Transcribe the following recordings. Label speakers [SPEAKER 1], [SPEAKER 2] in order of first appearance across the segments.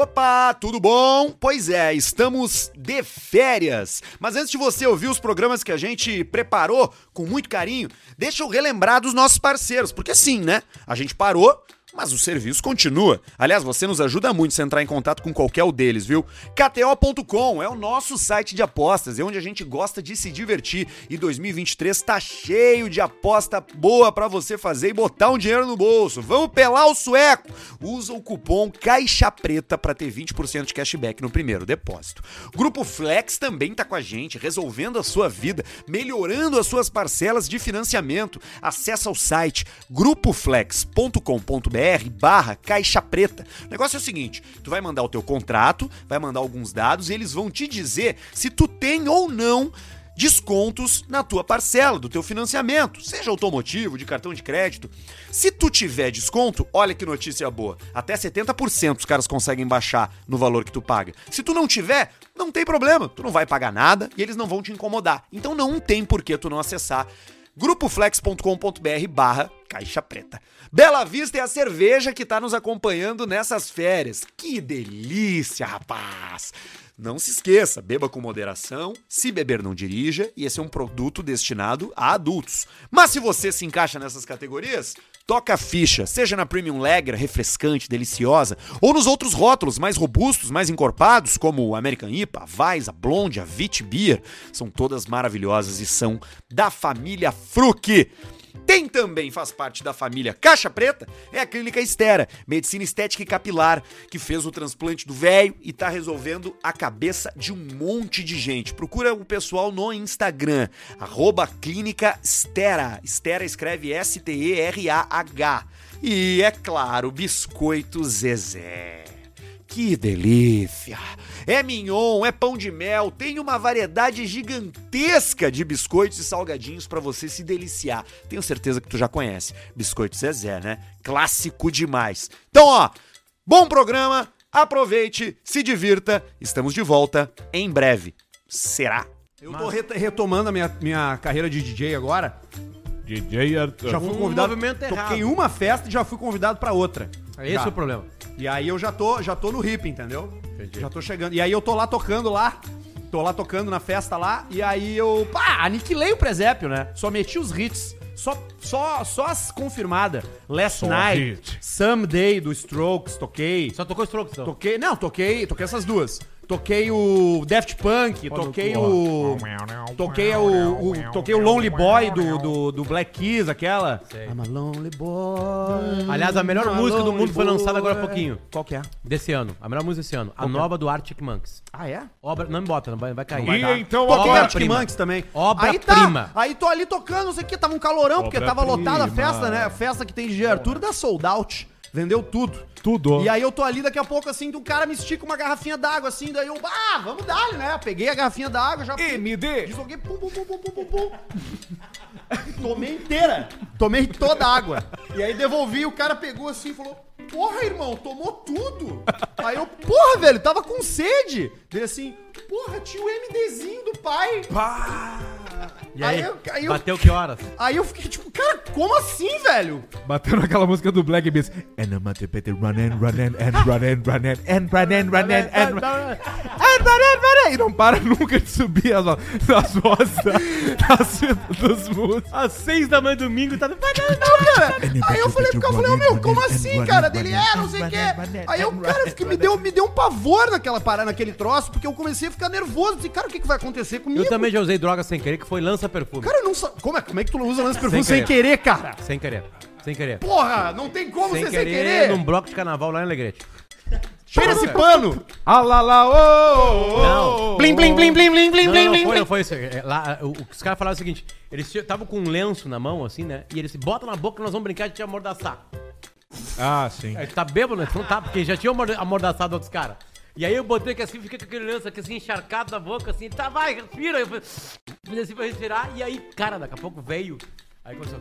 [SPEAKER 1] Opa, tudo bom? Pois é, estamos de férias. Mas antes de você ouvir os programas que a gente preparou com muito carinho, deixa eu relembrar dos nossos parceiros, porque sim, né? A gente parou, mas o serviço continua. Aliás, você nos ajuda muito se entrar em contato com qualquer um deles, viu? KTO.com é o nosso site de apostas, é onde a gente gosta de se divertir. E 2023 tá cheio de aposta boa pra você fazer e botar um dinheiro no bolso. Vamos pelar o sueco! Usa o cupom Caixa Preta pra ter 20% de cashback no primeiro depósito. Grupo Flex também tá com a gente, resolvendo a sua vida, melhorando as suas parcelas de financiamento. Acesse o site grupoflex.com.br br barra caixa preta. O negócio é o seguinte, tu vai mandar o teu contrato, vai mandar alguns dados e eles vão te dizer se tu tem ou não descontos na tua parcela do teu financiamento, seja automotivo, de cartão de crédito. Se tu tiver desconto, olha que notícia boa, até 70% os caras conseguem baixar no valor que tu paga. Se tu não tiver, não tem problema, tu não vai pagar nada e eles não vão te incomodar. Então não tem por que tu não acessar grupoflex.com.br barra caixa preta. Bela Vista é a cerveja que está nos acompanhando nessas férias. Que delícia, rapaz! Não se esqueça, beba com moderação, se beber não dirija, e esse é um produto destinado a adultos. Mas se você se encaixa nessas categorias, toca a ficha, seja na Premium Lager, refrescante, deliciosa, ou nos outros rótulos mais robustos, mais encorpados, como a American IPA, a Weiss, a Blonde, a Vit Beer, são todas maravilhosas e são da família Fruc. Tem também, faz parte da família Caixa Preta, é a Clínica Estera, medicina estética e capilar, que fez o transplante do velho e tá resolvendo a cabeça de um monte de gente. Procura o pessoal no Instagram, arroba Clínica Estera. Estera escreve S-T-E-R-A-H. E, é claro, Biscoito Zezé. Que delícia! É mignon, é pão de mel, tem uma variedade gigantesca de biscoitos e salgadinhos para você se deliciar. Tenho certeza que tu já conhece. Biscoito Zezé, né? Clássico demais. Então, ó, bom programa, aproveite, se divirta. Estamos de volta em breve. Será?
[SPEAKER 2] Eu tô reta- retomando a minha, minha carreira de DJ agora.
[SPEAKER 3] DJ Arthur.
[SPEAKER 2] Já fui
[SPEAKER 4] Um
[SPEAKER 2] convidado.
[SPEAKER 4] movimento
[SPEAKER 2] Toquei
[SPEAKER 4] errado.
[SPEAKER 2] uma festa e já fui convidado pra outra.
[SPEAKER 4] Esse
[SPEAKER 2] Já.
[SPEAKER 4] é o problema.
[SPEAKER 2] E aí eu já tô, já tô no hip, entendeu?
[SPEAKER 4] Entendi.
[SPEAKER 2] Já tô chegando. E aí eu tô lá tocando lá. Tô lá tocando na festa lá. E aí eu.
[SPEAKER 4] Pá, aniquilei o presépio, né? Só meti os hits. Só, só, só as confirmadas. Last
[SPEAKER 3] Só
[SPEAKER 4] Night,
[SPEAKER 3] hit.
[SPEAKER 4] Someday, do Strokes, toquei.
[SPEAKER 5] Só tocou stroke, então.
[SPEAKER 4] Toquei, não, toquei, toquei essas duas. Toquei o Daft Punk, toquei o toquei o, o- toquei o Lonely Boy do, do, do Black Keys, aquela. I'm a lonely boy.
[SPEAKER 5] Aliás, a melhor
[SPEAKER 4] I'm a
[SPEAKER 5] música do mundo foi
[SPEAKER 4] lonely
[SPEAKER 5] lançada agora há
[SPEAKER 4] boy.
[SPEAKER 5] pouquinho.
[SPEAKER 4] Qual que é?
[SPEAKER 5] Desse ano. A melhor música desse ano. A
[SPEAKER 4] Qual que é?
[SPEAKER 5] nova do Arctic Monkeys.
[SPEAKER 4] Ah, é?
[SPEAKER 5] Obra... Não me bota, não vai, vai cair.
[SPEAKER 3] E então
[SPEAKER 5] Toquei
[SPEAKER 3] agora...
[SPEAKER 5] Arctic Monkeys.
[SPEAKER 4] também.
[SPEAKER 2] aí tá.
[SPEAKER 5] Obra-prima.
[SPEAKER 4] Aí tô ali tocando, não sei o que, tava um calorão, porque tava
[SPEAKER 3] Obra-prima.
[SPEAKER 4] lotada a festa, né? A festa que tem de Arthur da Sold Out. Vendeu tudo.
[SPEAKER 3] Tudo.
[SPEAKER 4] E aí eu tô ali, daqui a pouco, assim, um cara me estica uma garrafinha d'água, assim, daí eu, ah, vamos dar, né? Peguei a garrafinha d'água, já
[SPEAKER 3] MD.
[SPEAKER 4] joguei, pum, pum, pum, pum, pum, pum, pum. Tomei inteira. Tomei toda a água. E aí devolvi, o cara pegou assim e falou, porra, irmão, tomou tudo. Aí eu, porra, velho, tava com sede. Dele assim, porra, tinha o MDzinho do pai.
[SPEAKER 5] E aí,
[SPEAKER 4] Aí eu- aí eu-
[SPEAKER 5] bateu que horas?
[SPEAKER 4] Aí eu fiquei tipo, cara, como assim, velho?
[SPEAKER 3] Batendo aquela música do Black Beats. And I'm at the better run and run and and run and run and and run and run
[SPEAKER 4] É,
[SPEAKER 3] and and
[SPEAKER 5] Tá,
[SPEAKER 3] run and run and run and- E não para nunca de subir as, as vozes das, dos músicos.
[SPEAKER 5] Às seis da manhã, domingo, tá...
[SPEAKER 2] Tipo,
[SPEAKER 4] Não, cara.
[SPEAKER 2] é
[SPEAKER 4] Aí eu falei pro cara, eu falei, ô meu, como assim, cara? Dele é, não sei o quê. Aí eu, cara, fiquei- me, deu, me deu um pavor naquela parada, naquele troço, porque eu comecei a ficar nervoso. Disse, cara, o que, que vai acontecer comigo?
[SPEAKER 5] Eu também já usei droga sem querer, que foi lança-perfume.
[SPEAKER 4] Cara, eu não sa... como, é, como é que tu usa lance perfume
[SPEAKER 5] Sem
[SPEAKER 4] sem querer, cara?
[SPEAKER 5] Sem querer. Sem querer.
[SPEAKER 4] Porra, não tem como
[SPEAKER 5] Sem
[SPEAKER 4] ser
[SPEAKER 5] querer,
[SPEAKER 4] sem querer.
[SPEAKER 5] num bloco de carnaval lá em Alegrete.
[SPEAKER 4] Cheira esse pano.
[SPEAKER 3] Ah lá lá, ô!
[SPEAKER 5] Não.
[SPEAKER 4] Blim, blim, blim, blim, blim, blim,
[SPEAKER 5] Não,
[SPEAKER 4] blim,
[SPEAKER 5] não, não,
[SPEAKER 4] blim.
[SPEAKER 5] foi, não foi isso. É, Lá, o, o- os caras falaram o seguinte: eles tinham- estavam com um lenço na mão, assim, né? E eles se botam na boca e nós vamos brincar de te amordaçar.
[SPEAKER 3] Ah, sim.
[SPEAKER 5] Aí tu tá bêbado, né? Tu não tá, porque já tinha amorda- amordaçado outros caras. E aí eu botei que assim, fica com aquele lenço aqui, assim, encharcado na boca, assim, tá, vai, respira. Eu falei, fiz assim pra respirar, e aí, cara, daqui a pouco veio. Aí começou.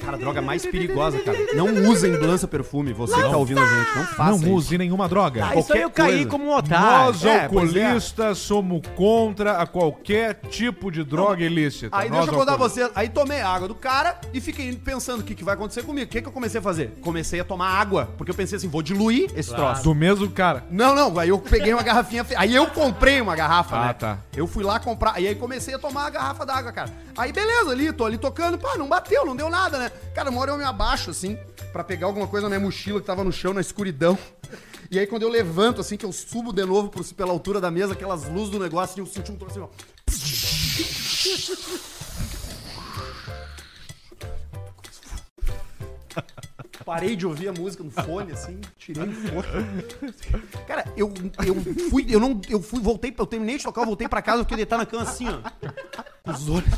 [SPEAKER 2] Cara, droga mais perigosa, cara. Não usem lança perfume, você que tá ouvindo a gente. Não faça
[SPEAKER 3] Não
[SPEAKER 2] isso.
[SPEAKER 3] use nenhuma droga.
[SPEAKER 5] Ah, isso aí
[SPEAKER 2] qualquer
[SPEAKER 5] eu caí
[SPEAKER 2] coisa.
[SPEAKER 5] como um otário.
[SPEAKER 3] Nós,
[SPEAKER 2] é, pois é.
[SPEAKER 3] alcoolistas, somos contra a qualquer tipo de droga ilícita.
[SPEAKER 2] Aí
[SPEAKER 3] Nós,
[SPEAKER 2] deixa eu contar
[SPEAKER 3] alcooli-
[SPEAKER 2] você. Aí tomei a água do cara e fiquei pensando o que, que vai acontecer comigo. O que, que eu comecei a fazer? Comecei a tomar água, porque eu pensei assim, vou diluir esse troço.
[SPEAKER 3] Do mesmo cara.
[SPEAKER 2] Não, não, aí eu peguei uma garrafinha. fe- Aí eu comprei uma garrafa,
[SPEAKER 3] Ah,
[SPEAKER 2] né?
[SPEAKER 3] tá.
[SPEAKER 2] Eu fui lá comprar. E aí comecei a tomar a garrafa d'água, cara. Aí beleza, ali, tô ali tocando. Pá, não bateu, não deu nada, né? Cara, uma hora eu me abaixo, assim, pra pegar alguma coisa na minha mochila que tava no chão, na escuridão. E aí quando eu levanto, assim, que eu subo de novo por- pela altura da mesa, aquelas luzes do negócio, e eu senti um troço assim, ó. Parei de ouvir a música no fone, assim, tirei o fone. Cara, eu, eu fui, eu não, eu fui, voltei, eu terminei de tocar, eu voltei pra casa, eu fiquei deitar na cama assim, ó. Com os olhos.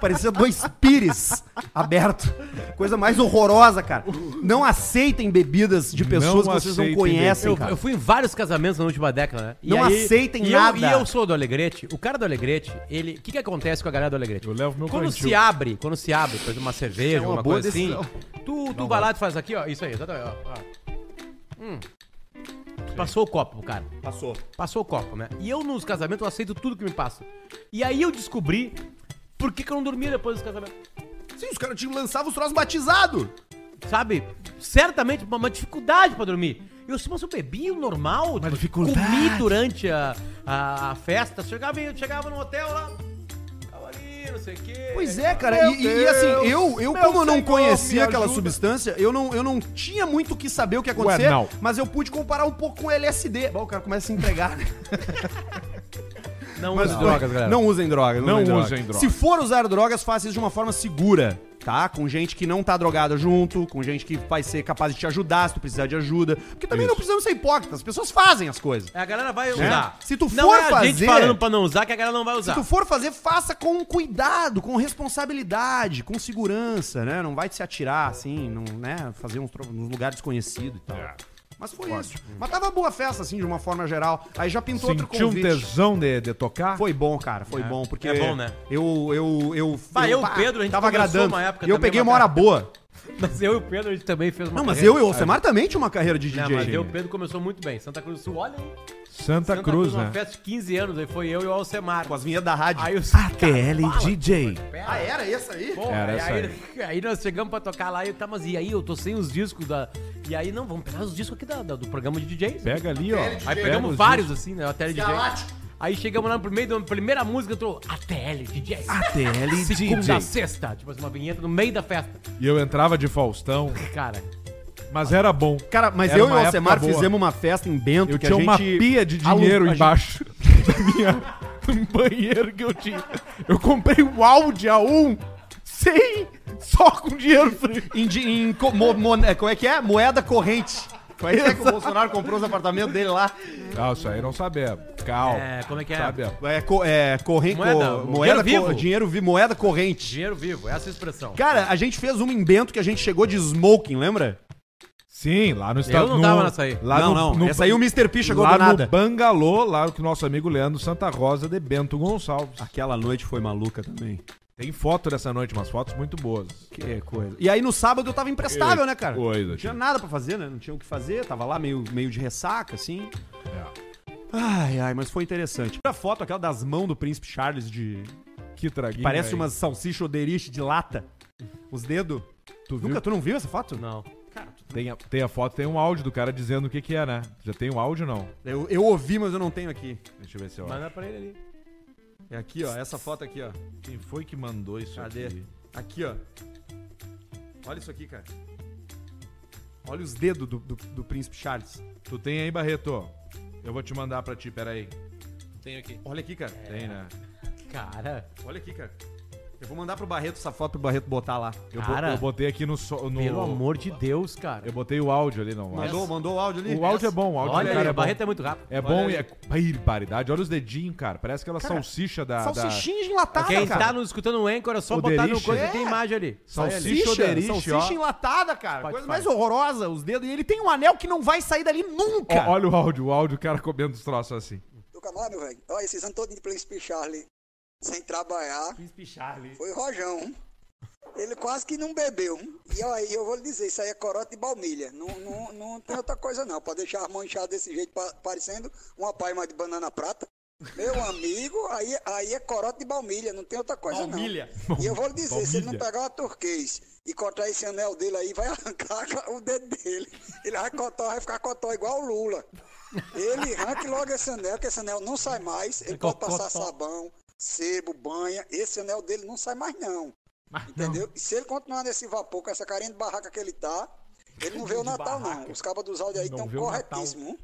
[SPEAKER 2] Parecia dois pires abertos. Coisa mais horrorosa, cara. Não aceitem bebidas de pessoas
[SPEAKER 3] Não
[SPEAKER 2] que vocês não
[SPEAKER 3] aceitem
[SPEAKER 2] conhecem,
[SPEAKER 5] Eu,
[SPEAKER 2] cara.
[SPEAKER 5] eu fui em vários casamentos na última década, né?
[SPEAKER 2] Não aceitem
[SPEAKER 5] e eu-
[SPEAKER 2] nada.
[SPEAKER 5] e eu sou do Alegrete. O cara do Alegrete, ele. O que, que acontece com a galera do Alegrete?
[SPEAKER 3] Eu levo meu
[SPEAKER 5] quando
[SPEAKER 3] cantil.
[SPEAKER 5] se abre, quando se abre, por exemplo, uma cerveja,
[SPEAKER 2] uma
[SPEAKER 5] uma
[SPEAKER 2] boa
[SPEAKER 5] coisa assim,
[SPEAKER 2] decisão.
[SPEAKER 5] tu, tu vai lá e tu faz aqui, ó. Isso aí, exatamente. Ó, ó. Hum. Tu Passou o copo, pro cara.
[SPEAKER 2] Passou.
[SPEAKER 5] Passou o copo, né? E eu, nos casamentos, eu aceito tudo que me passa. E aí eu descobri por que, que eu não dormia depois dos casamentos.
[SPEAKER 2] Sim, os caras te lançavam os troços batizados.
[SPEAKER 5] sabe, certamente uma, uma dificuldade pra dormir. Eu disse, mas eu bebi o normal, tipo,
[SPEAKER 3] dificuldade.
[SPEAKER 5] comi durante a, a, a festa, chegava, em- chegava no hotel lá, tava ali, não sei o quê.
[SPEAKER 2] Pois é, cara. E, e- e assim, eu, eu
[SPEAKER 3] Meu
[SPEAKER 2] como eu não
[SPEAKER 3] Senhor,
[SPEAKER 2] conhecia
[SPEAKER 3] me
[SPEAKER 2] aquela
[SPEAKER 3] ajuda.
[SPEAKER 2] substância, eu não, eu não tinha muito o que saber o que ia acontecer,
[SPEAKER 3] não.
[SPEAKER 2] mas eu pude comparar um pouco com o LSD. Bom, o cara começa a se entregar. né?
[SPEAKER 5] Não
[SPEAKER 2] Mas
[SPEAKER 5] use drogas, galera.
[SPEAKER 2] Não usem drogas.
[SPEAKER 3] Não
[SPEAKER 2] drogas.
[SPEAKER 3] usem drogas.
[SPEAKER 2] Se for usar drogas, faça isso de uma forma segura, tá? Com gente que não tá drogada junto, com gente que vai ser capaz de te ajudar se tu precisar de ajuda. Porque também não precisamos ser hipócritas, as pessoas fazem as coisas.
[SPEAKER 5] É, A galera vai usar.
[SPEAKER 2] É. Se tu
[SPEAKER 5] não
[SPEAKER 2] for
[SPEAKER 5] é a gente
[SPEAKER 2] fazer-
[SPEAKER 5] falando pra não usar, que a galera não vai
[SPEAKER 2] Se
[SPEAKER 3] Tá.
[SPEAKER 5] usar.
[SPEAKER 2] tu for fazer, faça com cuidado, com responsabilidade, com segurança, né? Não vai te se atirar assim, não, né? Fazer uns, tro- nos lugares desconhecidos e tal.
[SPEAKER 3] É.
[SPEAKER 2] Mas foi isso. Mas tava boa a festa, assim, de uma forma geral. Aí já pintou outro
[SPEAKER 3] Sentiu um
[SPEAKER 2] convite.
[SPEAKER 3] tesão de, de tocar?
[SPEAKER 2] Foi bom, cara, foi bom, porque.
[SPEAKER 5] É bom, né?
[SPEAKER 2] Eu, eu, eu.
[SPEAKER 5] Bah, eu e o Pedro, a gente
[SPEAKER 2] tava
[SPEAKER 5] conversou
[SPEAKER 2] agradando.
[SPEAKER 5] uma época
[SPEAKER 2] e eu
[SPEAKER 5] também,
[SPEAKER 2] peguei uma
[SPEAKER 5] mas
[SPEAKER 2] hora
[SPEAKER 5] cara-
[SPEAKER 2] boa. É.
[SPEAKER 5] Mas eu e o Pedro, a gente também fez uma
[SPEAKER 2] Não, mas
[SPEAKER 5] carreira.
[SPEAKER 2] eu e o Semar também tinha uma carreira de
[SPEAKER 5] Não,
[SPEAKER 2] DJ.
[SPEAKER 5] mas eu e o Pedro começou muito bem. Santa Cruz do Sul, olha aí.
[SPEAKER 3] Santa, Cruz, né?
[SPEAKER 5] uma festa de 15 anos, aí foi eu e o Alcemar.
[SPEAKER 2] é. Com as vinhetas da rádio.
[SPEAKER 5] Aí o
[SPEAKER 3] ATL DJ.
[SPEAKER 2] Ah, era essa aí?
[SPEAKER 5] Bom,
[SPEAKER 3] Era
[SPEAKER 5] aí,
[SPEAKER 3] essa aí.
[SPEAKER 5] aí- aí nós chegamos pra tocar lá e eu tá, mas e aí eu tô sem os discos da. E aí, não, vamos pegar os discos aqui da, da- do programa de DJs.
[SPEAKER 3] Pega ali, ó.
[SPEAKER 5] aí
[SPEAKER 3] Pega
[SPEAKER 5] pegamos
[SPEAKER 3] os
[SPEAKER 5] vários, assim, né? A tele DJ.
[SPEAKER 4] Galáctico.
[SPEAKER 5] Aí chegamos lá no primeiro, da primeira música, entrou ATL DJs.
[SPEAKER 3] Ah, ATL
[SPEAKER 5] Segunda, sexta, tipo assim, uma vinheta no meio da festa.
[SPEAKER 3] E eu entrava de Faustão,
[SPEAKER 5] Cara,
[SPEAKER 3] mas era bom.
[SPEAKER 2] Cara, mas
[SPEAKER 3] Era
[SPEAKER 2] eu e
[SPEAKER 3] uma
[SPEAKER 2] o
[SPEAKER 3] época
[SPEAKER 2] Alcemar
[SPEAKER 3] boa.
[SPEAKER 2] fizemos uma festa em Bento
[SPEAKER 3] Eu
[SPEAKER 2] que
[SPEAKER 3] tinha
[SPEAKER 2] a gente...
[SPEAKER 3] uma pia de
[SPEAKER 2] alu-
[SPEAKER 3] dinheiro
[SPEAKER 2] a gente-
[SPEAKER 3] embaixo da minha, do banheiro que eu tinha. Eu comprei o Audi A1 sem, só com dinheiro frio.
[SPEAKER 2] Em, di- em co- mo- mon- é, como é que é? Moeda corrente. Como é que, é que o Bolsonaro comprou os apartamentos dele lá?
[SPEAKER 3] Não, isso aí não sabemos. Calma.
[SPEAKER 5] É, como é que é?
[SPEAKER 3] Sabemos.
[SPEAKER 2] É, co- é corrente.
[SPEAKER 5] Moeda,
[SPEAKER 2] co-
[SPEAKER 5] o dinheiro
[SPEAKER 2] moeda
[SPEAKER 5] vivo.
[SPEAKER 2] co- dinheiro vivo, moeda corrente.
[SPEAKER 5] dinheiro vivo, essa é a expressão.
[SPEAKER 2] Cara, a gente fez uma em Bento que a gente chegou de smoking, lembra?
[SPEAKER 3] Sim, lá no estado.
[SPEAKER 5] não
[SPEAKER 3] no-
[SPEAKER 5] tava nessa aí.
[SPEAKER 3] Lá no, no-
[SPEAKER 2] Essa aí o Mr. P chegou
[SPEAKER 3] lá
[SPEAKER 2] do nada.
[SPEAKER 3] no Bangalô, lá que o nosso amigo Leandro Santa Rosa de Bento Gonçalves.
[SPEAKER 2] Aquela noite foi maluca também.
[SPEAKER 3] Tem foto dessa noite, umas fotos muito boas.
[SPEAKER 2] Que coisa. E aí no sábado eu tava imprestável,
[SPEAKER 3] Que
[SPEAKER 2] né, cara?
[SPEAKER 3] coisa,
[SPEAKER 2] Não tinha
[SPEAKER 3] tio.
[SPEAKER 2] nada pra fazer, né? Não tinha o que fazer, tava lá meio, meio de ressaca, assim.
[SPEAKER 3] É.
[SPEAKER 2] Ai, ai, mas foi interessante. A foto aquela das mãos do príncipe Charles de,
[SPEAKER 3] Que traguinho.
[SPEAKER 2] Parece
[SPEAKER 3] hein?
[SPEAKER 2] umas salsicha oderiche de lata. Os dedos.
[SPEAKER 3] Tu viu?
[SPEAKER 2] Nunca, tu não viu essa foto?
[SPEAKER 5] Não.
[SPEAKER 3] Tem a, tem a foto, tem um áudio do cara dizendo o que que é, né? Já tem um áudio não?
[SPEAKER 2] Eu, eu ouvi, mas eu não tenho aqui.
[SPEAKER 3] Deixa eu ver se eu...
[SPEAKER 5] Manda pra ele ali.
[SPEAKER 2] É aqui, ó. Essa foto aqui, ó.
[SPEAKER 3] Quem foi que mandou isso
[SPEAKER 2] Cadê?
[SPEAKER 3] aqui?
[SPEAKER 2] Aqui, ó. Olha isso aqui, cara. Olha os dedos do, do, do príncipe Charles.
[SPEAKER 3] Tu tem aí, Barreto? Eu vou te mandar pra ti, peraí.
[SPEAKER 5] Tenho aqui.
[SPEAKER 2] Olha aqui, cara.
[SPEAKER 3] Tem, né?
[SPEAKER 5] Cara,
[SPEAKER 2] Olha aqui, cara. Eu vou mandar pro Barreto essa foto pro Barreto botar lá.
[SPEAKER 3] Eu, bo-
[SPEAKER 5] Cara,
[SPEAKER 3] eu botei aqui no, so- no...
[SPEAKER 5] pelo amor de Deus, cara.
[SPEAKER 3] Eu botei o áudio ali, não.
[SPEAKER 2] Mandou, mandou o áudio ali?
[SPEAKER 3] O áudio é bom, o áudio do
[SPEAKER 5] Olha
[SPEAKER 3] cara
[SPEAKER 5] aí,
[SPEAKER 3] é
[SPEAKER 5] o
[SPEAKER 3] bom.
[SPEAKER 5] Barreto é muito rápido.
[SPEAKER 3] É bom e é... Pai, paridade, olha os dedinhos, cara. Parece aquela salsicha da... da-
[SPEAKER 2] Salsichinha enlatada,
[SPEAKER 5] Quem
[SPEAKER 2] cara.
[SPEAKER 5] tá nos escutando o Anchor é só
[SPEAKER 3] O
[SPEAKER 5] botar no
[SPEAKER 3] Deriche?
[SPEAKER 5] coisa, tem
[SPEAKER 2] É.
[SPEAKER 5] imagem ali.
[SPEAKER 3] Salsicha oderiche, ó.
[SPEAKER 2] salsicha enlatada, cara.
[SPEAKER 5] Pode
[SPEAKER 2] Coisa
[SPEAKER 5] falar.
[SPEAKER 2] mais horrorosa, os dedos. E ele tem um anel que não vai sair dali nunca.
[SPEAKER 3] Ó, Olha o áudio, o áudio, o cara comendo os troços assim.
[SPEAKER 6] Nunca mais, meu velho. Olha, esses anos todos de Príncipe Charlie sem trabalhar.
[SPEAKER 2] Príncipe Charles.
[SPEAKER 6] Foi o Rojão. Ele quase que não bebeu. E aí eu vou lhe dizer, isso aí é corote de baumilha. Não, não, não tem outra coisa não. Pra deixar manchado desse jeito, pa- parecendo uma paima de banana prata. Meu amigo, aí, aí é corote de baumilha, não tem outra coisa
[SPEAKER 2] Baumilha.
[SPEAKER 6] não. E eu vou lhe dizer, se ele não
[SPEAKER 3] Baumilha.
[SPEAKER 6] pegar uma turquês e cortar esse anel dele aí, vai arrancar o dedo dele. Ele vai cotar, vai ficar cotó igual o Lula. Ele arranca logo esse anel, que esse anel não sai mais. Ele pode passar sabão, sebo, banha. Esse anel dele não sai mais não. Entendeu? E se ele continuar nesse vapor, com essa carinha de barraca que ele tá, ele não vê o Natal, não. Os cabos dos áudios aí
[SPEAKER 3] Não
[SPEAKER 6] estão
[SPEAKER 3] vê o Natal.
[SPEAKER 6] corretíssimos.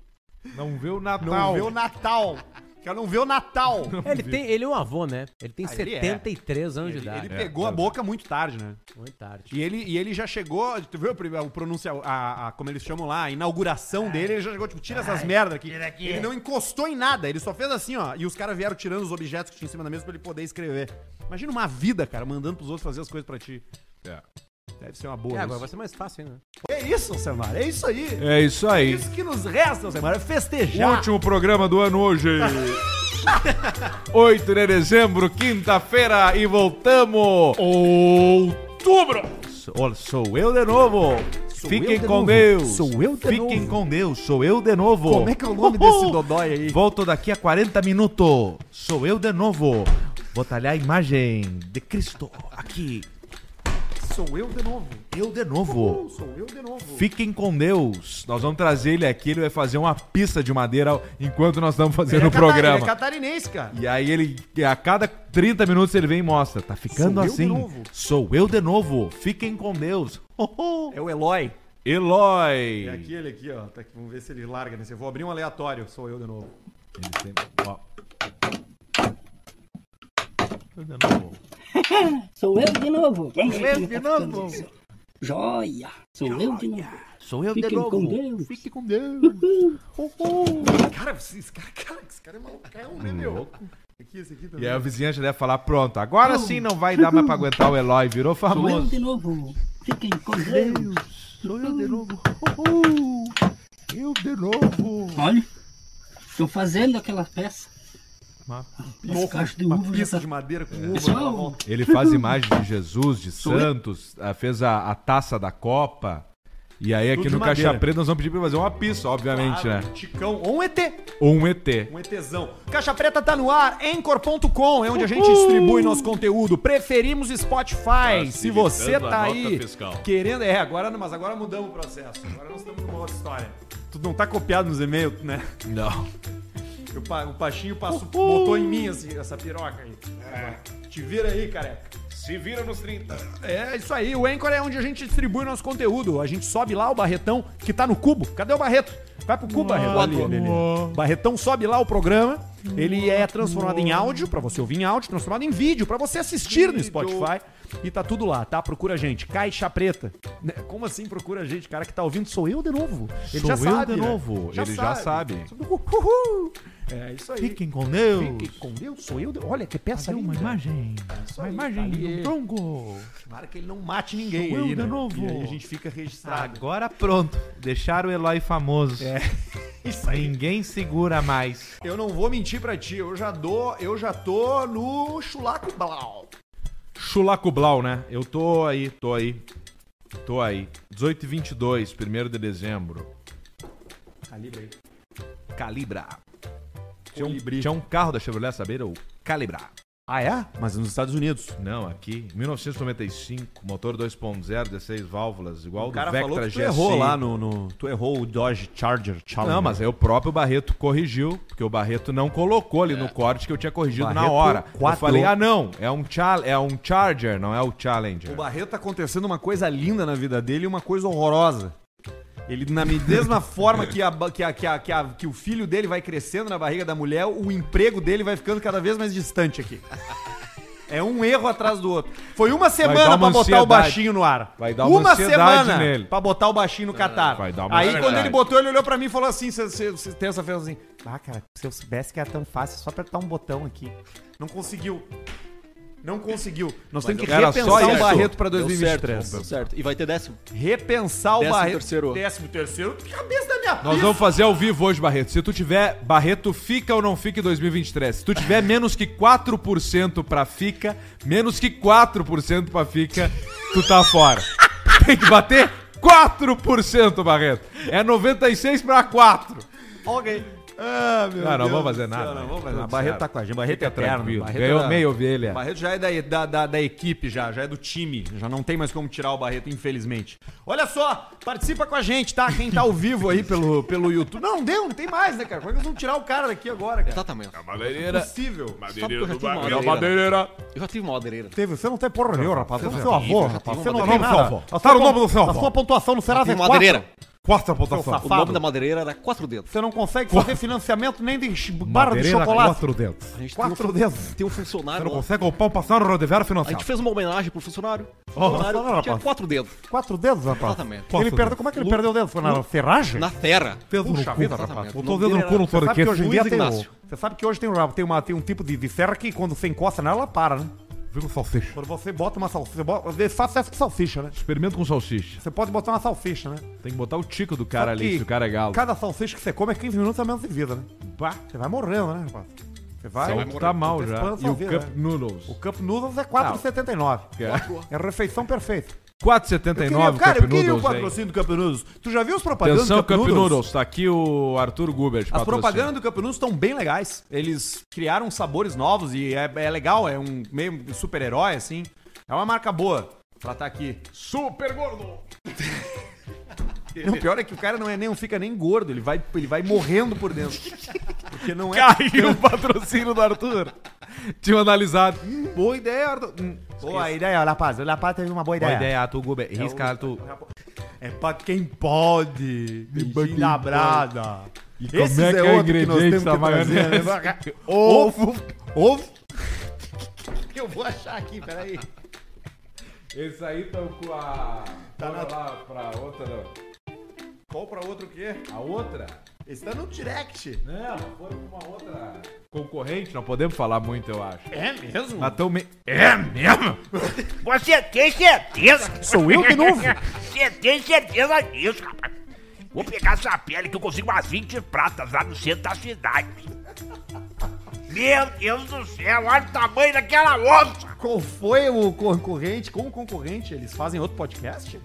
[SPEAKER 3] Não vê o Natal.
[SPEAKER 2] Não vê o Natal. Quero não ver o Natal.
[SPEAKER 5] Ele, tem, ele é um avô, né? Ele tem 73 anos de idade.
[SPEAKER 2] Ah, é. Ele pegou a boca muito tarde, né?
[SPEAKER 5] Muito tarde.
[SPEAKER 2] E ele, e ele já chegou, tu viu o prim- o pronúncia, a, a- como eles chamam lá, a inauguração dele, ele já chegou, tipo, tira essas merda aqui. Ele não encostou em nada, ele só fez assim, ó, e os caras vieram tirando os objetos que tinha em cima da mesa pra ele poder escrever. Imagina uma vida, cara, mandando pros outros fazer as coisas pra ti.
[SPEAKER 3] É.
[SPEAKER 2] Deve ser uma boa.
[SPEAKER 5] É, agora
[SPEAKER 2] isso.
[SPEAKER 5] vai ser mais fácil, né?
[SPEAKER 2] É isso, Alcemar, é isso aí. É
[SPEAKER 3] É isso aí.
[SPEAKER 2] isso que nos resta, Alcemar, é festejar.
[SPEAKER 3] Último programa do ano hoje. 8 de dezembro, quinta-feira, e voltamos. Outubro. Sou, sou eu de novo. Fiquem
[SPEAKER 2] eu de
[SPEAKER 3] com
[SPEAKER 2] novo.
[SPEAKER 3] Deus.
[SPEAKER 2] Sou eu de
[SPEAKER 3] Fiquem
[SPEAKER 2] novo.
[SPEAKER 3] com Deus. Sou eu de novo.
[SPEAKER 2] Como é que é o nome desse dodói aí?
[SPEAKER 3] Volto daqui a 40 minutos. Sou eu de novo. Vou talhar a imagem de Cristo aqui.
[SPEAKER 2] Sou eu de novo.
[SPEAKER 3] Eu de novo.
[SPEAKER 2] Sou eu de novo.
[SPEAKER 3] Fiquem com Deus. Nós vamos trazer ele aqui. Ele vai fazer uma pista de madeira enquanto nós estamos fazendo o
[SPEAKER 2] Ele é cata-
[SPEAKER 3] programa.
[SPEAKER 2] ele é catarinense, cara.
[SPEAKER 3] E aí ele, a cada 30 minutos ele vem e mostra. Tá ficando
[SPEAKER 2] Sou eu de
[SPEAKER 3] assim.
[SPEAKER 2] novo.
[SPEAKER 3] Sou eu de novo. Fiquem com Deus. Oh, oh.
[SPEAKER 2] É o Eloy.
[SPEAKER 3] Eloy.
[SPEAKER 2] É aquele aqui, ó. Tá aqui, vamos ver se ele larga nesse. Eu vou abrir um aleatório, sou eu de novo.
[SPEAKER 3] Ele sempre- ó. Eu de novo.
[SPEAKER 7] Sou eu de novo. Sou eu de novo. tá Joia. Sou eu de novo.
[SPEAKER 5] Sou eu
[SPEAKER 7] Fiquem com Deus.
[SPEAKER 2] Cara, esse esse cara, cara, esse cara é malucão, né, meu? Aqui, esse aqui
[SPEAKER 3] E
[SPEAKER 2] também.
[SPEAKER 3] aí a vizinhança deve falar: pronto, agora sim não vai dar mais pra aguentar o Eloy. Virou
[SPEAKER 7] Sou eu
[SPEAKER 3] famoso.
[SPEAKER 7] de novo. Fiquem com Deus.
[SPEAKER 3] Sou eu de novo. Oh, oh. Eu de novo.
[SPEAKER 7] Olha, tô fazendo aquela peça. Uma caixa
[SPEAKER 2] é
[SPEAKER 7] de uva já
[SPEAKER 2] Pista
[SPEAKER 7] tá...
[SPEAKER 2] de madeira com uva. pela
[SPEAKER 7] Pessoal,
[SPEAKER 2] volta.
[SPEAKER 3] Ele faz imagens de Jesus, de Santos, ah, fez a, a taça da Copa. E aí aqui
[SPEAKER 2] Tudo de
[SPEAKER 3] no Caixa
[SPEAKER 2] madeira.
[SPEAKER 3] Preta nós vamos pedir pra fazer uma pista, obviamente, né?
[SPEAKER 2] Um Ticão, ou um ET.
[SPEAKER 3] Ou um ET.
[SPEAKER 2] Um ETzão. Caixa Preta tá no ar, Anchor.com, é onde a gente distribui nosso conteúdo. Preferimos Spotify. Se você
[SPEAKER 3] Facilitando
[SPEAKER 2] tá
[SPEAKER 3] a
[SPEAKER 2] aí
[SPEAKER 3] nota fiscal.
[SPEAKER 2] querendo. É, agora, mas agora mudamos o processo. Agora nós estamos numa outra história. Tu não tá copiado nos e-mails, né?
[SPEAKER 3] Não.
[SPEAKER 2] O, pa, o Pachinho passou, botou em mim assim, essa piroca aí. Te vira aí, careca.
[SPEAKER 3] Se vira nos 30.
[SPEAKER 2] É isso aí, o Anchor é onde a gente distribui nosso conteúdo. A gente sobe lá o Barretão, que tá no cubo. Cadê o Barreto? Vai pro cubo, Barreto. Ali, ali, ali. Barretão sobe lá o programa. Ele é transformado em áudio, pra você ouvir em áudio, transformado em vídeo, pra você assistir no Spotify. E tá tudo lá, tá? Procura a gente. Caixa Preta. Né? Como assim procura a gente? Cara que tá ouvindo, sou eu de novo. Ele
[SPEAKER 3] Sou
[SPEAKER 2] já
[SPEAKER 3] eu
[SPEAKER 2] sabe.
[SPEAKER 3] de
[SPEAKER 2] né?
[SPEAKER 3] novo. Ele já sabe.
[SPEAKER 2] Uhul. É isso aí.
[SPEAKER 3] Fiquem com Deus.
[SPEAKER 2] Fiquem com Deus, sou eu. de- Olha que peça
[SPEAKER 3] Fazer
[SPEAKER 2] linda.
[SPEAKER 3] uma imagem. Uma
[SPEAKER 2] aí,
[SPEAKER 3] imagem
[SPEAKER 2] tá
[SPEAKER 3] de
[SPEAKER 2] ali.
[SPEAKER 3] um tronco.
[SPEAKER 2] Tomara que ele não mate ninguém
[SPEAKER 3] Sou eu
[SPEAKER 2] aí,
[SPEAKER 3] de
[SPEAKER 2] né?
[SPEAKER 3] novo.
[SPEAKER 2] E aí a gente fica registrado.
[SPEAKER 3] Agora pronto. Deixaram o Eloy famoso.
[SPEAKER 2] Isso
[SPEAKER 3] Ninguém segura mais.
[SPEAKER 2] Eu não vou mentir pra ti, eu já dou, eu já tô no chulaco blau.
[SPEAKER 3] Chulaco Blau, né? Eu tô aí, tô aí. Tô aí. 18 e 22, 1 de dezembro.
[SPEAKER 2] Calibra aí.
[SPEAKER 3] Calibra. Tinha um, tinha um carro da Chevrolet, saber? O Calibra.
[SPEAKER 2] Ah, é? Mas nos Estados Unidos.
[SPEAKER 3] Não, aqui, 1995, motor 2.0, 16 válvulas, igual
[SPEAKER 2] O cara
[SPEAKER 3] do Vectra
[SPEAKER 2] falou que tu
[SPEAKER 3] GSI.
[SPEAKER 2] errou lá no, no- Tu errou o Dodge Charger Challenger.
[SPEAKER 3] Não, mas aí o próprio Barreto corrigiu, porque o Barreto não colocou ali
[SPEAKER 8] É.
[SPEAKER 3] no corte que eu tinha corrigido na
[SPEAKER 2] Barreto
[SPEAKER 3] hora. Eu
[SPEAKER 2] quatro.
[SPEAKER 3] falei, ah não, é um, chal é um Charger, não é o Challenger.
[SPEAKER 2] O Barreto tá acontecendo uma coisa linda na vida dele e uma coisa horrorosa. Ele, na mesma forma que, a ba- que a- que a- que a- que o filho dele vai crescendo na barriga da mulher, o emprego dele vai ficando cada vez mais distante aqui. É um erro atrás do outro. Foi uma
[SPEAKER 3] dar
[SPEAKER 2] semana
[SPEAKER 3] uma
[SPEAKER 2] pra botar o
[SPEAKER 3] ansiedade.
[SPEAKER 2] baixinho no ar.
[SPEAKER 3] Vai dar uma ansiedade
[SPEAKER 2] semana
[SPEAKER 3] nele. É,
[SPEAKER 2] pra botar o baixinho no Catar.
[SPEAKER 3] vai dar uma
[SPEAKER 2] Aí
[SPEAKER 3] ansiedade.
[SPEAKER 2] quando ele botou, ele olhou pra mim e falou assim: "Cê- cê- cê- terça-feira assim. Ah, cara, se eu soubesse que era tão fácil, é só apertar um botão aqui. Não conseguiu. Não conseguiu.
[SPEAKER 9] Mas
[SPEAKER 2] Nós temos que
[SPEAKER 9] eu- Era
[SPEAKER 2] repensar
[SPEAKER 9] só
[SPEAKER 2] o
[SPEAKER 9] isso.
[SPEAKER 2] Barreto pra
[SPEAKER 8] Deu certo,
[SPEAKER 2] 2023.
[SPEAKER 8] deu certo. E vai ter décimo.
[SPEAKER 2] Repensar o
[SPEAKER 8] Décimo
[SPEAKER 2] Barreto.
[SPEAKER 8] terceiro.
[SPEAKER 2] Décimo terceiro. Que cabeça da minha
[SPEAKER 3] Nós vamos fazer ao vivo hoje, Barreto. Se tu tiver Barreto fica ou não fica em 2023. Se tu tiver menos que 4% pra fica, menos que 4% pra fica, tu tá fora. Tem que bater 4%, Barreto. É 96 pra 4.
[SPEAKER 2] Ok. Ah, meu
[SPEAKER 3] Não, não
[SPEAKER 2] Deus
[SPEAKER 3] vamos fazer
[SPEAKER 2] do céu,
[SPEAKER 3] nada,
[SPEAKER 2] Não,
[SPEAKER 3] né?
[SPEAKER 2] vamos fazer
[SPEAKER 3] Tudo
[SPEAKER 2] nada. Barreto
[SPEAKER 3] certo.
[SPEAKER 2] tá com a gente. Barreto
[SPEAKER 3] Fica
[SPEAKER 2] é eterno.
[SPEAKER 3] tranquilo.
[SPEAKER 2] Barreto
[SPEAKER 3] Ganhou
[SPEAKER 2] é-
[SPEAKER 3] meia ovelha.
[SPEAKER 2] Barreto já é da, da, da, da equipe, já, já é do time. Já não tem mais como tirar o Barreto, infelizmente. Olha só, participa com a gente, tá? Quem tá ao vivo aí pelo, pelo YouTube. Não, deu, não tem mais, né, cara? Como é que nós vamos tirar o cara daqui agora, cara?
[SPEAKER 8] Tá tamanho.
[SPEAKER 2] Não é possível.
[SPEAKER 8] Madeireira do Madeireira. Eu já tive uma madeireira.
[SPEAKER 2] Teve, você não tem porra nenhuma, rapaz. Você é seu
[SPEAKER 8] eu
[SPEAKER 2] avô,
[SPEAKER 8] já
[SPEAKER 2] rapaz.
[SPEAKER 8] tenho
[SPEAKER 2] Você
[SPEAKER 8] uma
[SPEAKER 2] não tem
[SPEAKER 8] madeireira.
[SPEAKER 2] nada.
[SPEAKER 3] Seu avô. Fala
[SPEAKER 2] A
[SPEAKER 3] o
[SPEAKER 2] sua-
[SPEAKER 3] Tá nome do seu
[SPEAKER 2] A
[SPEAKER 3] avô.
[SPEAKER 2] sua pontuação no Serasa
[SPEAKER 8] Tive
[SPEAKER 2] é
[SPEAKER 8] uma
[SPEAKER 2] quatro.
[SPEAKER 8] madeireira.
[SPEAKER 3] Quarta
[SPEAKER 2] Seu
[SPEAKER 3] pontuação.
[SPEAKER 8] O nome
[SPEAKER 2] safado.
[SPEAKER 8] da madeireira era quatro dedos.
[SPEAKER 2] Você não consegue fazer financiamento nem de ch- barra
[SPEAKER 3] é
[SPEAKER 2] de
[SPEAKER 3] um
[SPEAKER 2] chocolate.
[SPEAKER 3] quatro dedos.
[SPEAKER 8] A gente tem um-
[SPEAKER 2] Quatro dedos.
[SPEAKER 8] Tem um
[SPEAKER 3] Você
[SPEAKER 8] funcionário.
[SPEAKER 3] não
[SPEAKER 8] lá.
[SPEAKER 3] consegue o pão passar no rodoviário
[SPEAKER 8] A
[SPEAKER 3] financeiro.
[SPEAKER 8] gente fez uma homenagem pro funcionário. O
[SPEAKER 3] Oh.
[SPEAKER 2] olha lá,
[SPEAKER 8] funcionário tinha
[SPEAKER 2] rapaz.
[SPEAKER 8] quatro dedos.
[SPEAKER 2] Quatro dedos, rapaz.
[SPEAKER 8] Exatamente.
[SPEAKER 2] Ele
[SPEAKER 3] Quatro
[SPEAKER 2] perdeu,
[SPEAKER 3] dedos.
[SPEAKER 2] como é que ele perdeu o dedo? Foi na ferragem?
[SPEAKER 8] Na terra.
[SPEAKER 3] Dedo no
[SPEAKER 2] Puxa
[SPEAKER 3] cu,
[SPEAKER 2] vida,
[SPEAKER 3] rapaz.
[SPEAKER 8] rapaz.
[SPEAKER 3] Botou o
[SPEAKER 8] Não
[SPEAKER 3] dedo no
[SPEAKER 8] tem-
[SPEAKER 3] cu no
[SPEAKER 2] Você sabe que hoje em dia
[SPEAKER 8] Luiz
[SPEAKER 2] tem, o,
[SPEAKER 8] Inácio.
[SPEAKER 2] você sabe que hoje tem, um- tem, uma- tem um tipo de, de serra que quando você encosta nela, ela para, né?
[SPEAKER 3] Viu com salsicha.
[SPEAKER 2] Quando você bota uma salsicha, você bota- você faz essa com salsicha, né?
[SPEAKER 3] Experimento com salsicha.
[SPEAKER 2] Você pode botar uma salsicha, né?
[SPEAKER 3] Tem que botar o tico do cara
[SPEAKER 2] Só
[SPEAKER 3] ali,
[SPEAKER 2] que
[SPEAKER 3] se o cara é galo.
[SPEAKER 2] Cada salsicha que você come é 15 minutos a menos de vida, né? Você vai morrendo, né, rapaz? Você vai...
[SPEAKER 3] Então tá mal já.
[SPEAKER 2] Antecipando
[SPEAKER 3] E
[SPEAKER 2] sua
[SPEAKER 3] o
[SPEAKER 2] vida,
[SPEAKER 3] Cup
[SPEAKER 2] né?
[SPEAKER 3] Noodles.
[SPEAKER 2] O Cup Noodles é 4,79.
[SPEAKER 3] Que é-
[SPEAKER 2] É a refeição perfeita. Eu
[SPEAKER 3] 4,79
[SPEAKER 2] queria- cara,
[SPEAKER 3] Cup
[SPEAKER 2] eu queria o
[SPEAKER 3] Noodles, hein?
[SPEAKER 2] patrocínio do Cup Noodles. Tu já viu as propagandas
[SPEAKER 3] Atenção,
[SPEAKER 2] do
[SPEAKER 3] Cup Noodles. Tá aqui o Arthur Guber de
[SPEAKER 2] As
[SPEAKER 3] patrocínio.
[SPEAKER 2] propagandas do Cup Noodles estão bem legais. Eles criaram sabores novos e é, é legal, é um meio super-herói, assim. É uma marca boa pra estar aqui.
[SPEAKER 3] Super gordo!
[SPEAKER 2] E o pior é que o cara não, é nem, não fica nem gordo, ele vai, ele vai morrendo por dentro. Porque não é
[SPEAKER 3] Caiu o patrocínio do Arthur. Tinha analisado.
[SPEAKER 2] boa ideia, Arthur. Hum, Boa ideia, Lapaz. O Lapaz teve uma boa
[SPEAKER 3] é.
[SPEAKER 2] ideia.
[SPEAKER 3] Arthur Guber. Risca, Arthur.
[SPEAKER 2] É pra quem pode.
[SPEAKER 3] pra quem
[SPEAKER 2] Bichinho labrada. E
[SPEAKER 3] como é que é o ingrediente da maionese?
[SPEAKER 2] Ovo. Ovo.
[SPEAKER 10] Eu vou achar aqui, peraí.
[SPEAKER 3] Esse aí tá com a... Tá
[SPEAKER 2] na-
[SPEAKER 3] lá pra outra, não.
[SPEAKER 2] Qual pra outro é? o quê?
[SPEAKER 3] A outra?
[SPEAKER 10] Esse tá no direct.
[SPEAKER 3] É, Não, foi uma outra... Concorrente, não podemos falar muito, eu acho.
[SPEAKER 10] É mesmo?
[SPEAKER 3] Mas tão me... É mesmo?
[SPEAKER 11] Você tem certeza?
[SPEAKER 2] Sou eu de novo?
[SPEAKER 11] Você tem certeza disso, rapaz? Vou pegar essa pele que eu consigo umas 20 pratas lá no centro da cidade. Meu Deus do céu, olha o tamanho daquela onça!
[SPEAKER 2] Qual foi o concorrente? Com o concorrente, eles fazem outro podcast?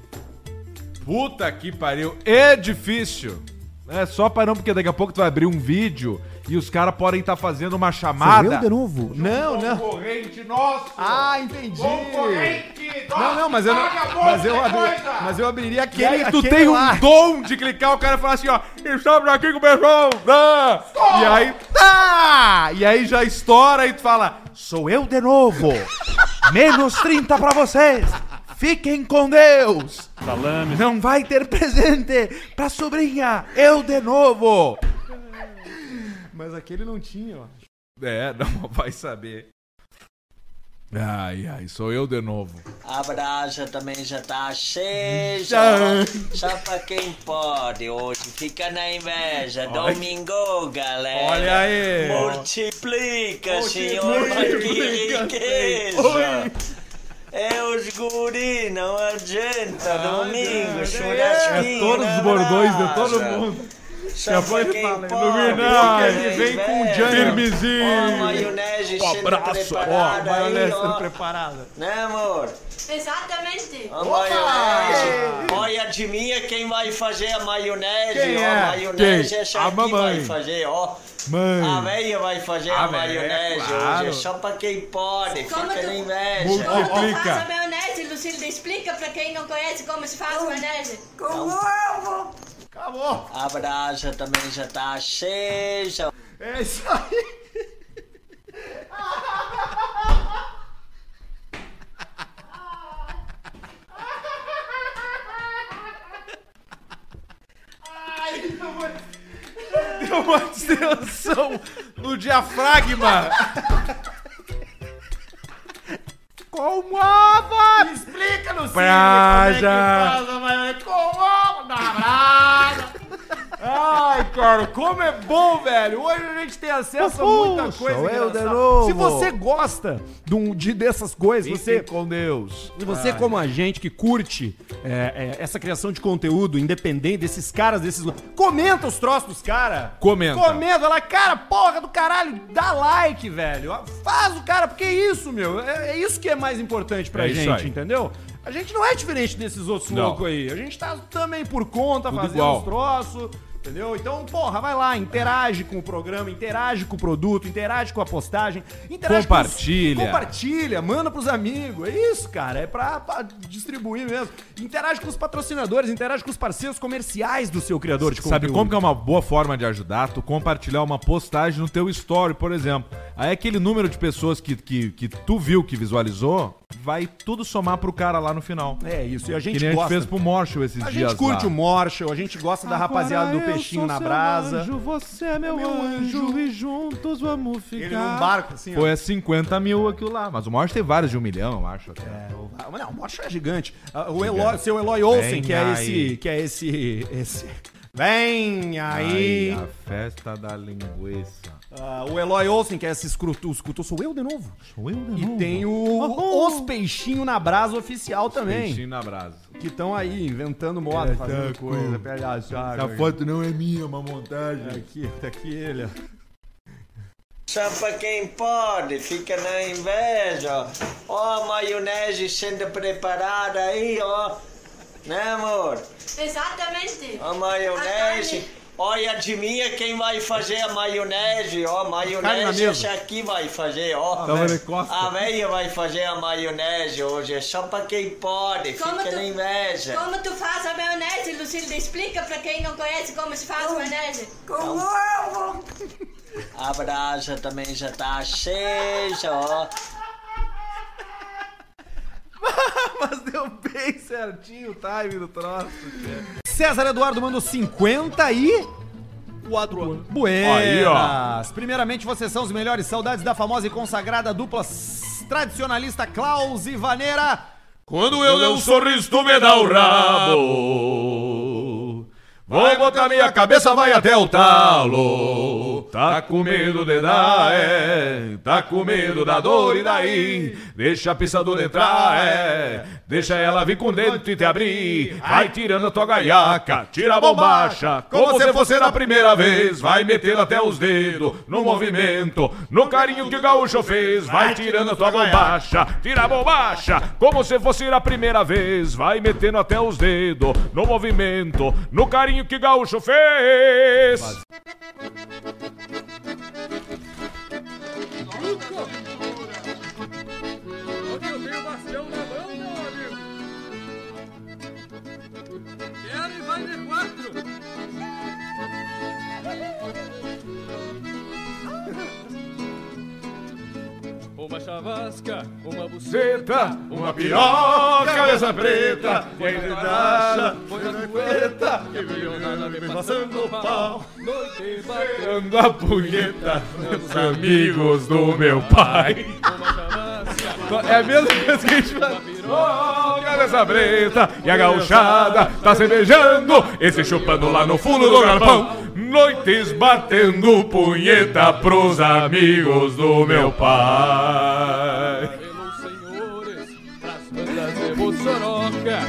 [SPEAKER 3] Puta que pariu, é difícil. É só pra não, porque daqui a pouco tu vai abrir um vídeo e os caras podem estar fazendo uma chamada.
[SPEAKER 2] novo? Não, não.
[SPEAKER 3] Concorrente nosso!
[SPEAKER 2] Ah, entendi.
[SPEAKER 3] nosso!
[SPEAKER 2] Não, não, mas eu, não, mas eu, abri, mas eu abriria
[SPEAKER 3] E
[SPEAKER 2] aquele.
[SPEAKER 3] aí tu
[SPEAKER 2] aquele
[SPEAKER 3] tem
[SPEAKER 2] lá.
[SPEAKER 3] um dom de clicar, o cara fala assim, ó, estamos aqui com o pessoal, tá? E aí, tá! E aí já estoura e tu fala, sou eu de novo, menos 30 pra vocês, fiquem com Deus. Salame. Não vai ter presente pra sobrinha, eu de novo.
[SPEAKER 2] Mas aquele não tinha, ó.
[SPEAKER 3] É, não vai saber. Ai, ai, sou eu de novo.
[SPEAKER 12] A brasa também já tá cheia. Só pra quem pode hoje. Fica na inveja. Domingo, galera.
[SPEAKER 3] Olha aí.
[SPEAKER 12] Multiplica, senhor, que riqueza. É os guri, não adianta. Domingo, churrasquinho.
[SPEAKER 3] É todos
[SPEAKER 12] na
[SPEAKER 3] os bordões de todo
[SPEAKER 12] brasa.
[SPEAKER 3] mundo.
[SPEAKER 12] Só pra quem pode.
[SPEAKER 3] Iluminado,
[SPEAKER 12] fica na
[SPEAKER 3] vem
[SPEAKER 5] um
[SPEAKER 3] com o
[SPEAKER 12] inveja. Ó, a
[SPEAKER 3] Firmezinho.
[SPEAKER 12] maionese
[SPEAKER 3] Ó,
[SPEAKER 12] sendo
[SPEAKER 3] abraço, ó,
[SPEAKER 12] preparada. aí,
[SPEAKER 3] maionese
[SPEAKER 12] ó.
[SPEAKER 2] Preparada.
[SPEAKER 12] Né, amor?
[SPEAKER 7] Exatamente.
[SPEAKER 12] A maionese. Olha de mim é quem vai fazer a maionese.
[SPEAKER 3] Quem
[SPEAKER 12] ó.
[SPEAKER 3] é?
[SPEAKER 12] A maionese
[SPEAKER 3] Quem?
[SPEAKER 12] é só
[SPEAKER 3] A
[SPEAKER 12] quem
[SPEAKER 3] mamãe.
[SPEAKER 12] vai fazer, ó.
[SPEAKER 2] Ah,
[SPEAKER 12] A
[SPEAKER 3] Mãe.
[SPEAKER 12] velha vai fazer
[SPEAKER 3] A
[SPEAKER 12] a,
[SPEAKER 3] véia,
[SPEAKER 12] maionese
[SPEAKER 3] claro.
[SPEAKER 12] hoje. É só pra quem pode.
[SPEAKER 7] Como
[SPEAKER 12] Fica
[SPEAKER 7] tu-
[SPEAKER 12] na inveja.
[SPEAKER 7] Como tu
[SPEAKER 3] Multiplica.
[SPEAKER 7] faz a maionese, Lucilda? Explica pra quem não conhece como se faz maionese.
[SPEAKER 13] Com ovo!
[SPEAKER 12] A brasa também já tá cheia.
[SPEAKER 2] É isso aí.
[SPEAKER 3] Deu uma distensão no diafragma. Como a voz
[SPEAKER 2] Explica, Lucinda.
[SPEAKER 3] Praja.
[SPEAKER 2] Como é que faz a maionese? Com ovo na brasa. Ai, cara, como é bom, velho. Hoje a gente tem acesso a muita
[SPEAKER 14] Puxa,
[SPEAKER 2] coisa
[SPEAKER 14] eu de
[SPEAKER 2] engraçada.
[SPEAKER 14] novo.
[SPEAKER 2] Se você gosta de, um- de- dessas coisas,
[SPEAKER 14] Fiquem
[SPEAKER 2] você...
[SPEAKER 14] com
[SPEAKER 2] Deus. Se você,
[SPEAKER 14] Ai.
[SPEAKER 2] como a gente, que curte é, é, essa criação de conteúdo independente, desses caras, desses... Comenta os troços dos caras.
[SPEAKER 5] Comenta.
[SPEAKER 2] Comenta lá, cara, porra do caralho, dá like, velho. Faz o cara, porque é isso, meu. É, é isso que é mais importante pra
[SPEAKER 5] É isso
[SPEAKER 2] gente,
[SPEAKER 5] aí.
[SPEAKER 2] entendeu? A gente não é diferente desses outros
[SPEAKER 5] Não.
[SPEAKER 2] loucos aí. A gente tá também por conta,
[SPEAKER 5] Tudo
[SPEAKER 2] fazendo
[SPEAKER 5] igual.
[SPEAKER 2] os troços, entendeu? Então, porra, vai lá, interage com o programa, interage com o produto, interage com a postagem, interage com os-
[SPEAKER 5] Compartilha.
[SPEAKER 2] compartilha, manda pros amigos. É isso, cara. É pra, pra distribuir mesmo. Interage com os patrocinadores, interage com os parceiros comerciais do seu criador de
[SPEAKER 5] Sabe como que é uma boa forma de ajudar? Tu compartilhar uma postagem no teu story, por exemplo. Aí aquele número de pessoas que, que, que tu viu, que visualizou, vai tudo somar pro cara lá no final.
[SPEAKER 2] É isso, e a gente
[SPEAKER 5] que nem
[SPEAKER 2] gosta.
[SPEAKER 5] a gente fez pro Morcho esses
[SPEAKER 2] A
[SPEAKER 5] dias
[SPEAKER 2] gente curte
[SPEAKER 5] lá.
[SPEAKER 2] o Morchel, a gente gosta da rapaziada do Peixinho na Brasa.
[SPEAKER 5] você é meu,
[SPEAKER 2] anjo,
[SPEAKER 5] e juntos vamos ficar.
[SPEAKER 2] Ele num barco, assim, ó.
[SPEAKER 5] Foi a 50 mil aquilo lá, mas o Morcho tem vários de um milhão, eu acho. Até. É,
[SPEAKER 2] Ah, mas Não, o Morchel é gigante. Ah, O
[SPEAKER 5] Gigante.
[SPEAKER 2] Eloy, seu Eloy Olsen,
[SPEAKER 5] Vem
[SPEAKER 2] que é esse.
[SPEAKER 5] aí.
[SPEAKER 2] Que é esse. esse. Vem aí!
[SPEAKER 5] a festa da linguiça.
[SPEAKER 2] Ah, o Eloy Olsen, que é esse escrutu, escutou, sou eu de novo.
[SPEAKER 5] Sou eu de
[SPEAKER 2] E tem o Os Peixinho na Brasa oficial também.
[SPEAKER 5] Peixinho na brasa.
[SPEAKER 2] Que estão aí inventando moda,
[SPEAKER 5] É,
[SPEAKER 2] fazendo
[SPEAKER 5] tá,
[SPEAKER 2] coisa,
[SPEAKER 5] pô.
[SPEAKER 2] pega
[SPEAKER 5] Essa foto não é minha, é uma montagem.
[SPEAKER 2] Aqui, tá aqui ele, ó.
[SPEAKER 15] Só pra quem pode, fica na inveja. Ó, a maionese sendo preparada aí, ó. Né, amor?
[SPEAKER 7] Exatamente.
[SPEAKER 15] Ó, a maionese. Olha, adivinha quem vai fazer a maionese, ó.
[SPEAKER 5] Carne na
[SPEAKER 15] Maionese,
[SPEAKER 5] mesa.
[SPEAKER 15] essa aqui vai fazer, ó.
[SPEAKER 5] Tava de costa.
[SPEAKER 15] A velha vai fazer a maionese hoje. É só pra quem pode,
[SPEAKER 7] Como
[SPEAKER 15] fica
[SPEAKER 7] tu-
[SPEAKER 15] na inveja.
[SPEAKER 7] Como tu faz a maionese, Lucilda? Explica pra quem não conhece como se faz maionese.
[SPEAKER 15] Com
[SPEAKER 7] ovo.
[SPEAKER 15] A brasa também já tá cheia, ó.
[SPEAKER 14] Mas deu bem certinho o time do troço, cara.
[SPEAKER 2] César Eduardo mandou 50 e. Quatro. Buenas!
[SPEAKER 14] Aí, ó.
[SPEAKER 2] Primeiramente, vocês são os melhores saudades da famosa e consagrada dupla s- tradicionalista Klaus e Vaneira.
[SPEAKER 3] Quando eu dei um sorriso, tu me dá o rabo. Vai botar minha cabeça, vai até o talo. Tá com medo de dar, é. Tá com medo da dor, e daí? Deixa a pisadora entrar, é. Deixa ela vir com o dente e te abrir. Vai tirando a tua gaiaca, tira a bombacha. Como se fosse na primeira vez, vai meter até os dedos no movimento, no carinho que o gaúcho fez. Vai tirando a tua bombacha, tira a bombacha. Como se fosse na primeira vez, vai metendo até os dedos no movimento, no carinho que o gaúcho fez. Quero e vai de quatro.
[SPEAKER 12] Uma chavasca, uma
[SPEAKER 3] buceta, Uma pior cabeça preta, foi de dacha, foi na cueta, que veio nada me passando pau.
[SPEAKER 12] noite
[SPEAKER 3] Dando a punheta, meus amigos do meu pai. É a mesma coisa que a gente faz. Oh, cabeça preta e a gauchada tá se beijando e se chupando lá no fundo do galpão. Noites batendo punheta pros amigos do meu pai.
[SPEAKER 12] bandas de Mossoroca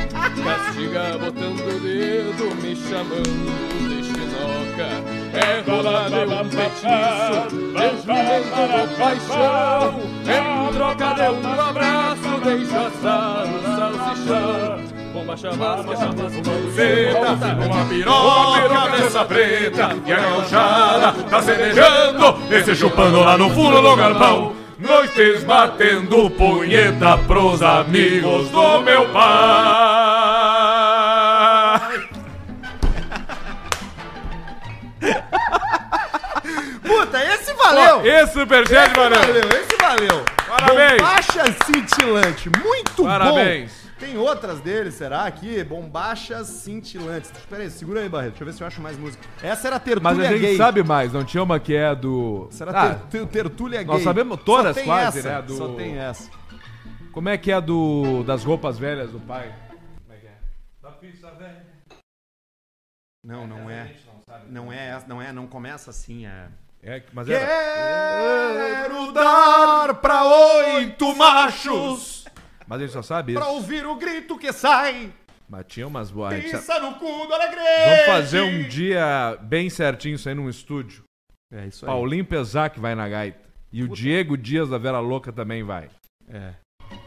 [SPEAKER 12] Castiga botando o dedo, me chamando de chinoca É rola de um petiço, Deus me deu com paixão Em troca de um abraço, deixo assar o salsichão Bomba chavasca, chavasca,
[SPEAKER 3] Zeta, uma piroca, cabeça preta e a gauchada tá se beijando e se chupando lá no fundo do galpão. Noites batendo punheta pros amigos do meu pai.
[SPEAKER 14] Puta, esse valeu!
[SPEAKER 3] Pô, esse superchat valeu.
[SPEAKER 14] Esse valeu!
[SPEAKER 3] Parabéns.
[SPEAKER 14] Bombacha cintilante, muito
[SPEAKER 3] Parabéns.
[SPEAKER 14] bom! Tem outras dele, será? Aqui, bombachas cintilantes. Espera aí, segura aí, Barreto. Deixa eu ver se eu acho mais música. Essa era a tertúlia
[SPEAKER 2] é
[SPEAKER 5] Mas a gente
[SPEAKER 14] gay.
[SPEAKER 5] sabe mais, não tinha uma que é do.
[SPEAKER 14] Será
[SPEAKER 5] Ah,
[SPEAKER 14] ter, ter, tertúlia gay?
[SPEAKER 5] nós sabemos todas
[SPEAKER 14] Só tem
[SPEAKER 5] quase,
[SPEAKER 14] essa,
[SPEAKER 5] né, do-
[SPEAKER 14] Só tem essa.
[SPEAKER 5] Como é que é do das roupas velhas é? do pai?
[SPEAKER 14] Não, não é.
[SPEAKER 2] Não é, essa- não é, não começa assim, é.
[SPEAKER 3] É, mas
[SPEAKER 2] Quero dar pra oito machos
[SPEAKER 3] Mas a gente só sabe
[SPEAKER 2] pra
[SPEAKER 3] isso.
[SPEAKER 2] ouvir o grito que sai.
[SPEAKER 3] Mas tinha umas boas. a gente sabe-
[SPEAKER 2] Pisa no cu do alegre.
[SPEAKER 3] Vamos fazer um dia bem certinho isso aí num estúdio.
[SPEAKER 16] É isso aí.
[SPEAKER 3] Paulinho Pesac vai na gaita. E o Diego Dias da Vera Louca também vai.
[SPEAKER 16] É.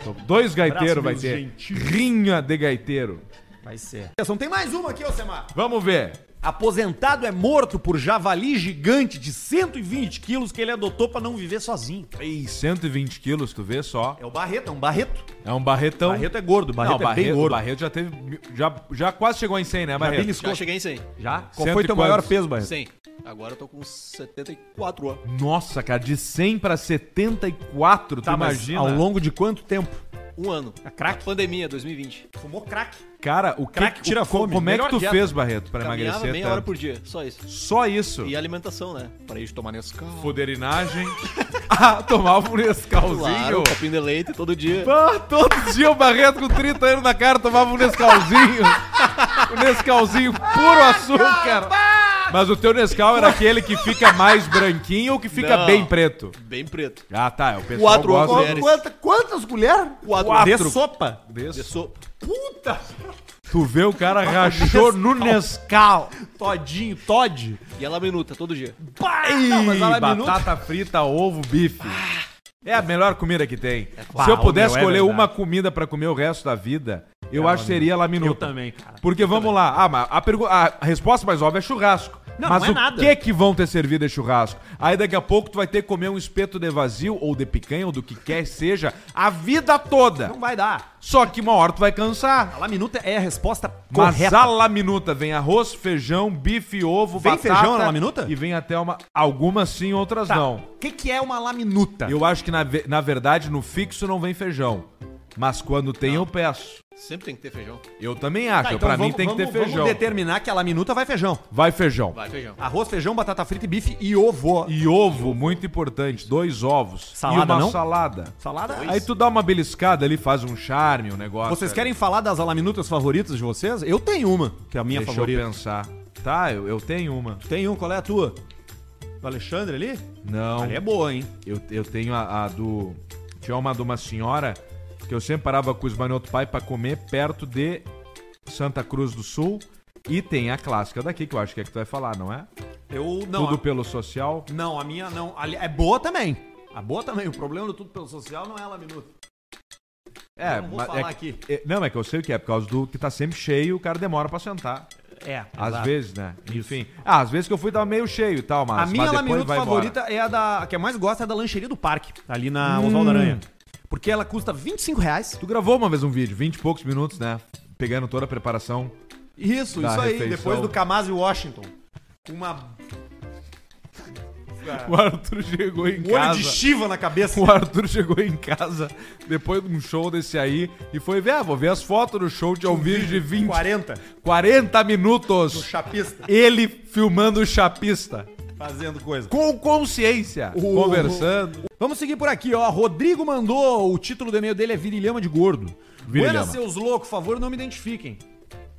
[SPEAKER 3] Então, dois gaiteiros
[SPEAKER 16] Abraço,
[SPEAKER 3] vai
[SPEAKER 16] meus
[SPEAKER 3] ter.
[SPEAKER 16] gentis.
[SPEAKER 3] Rinha de gaiteiro.
[SPEAKER 16] Vai ser.
[SPEAKER 2] Tem mais uma aqui, ô Semar.
[SPEAKER 3] Vamos ver.
[SPEAKER 2] Aposentado é morto por javali gigante de 120 quilos que ele adotou pra não viver sozinho.
[SPEAKER 3] Ei, 120 quilos, tu vê só.
[SPEAKER 2] É o Barreto, é um Barreto.
[SPEAKER 3] É um barretão.
[SPEAKER 2] Barreto é gordo, Barreto é bem gordo.
[SPEAKER 3] Barreto já teve. Já, já quase chegou em 100, né, Barreto?
[SPEAKER 8] Já cheguei em 100.
[SPEAKER 2] Já?
[SPEAKER 3] Cento e quantos?
[SPEAKER 8] Sim. Agora eu tô com 74 anos.
[SPEAKER 3] Nossa, cara, de 100 pra 74, tu imagina?
[SPEAKER 2] Tá, Ao longo de quanto tempo?
[SPEAKER 8] Um ano.
[SPEAKER 3] É
[SPEAKER 2] crack?
[SPEAKER 8] Pandemia, 2020.
[SPEAKER 3] Tá
[SPEAKER 2] Fumou crack.
[SPEAKER 3] Cara, o que,
[SPEAKER 8] Crack tira
[SPEAKER 3] o-
[SPEAKER 8] fome.
[SPEAKER 3] Como é que
[SPEAKER 8] Melhor
[SPEAKER 3] tu
[SPEAKER 8] dieta.
[SPEAKER 3] fez, Barreto, pra
[SPEAKER 8] Caminhava
[SPEAKER 3] emagrecer
[SPEAKER 8] meia
[SPEAKER 3] tanto?
[SPEAKER 8] hora por dia, só isso.
[SPEAKER 3] Só isso.
[SPEAKER 8] E alimentação, né? Parei de tomar Nescau.
[SPEAKER 3] Fuderinagem. ah, tomava um Nescauzinho.
[SPEAKER 8] Claro, um copinho de leite todo dia.
[SPEAKER 3] Pá, todo dia o Barreto com 30 anos na cara tomava um Nescauzinho. um Nescauzinho puro açúcar. Mas o teu Nescau era aquele que fica mais branquinho ou que fica
[SPEAKER 8] Não.
[SPEAKER 3] bem preto?
[SPEAKER 8] Bem preto.
[SPEAKER 3] Ah, tá. é O pessoal
[SPEAKER 8] Quatro
[SPEAKER 3] gosta.
[SPEAKER 8] mulheres.
[SPEAKER 4] Quanta- quantas mulheres?
[SPEAKER 3] Quatro.
[SPEAKER 2] De sopa.
[SPEAKER 3] De
[SPEAKER 8] sopa.
[SPEAKER 4] Puta!
[SPEAKER 3] Tu vê o cara rachou no Nescau.
[SPEAKER 2] Todinho, Todd.
[SPEAKER 8] E ela minuta todo dia.
[SPEAKER 3] Não, mas ela é
[SPEAKER 8] batata
[SPEAKER 3] batata frita, ovo, bife. É a melhor comida que tem.
[SPEAKER 8] foda.
[SPEAKER 3] Se eu
[SPEAKER 8] Bah,
[SPEAKER 3] pudesse
[SPEAKER 8] meu, é
[SPEAKER 3] escolher
[SPEAKER 8] verdade.
[SPEAKER 3] uma comida pra comer o resto da vida, eu
[SPEAKER 16] É,
[SPEAKER 3] acho que seria laminuta.
[SPEAKER 16] Eu também, cara.
[SPEAKER 3] Porque vamos lá, ah, mas a, pergu- a- a resposta mais óbvia é churrasco.
[SPEAKER 16] Não,
[SPEAKER 3] mas
[SPEAKER 16] não é
[SPEAKER 3] o
[SPEAKER 16] nada.
[SPEAKER 3] que que vão ter servido de churrasco? Aí daqui a pouco tu vai ter que comer um espeto de vazio ou de picanha ou do que quer seja a vida toda.
[SPEAKER 2] Não vai dar.
[SPEAKER 3] Só que uma hora tu vai cansar.
[SPEAKER 2] A laminuta é a resposta
[SPEAKER 3] Mas
[SPEAKER 2] correta.
[SPEAKER 3] a laminuta vem arroz, feijão, bife, ovo,
[SPEAKER 2] Vem
[SPEAKER 3] batata.
[SPEAKER 2] feijão na laminuta?
[SPEAKER 3] E vem até uma... Algumas sim, outras
[SPEAKER 5] Tá.
[SPEAKER 3] não.
[SPEAKER 2] O que, que é uma laminuta?
[SPEAKER 3] Eu acho que, na, ve- na verdade, no fixo não vem feijão. Mas quando tem, eu peço.
[SPEAKER 8] Sempre tem que ter feijão.
[SPEAKER 3] Eu também acho.
[SPEAKER 2] Tá,
[SPEAKER 3] pra
[SPEAKER 2] vamos-
[SPEAKER 3] mim tem que
[SPEAKER 2] vamos-
[SPEAKER 3] ter feijão.
[SPEAKER 2] Vamos determinar que a laminuta vai feijão.
[SPEAKER 3] Vai feijão.
[SPEAKER 8] Vai, feijão.
[SPEAKER 2] Arroz, feijão, batata frita e bife e ovo.
[SPEAKER 3] E ovo, muito importante. Dois ovos.
[SPEAKER 2] Salada,
[SPEAKER 3] e uma
[SPEAKER 2] não?
[SPEAKER 3] salada.
[SPEAKER 2] Salada?
[SPEAKER 3] Aí tu dá uma beliscada ali, faz um charme, um negócio.
[SPEAKER 2] Vocês
[SPEAKER 3] ali.
[SPEAKER 2] querem falar das laminutas favoritas de vocês? Eu tenho uma, que é a minha
[SPEAKER 3] Deixa
[SPEAKER 2] favorita.
[SPEAKER 3] eu pensar. Tá, eu, eu tenho uma.
[SPEAKER 2] Tem um, qual é a tua? Do Alexandre ali?
[SPEAKER 3] Não.
[SPEAKER 2] Ali é boa, hein?
[SPEAKER 3] Eu, eu tenho a, a do. Tinha uma de uma senhora que eu sempre parava com os Manioto Pai pra comer perto de Santa Cruz do Sul. E tem a clássica daqui, que eu acho que é que tu vai falar, não é?
[SPEAKER 2] Eu não.
[SPEAKER 3] Tudo
[SPEAKER 2] a-
[SPEAKER 3] pelo social.
[SPEAKER 2] Não, a minha não. Ali, é boa também. A boa também. O problema do tudo pelo social não é a laminuta.
[SPEAKER 3] É,
[SPEAKER 2] Eu não vou
[SPEAKER 3] mas
[SPEAKER 2] falar
[SPEAKER 3] é que-
[SPEAKER 2] aqui.
[SPEAKER 3] é- não, é que eu sei o que é, por causa do que tá sempre cheio o cara demora pra sentar.
[SPEAKER 2] É.
[SPEAKER 3] Às
[SPEAKER 2] exato.
[SPEAKER 3] vezes, né? Enfim. Ah, às vezes que eu fui tava meio cheio e tal, mas.
[SPEAKER 2] a minha
[SPEAKER 3] mas depois
[SPEAKER 2] laminuta
[SPEAKER 3] vai
[SPEAKER 2] favorita é a da. A que eu mais gosto é a da lancheria do parque, ali na Oswaldo Aranha. Porque ela custa 25 reais.
[SPEAKER 3] Hum. Tu gravou uma vez um vídeo, 20 e poucos minutos, né? Pegando toda a preparação.
[SPEAKER 2] Isso,
[SPEAKER 3] Da
[SPEAKER 2] isso aí.
[SPEAKER 3] refeição.
[SPEAKER 2] Depois do Kamaz e Washington. Com Uma
[SPEAKER 3] O Arthur chegou em
[SPEAKER 2] um olho de Shiva na cabeça.
[SPEAKER 3] O Arthur chegou em casa depois de um show desse aí e foi ver, ah, vou ver as fotos do show de
[SPEAKER 2] Um
[SPEAKER 3] ao vivo de 20,
[SPEAKER 2] 40.
[SPEAKER 3] 40 minutos.
[SPEAKER 2] O chapista.
[SPEAKER 3] Ele filmando o chapista.
[SPEAKER 2] Fazendo coisa.
[SPEAKER 3] Com consciência.
[SPEAKER 2] O-
[SPEAKER 3] Conversando.
[SPEAKER 2] Vamos seguir por aqui, ó. Rodrigo mandou. O título do e-mail dele é Virilhama de Gordo.
[SPEAKER 3] Virilhama.
[SPEAKER 2] Buenas, seus loucos, favor, não me identifiquem.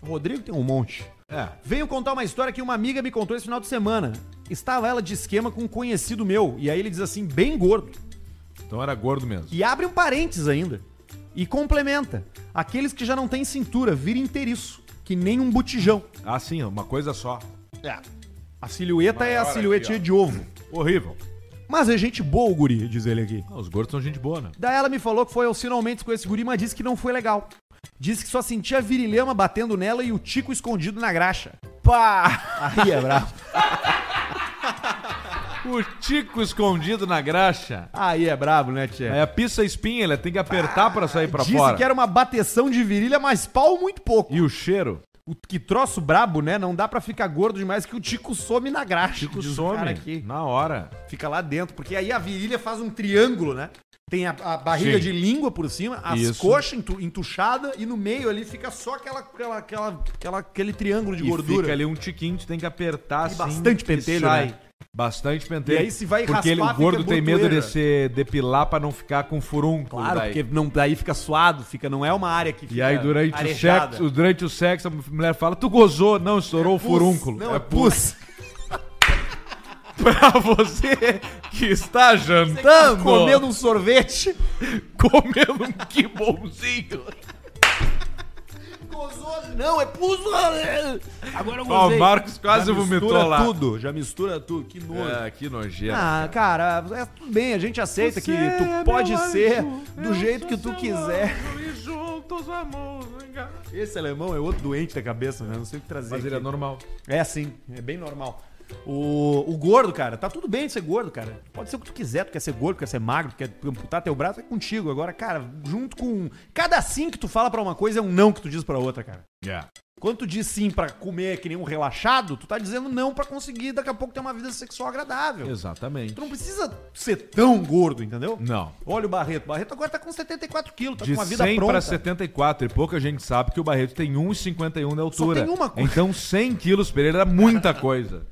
[SPEAKER 2] O Rodrigo tem um monte.
[SPEAKER 3] É.
[SPEAKER 2] Venho contar uma história que uma amiga me contou esse final de semana. Estava ela de esquema com um conhecido meu. E aí ele diz assim, bem gordo.
[SPEAKER 3] Então era gordo mesmo.
[SPEAKER 2] E abre um parênteses ainda. E complementa. Aqueles que já não têm cintura, vira inteiriço. Que nem um botijão.
[SPEAKER 3] Ah, sim, uma coisa só.
[SPEAKER 2] É. A silhueta é a
[SPEAKER 3] Maior aqui,
[SPEAKER 2] silhuetinha
[SPEAKER 3] ó.
[SPEAKER 2] de ovo.
[SPEAKER 3] Horrível.
[SPEAKER 2] Mas é gente boa o guri, diz ele aqui.
[SPEAKER 3] Ah, os gordos são gente boa, né?
[SPEAKER 2] Daí ela me falou que foi aos finalmente com esse guri, mas disse que não foi legal. Disse que só sentia a virilhama batendo nela e o tico escondido na graxa. Pá! Aí é brabo.
[SPEAKER 3] O Tico escondido na graxa.
[SPEAKER 2] Aí é brabo, né, Tchê?
[SPEAKER 3] Aí a pista espinha, ele tem que apertar pra sair pra
[SPEAKER 2] Disse
[SPEAKER 3] fora.
[SPEAKER 2] que é era uma bateção de virilha, mas pau muito pouco.
[SPEAKER 3] E o cheiro?
[SPEAKER 2] O que troço brabo, né? Não dá pra ficar gordo demais que o tico some na graxa.
[SPEAKER 3] Tico
[SPEAKER 2] diz o
[SPEAKER 3] some
[SPEAKER 2] cara aqui.
[SPEAKER 3] na hora.
[SPEAKER 2] Fica lá dentro, porque aí a virilha faz um triângulo, né? Tem a, a barriga
[SPEAKER 3] Sim.
[SPEAKER 2] de língua por cima, as
[SPEAKER 3] Isso.
[SPEAKER 2] coxas entu, entuchada e no meio ali fica só aquela, aquela, aquela, aquela- aquele triângulo de
[SPEAKER 3] e
[SPEAKER 2] gordura.
[SPEAKER 3] fica ali um tiquinho, tu tem que apertar assim. que
[SPEAKER 2] bastante pentelho, né?
[SPEAKER 3] Bastante pentelho.
[SPEAKER 2] E aí se vai
[SPEAKER 3] Porque ele, o
[SPEAKER 2] raspar,
[SPEAKER 3] gordo
[SPEAKER 2] fica
[SPEAKER 3] tem medo de
[SPEAKER 2] bordoeira.
[SPEAKER 3] se depilar pra não ficar com furúnculo.
[SPEAKER 2] Claro,
[SPEAKER 3] daí.
[SPEAKER 2] porque não, daí fica suado, fica, não é uma área que
[SPEAKER 3] E
[SPEAKER 2] fica
[SPEAKER 3] aí durante o,
[SPEAKER 2] arejada.
[SPEAKER 12] É
[SPEAKER 3] sexo, durante o sexo a mulher fala, tu gozou. Não, estourou o furúnculo.
[SPEAKER 2] Não, é pus.
[SPEAKER 3] Pra você que está jantando.
[SPEAKER 12] comendo um sorvete.
[SPEAKER 3] Comendo um que
[SPEAKER 12] um
[SPEAKER 3] bonzinho.
[SPEAKER 12] Gozou? Não, é puso. Agora eu
[SPEAKER 3] Ó, o Marcos quase
[SPEAKER 12] Já
[SPEAKER 3] vomitou
[SPEAKER 12] mistura
[SPEAKER 3] lá.
[SPEAKER 12] tudo, já mistura tudo. Que nojo.
[SPEAKER 3] É, que nojento.
[SPEAKER 12] Ah, cara, é tudo bem, a gente aceita que tu pode ser do jeito que tu quiser.
[SPEAKER 3] E juntos vamos vingar.
[SPEAKER 12] Esse alemão é outro doente da cabeça, né? Não sei o que trazer.
[SPEAKER 3] Mas ele
[SPEAKER 12] aqui.
[SPEAKER 3] é normal.
[SPEAKER 12] É sim, é bem normal. O, o gordo, cara, tá tudo bem de ser gordo, cara. Pode ser o que tu quiser, tu quer ser gordo, tu quer ser magro, tu quer amputar teu braço, é contigo. Agora, cara, junto com. um. Cada sim que tu fala pra uma coisa é um não que tu diz pra outra, cara.
[SPEAKER 3] Yeah.
[SPEAKER 12] Quando tu diz sim pra comer que nem um relaxado, tu tá dizendo não pra conseguir daqui a pouco ter uma vida sexual agradável.
[SPEAKER 3] Exatamente.
[SPEAKER 12] Tu não precisa ser tão gordo, entendeu?
[SPEAKER 3] Não.
[SPEAKER 12] Olha o Barreto. O Barreto agora tá com 74 quilos, tá
[SPEAKER 3] De
[SPEAKER 12] com uma vida
[SPEAKER 3] 100
[SPEAKER 12] pronta.
[SPEAKER 3] pra 74 e pouca gente sabe que o Barreto tem 1,51 de altura.
[SPEAKER 12] tem uma coisa.
[SPEAKER 3] Então 100 quilos pra ele era muita coisa.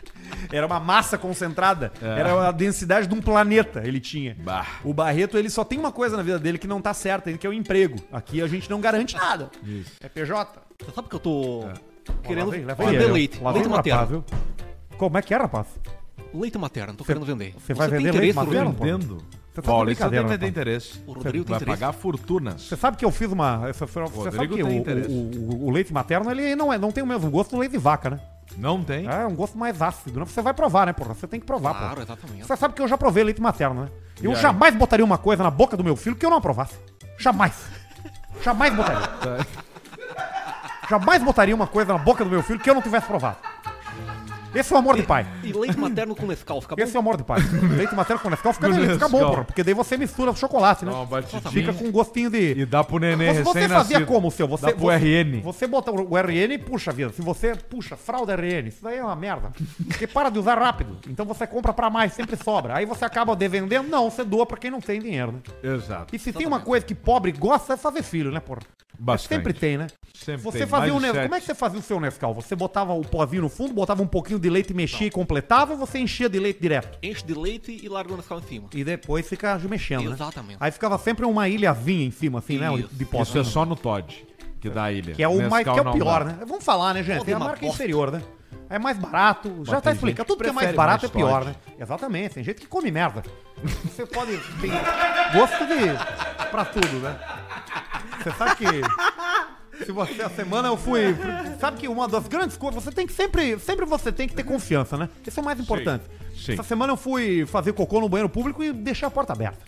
[SPEAKER 12] Era uma massa concentrada.
[SPEAKER 3] É.
[SPEAKER 12] Era a densidade de um planeta ele tinha. O Barreto, ele só tem uma coisa na vida dele que não tá certa, que é o emprego. Aqui a gente não garante nada.
[SPEAKER 3] Isso.
[SPEAKER 12] É PJ.
[SPEAKER 8] Você sabe que eu tô
[SPEAKER 12] Ó,
[SPEAKER 8] querendo
[SPEAKER 12] lá vem- lá vem
[SPEAKER 8] vender
[SPEAKER 12] eu.
[SPEAKER 8] leite.
[SPEAKER 12] Lá vem
[SPEAKER 8] leite
[SPEAKER 12] o
[SPEAKER 8] materno.
[SPEAKER 12] rapaz, viu? Como é que é, rapaz?
[SPEAKER 8] Leite materno, tô
[SPEAKER 12] Cê-
[SPEAKER 8] querendo vender.
[SPEAKER 12] cê vai
[SPEAKER 8] tem
[SPEAKER 12] vender leite
[SPEAKER 8] interesse,
[SPEAKER 12] materno,
[SPEAKER 8] Rodrigo?
[SPEAKER 12] pô?
[SPEAKER 3] Entendo.
[SPEAKER 12] Você tá de
[SPEAKER 3] Paulo, isso
[SPEAKER 12] brincadeira,
[SPEAKER 3] tem,
[SPEAKER 12] né,
[SPEAKER 3] tem
[SPEAKER 12] pô?
[SPEAKER 3] interesse.
[SPEAKER 8] O Rodrigo
[SPEAKER 3] vai
[SPEAKER 8] tem interesse.
[SPEAKER 3] pagar fortunas.
[SPEAKER 12] Você sabe que eu fiz uma... Você, você sabe
[SPEAKER 3] Rodrigo
[SPEAKER 12] que o,
[SPEAKER 3] tem interesse.
[SPEAKER 12] o- o- o leite materno, ele não, é, não tem o mesmo gosto do leite de vaca, né?
[SPEAKER 3] Não tem?
[SPEAKER 12] É um gosto mais ácido. Né? Você vai provar, né, porra? Você tem que provar, porra.
[SPEAKER 8] Claro, exatamente.
[SPEAKER 12] Você sabe que eu já provei leite materno, né?
[SPEAKER 3] E
[SPEAKER 12] Eu
[SPEAKER 3] aí?
[SPEAKER 12] jamais botaria uma coisa na boca do meu filho que eu não aprovasse. Jamais. Jamais botaria. Jamais botaria uma coisa na boca do meu filho que eu não tivesse provado. Esse é o amor de pai.
[SPEAKER 8] E leite materno com Nescau, fica bom?
[SPEAKER 12] Esse é o amor de pai. Leite materno com Nescau fica
[SPEAKER 3] Com
[SPEAKER 12] delícia, fica bom,
[SPEAKER 3] Nescau.
[SPEAKER 12] porra. Porque daí você mistura chocolate, né?
[SPEAKER 3] Dá uma batidinha.
[SPEAKER 12] Fica com um gostinho de...
[SPEAKER 3] E dá pro neném
[SPEAKER 12] Mas você fazia
[SPEAKER 3] recém-nascido.
[SPEAKER 12] como, seu? Você,
[SPEAKER 3] Dá pro
[SPEAKER 12] você,
[SPEAKER 3] RN.
[SPEAKER 12] Você bota o RN e puxa vida. Se você puxa fralda RN, isso daí é uma merda. Porque para de usar rápido. Então você compra pra mais, sempre sobra. Aí você acaba devendendo. Não, você doa pra quem não tem dinheiro, né?
[SPEAKER 3] Exato.
[SPEAKER 12] E se tem uma coisa que pobre gosta é fazer filho, né, porra?
[SPEAKER 3] Bastante.
[SPEAKER 12] Sempre tem, né?
[SPEAKER 3] Sempre
[SPEAKER 12] você
[SPEAKER 3] tem,
[SPEAKER 12] fazia
[SPEAKER 3] mais
[SPEAKER 12] o
[SPEAKER 3] de
[SPEAKER 12] Nescau.
[SPEAKER 3] sete.
[SPEAKER 12] Como é que você fazia o seu Nescau? Você botava o pozinho no fundo, botava um pouquinho de leite, mexia e completava ou você enchia de leite direto?
[SPEAKER 8] Enche de leite e larga o Nescau em cima.
[SPEAKER 12] E depois fica mexendo, né?
[SPEAKER 8] Exatamente.
[SPEAKER 12] Aí ficava sempre uma ilhazinha em cima, assim, né?
[SPEAKER 8] Isso.
[SPEAKER 12] De
[SPEAKER 3] Isso
[SPEAKER 12] pozinho.
[SPEAKER 3] é só no Todd, que dá a ilha.
[SPEAKER 12] Que é o, mais, que é
[SPEAKER 3] Nescau
[SPEAKER 12] o
[SPEAKER 3] não
[SPEAKER 12] pior,
[SPEAKER 3] dá.
[SPEAKER 12] né? Vamos falar, né, gente?
[SPEAKER 8] Pô,
[SPEAKER 12] É a
[SPEAKER 8] uma
[SPEAKER 12] marca
[SPEAKER 8] bosta.
[SPEAKER 12] inferior, né? É mais barato. já tá
[SPEAKER 3] tem gente
[SPEAKER 12] explicado. Tudo
[SPEAKER 3] que
[SPEAKER 12] que é mais
[SPEAKER 3] prefere
[SPEAKER 12] barato é
[SPEAKER 3] mais
[SPEAKER 12] pior, né?
[SPEAKER 3] Todd.
[SPEAKER 12] Exatamente. Tem gente que come merda. Você pode. Tem gosto de. pra tudo, né? Você sabe que. Se você a semana eu fui. Sabe que uma das grandes coisas. Você tem que sempre. Sempre você tem que ter confiança, né? Isso é o mais importante.
[SPEAKER 3] sim.
[SPEAKER 12] Essa semana eu fui fazer cocô no banheiro público e deixei a porta aberta.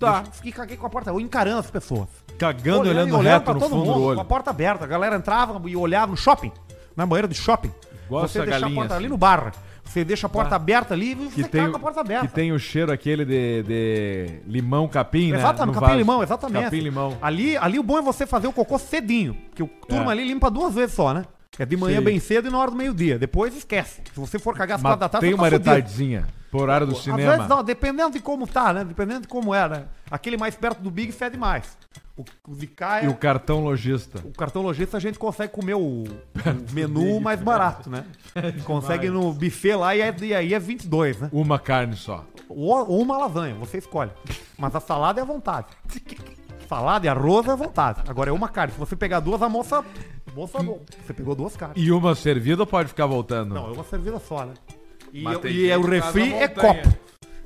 [SPEAKER 3] Tá.
[SPEAKER 12] Deixei- Fiquei caguei com a porta, eu encarando as pessoas
[SPEAKER 3] Cagando e olhando, reto
[SPEAKER 12] pra
[SPEAKER 3] no
[SPEAKER 12] todo
[SPEAKER 3] fundo
[SPEAKER 12] mundo,
[SPEAKER 3] do
[SPEAKER 12] Com a
[SPEAKER 3] olho.
[SPEAKER 12] porta aberta. A galera entrava e olhava no shopping, na banheira de shopping.
[SPEAKER 3] Igual
[SPEAKER 12] você
[SPEAKER 3] essa
[SPEAKER 12] deixa a
[SPEAKER 3] galinha,
[SPEAKER 12] porta ali
[SPEAKER 3] assim. Tá.
[SPEAKER 12] no bar. Você deixa a porta aberta ali e você
[SPEAKER 3] Que tem,
[SPEAKER 12] caga
[SPEAKER 3] o-
[SPEAKER 12] com a porta aberta.
[SPEAKER 3] que tem o cheiro aquele de, de limão capim, né? No
[SPEAKER 12] Exatamente, capim
[SPEAKER 3] vaso.
[SPEAKER 12] limão, exatamente.
[SPEAKER 3] Capim limão.
[SPEAKER 12] Ali, ali o bom é você fazer o cocô cedinho, porque o
[SPEAKER 3] É.
[SPEAKER 12] turma ali limpa duas vezes só, né? É de manhã
[SPEAKER 3] Sim.
[SPEAKER 12] bem cedo e na hora do meio-dia. Depois esquece. Se você for cagar às
[SPEAKER 3] Mas
[SPEAKER 12] quatro da tarde,
[SPEAKER 3] tem
[SPEAKER 12] você
[SPEAKER 3] uma
[SPEAKER 12] tá fudido.
[SPEAKER 3] retardezinha pro horário do
[SPEAKER 12] Às
[SPEAKER 3] cinema.
[SPEAKER 12] vezes, ó, dependendo de como tá, né? Dependendo de como é, né? Aquele mais perto do Big fede mais. O, o de cá é-
[SPEAKER 3] E o cartão lojista.
[SPEAKER 12] o cartão lojista a gente consegue comer o, o menu mais barato, né?
[SPEAKER 3] É
[SPEAKER 12] Consegue no buffet lá e aí, e aí é 22, né?
[SPEAKER 3] Uma carne só.
[SPEAKER 12] Ou, ou uma lasanha, você escolhe. Mas a salada é à vontade. Salada e arroz é à vontade. Agora é uma carne. Se você pegar duas, a moça. Moça, você pegou duas carnes.
[SPEAKER 3] E uma servida ou pode ficar voltando?
[SPEAKER 12] Não, é uma servida só, né? E,
[SPEAKER 3] Mas
[SPEAKER 12] eu-
[SPEAKER 3] tem
[SPEAKER 12] e
[SPEAKER 3] gente
[SPEAKER 12] é o
[SPEAKER 3] que faz
[SPEAKER 12] refri
[SPEAKER 3] a
[SPEAKER 12] é
[SPEAKER 3] montanha.
[SPEAKER 12] copo.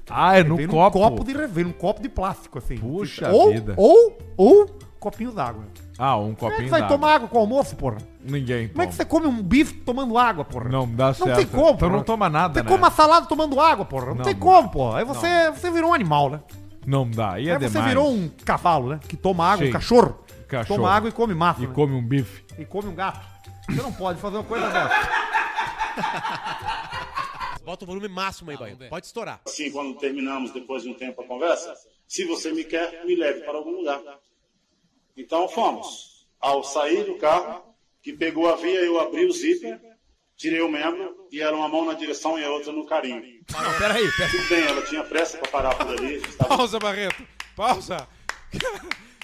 [SPEAKER 3] Ah, é no
[SPEAKER 12] Vem num
[SPEAKER 3] copo.
[SPEAKER 12] de refri, num um copo de plástico, assim.
[SPEAKER 3] Puxa
[SPEAKER 12] ou,
[SPEAKER 3] vida.
[SPEAKER 12] Ou, ou copinho d'água.
[SPEAKER 3] Ah, um
[SPEAKER 12] Como é que
[SPEAKER 3] copinho
[SPEAKER 12] vai
[SPEAKER 3] d'água.
[SPEAKER 12] tomar água com o almoço, porra?
[SPEAKER 3] Ninguém
[SPEAKER 12] Como é
[SPEAKER 3] toma.
[SPEAKER 12] que você come um bife tomando água, porra?
[SPEAKER 3] Não dá certo.
[SPEAKER 12] Não tem como,
[SPEAKER 3] Então
[SPEAKER 12] porra.
[SPEAKER 3] não toma nada,
[SPEAKER 12] Você
[SPEAKER 3] né?
[SPEAKER 12] come uma salada tomando água, porra. Não,
[SPEAKER 3] Não,
[SPEAKER 12] tem
[SPEAKER 3] não.
[SPEAKER 12] como, porra. Aí você, você virou um animal, né?
[SPEAKER 3] Não dá. E é
[SPEAKER 12] Aí você
[SPEAKER 3] demais.
[SPEAKER 12] virou um cavalo, né? Que toma água, um
[SPEAKER 3] Sim.
[SPEAKER 12] cachorro.
[SPEAKER 3] Cachorro.
[SPEAKER 12] Toma água e come mato.
[SPEAKER 3] E
[SPEAKER 12] né?
[SPEAKER 3] come um bife.
[SPEAKER 12] E come um gato. Você não pode fazer uma coisa dessa.
[SPEAKER 5] Bota o volume máximo
[SPEAKER 3] Tá,
[SPEAKER 5] aí, Bahia. Pode estourar.
[SPEAKER 17] assim, quando terminamos depois de um tempo a conversa, se você me quer, me leve para algum lugar. Então fomos. Ao sair do carro, que pegou a via, eu abri o zíper, tirei o membro e era uma mão na direção e a outra no carinho.
[SPEAKER 5] Não, peraí, peraí.
[SPEAKER 17] Tudo bem, ela tinha pressa para parar por ali. a gente estava-
[SPEAKER 18] Pausa, Barreto. Pausa.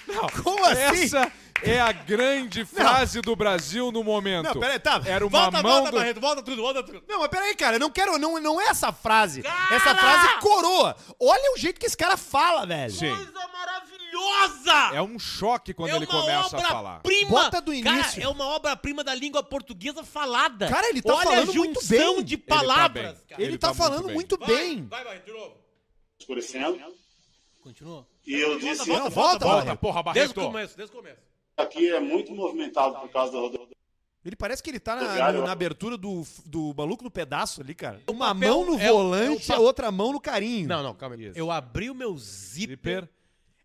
[SPEAKER 18] Não, Como
[SPEAKER 12] assim?
[SPEAKER 18] Essa é a grande frase do Brasil no momento.
[SPEAKER 1] Não, peraí, tá.
[SPEAKER 18] Era uma
[SPEAKER 1] volta,
[SPEAKER 18] mão
[SPEAKER 1] volta,
[SPEAKER 18] do...
[SPEAKER 1] Barreto, volta tudo, volta tudo. Não, mas peraí, cara, eu não quero, não, não é essa frase. Essa frase coroa. Olha o jeito que esse cara fala, velho.
[SPEAKER 18] Sim.
[SPEAKER 5] maravilhosa!
[SPEAKER 2] É um choque quando
[SPEAKER 5] É
[SPEAKER 2] ele
[SPEAKER 5] uma
[SPEAKER 2] começa a
[SPEAKER 5] obra
[SPEAKER 2] falar.
[SPEAKER 5] Prima,
[SPEAKER 2] Bota do
[SPEAKER 5] Cara,
[SPEAKER 2] início.
[SPEAKER 5] é uma obra-prima da língua portuguesa falada.
[SPEAKER 1] Cara, ele tá
[SPEAKER 5] Olha a
[SPEAKER 1] falando
[SPEAKER 5] junção
[SPEAKER 1] muito bem.
[SPEAKER 5] de palavras,
[SPEAKER 1] Ele tá, bem.
[SPEAKER 5] cara.
[SPEAKER 1] Ele tá falando muito
[SPEAKER 5] Vai,
[SPEAKER 1] bem.
[SPEAKER 5] Vai, vai, de novo.
[SPEAKER 12] escurecendo.
[SPEAKER 5] Continua.
[SPEAKER 12] E eu disse.
[SPEAKER 5] volta, Não, volta, volta, volta, Barreto. porra, Barreto. Desde o começo,
[SPEAKER 12] desde o começo. Aqui é muito movimentado por causa da roda.
[SPEAKER 1] Ele parece que ele tá na,
[SPEAKER 12] Obrigado.
[SPEAKER 1] no- na abertura do, do maluco no pedaço ali, cara. Uma
[SPEAKER 5] papel
[SPEAKER 1] mão no
[SPEAKER 5] é o-
[SPEAKER 1] volante,
[SPEAKER 5] é o
[SPEAKER 1] a
[SPEAKER 5] pa-
[SPEAKER 1] outra mão no carinho.
[SPEAKER 5] Não, não, calma aí. Eu abri o meu zíper.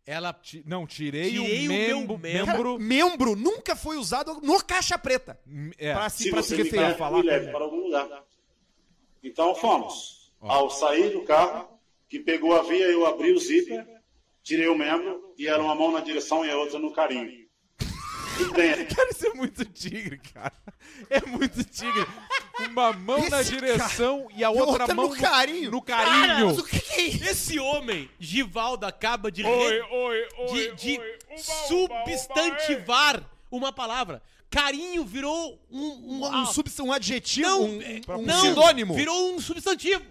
[SPEAKER 5] Ela.
[SPEAKER 2] Não, tirei,
[SPEAKER 5] Tirei
[SPEAKER 2] o,
[SPEAKER 5] o
[SPEAKER 2] mem-
[SPEAKER 5] meu membro.
[SPEAKER 2] membro.
[SPEAKER 1] Cara, membro nunca foi usado no caixa preta.
[SPEAKER 2] É.
[SPEAKER 5] Ah,
[SPEAKER 1] Pra
[SPEAKER 12] Se
[SPEAKER 1] se, pra se
[SPEAKER 12] você me
[SPEAKER 1] referir.
[SPEAKER 12] quer, me leve para algum lugar. Então fomos. Ao sair do carro, que pegou a via, eu abri o zíper, tirei o membro e era uma mão na direção e a outra no carinho. Tudo bem.
[SPEAKER 2] Cara, isso é muito tigre, cara. É muito tigre. Uma mão na direção e a outra, mão no carinho. No
[SPEAKER 5] Cara,
[SPEAKER 2] carinho.
[SPEAKER 5] mas o que que é isso? Esse homem, Givaldo, acaba de, re-
[SPEAKER 2] Oi, oi, oi,
[SPEAKER 5] de, de substantivar
[SPEAKER 2] é.
[SPEAKER 5] uma palavra. Carinho virou um... Um,
[SPEAKER 1] Um subs- um adjetivo,
[SPEAKER 5] Não,
[SPEAKER 1] um-
[SPEAKER 5] é,
[SPEAKER 1] um
[SPEAKER 5] não,
[SPEAKER 1] sinônimo.
[SPEAKER 5] Virou um substantivo.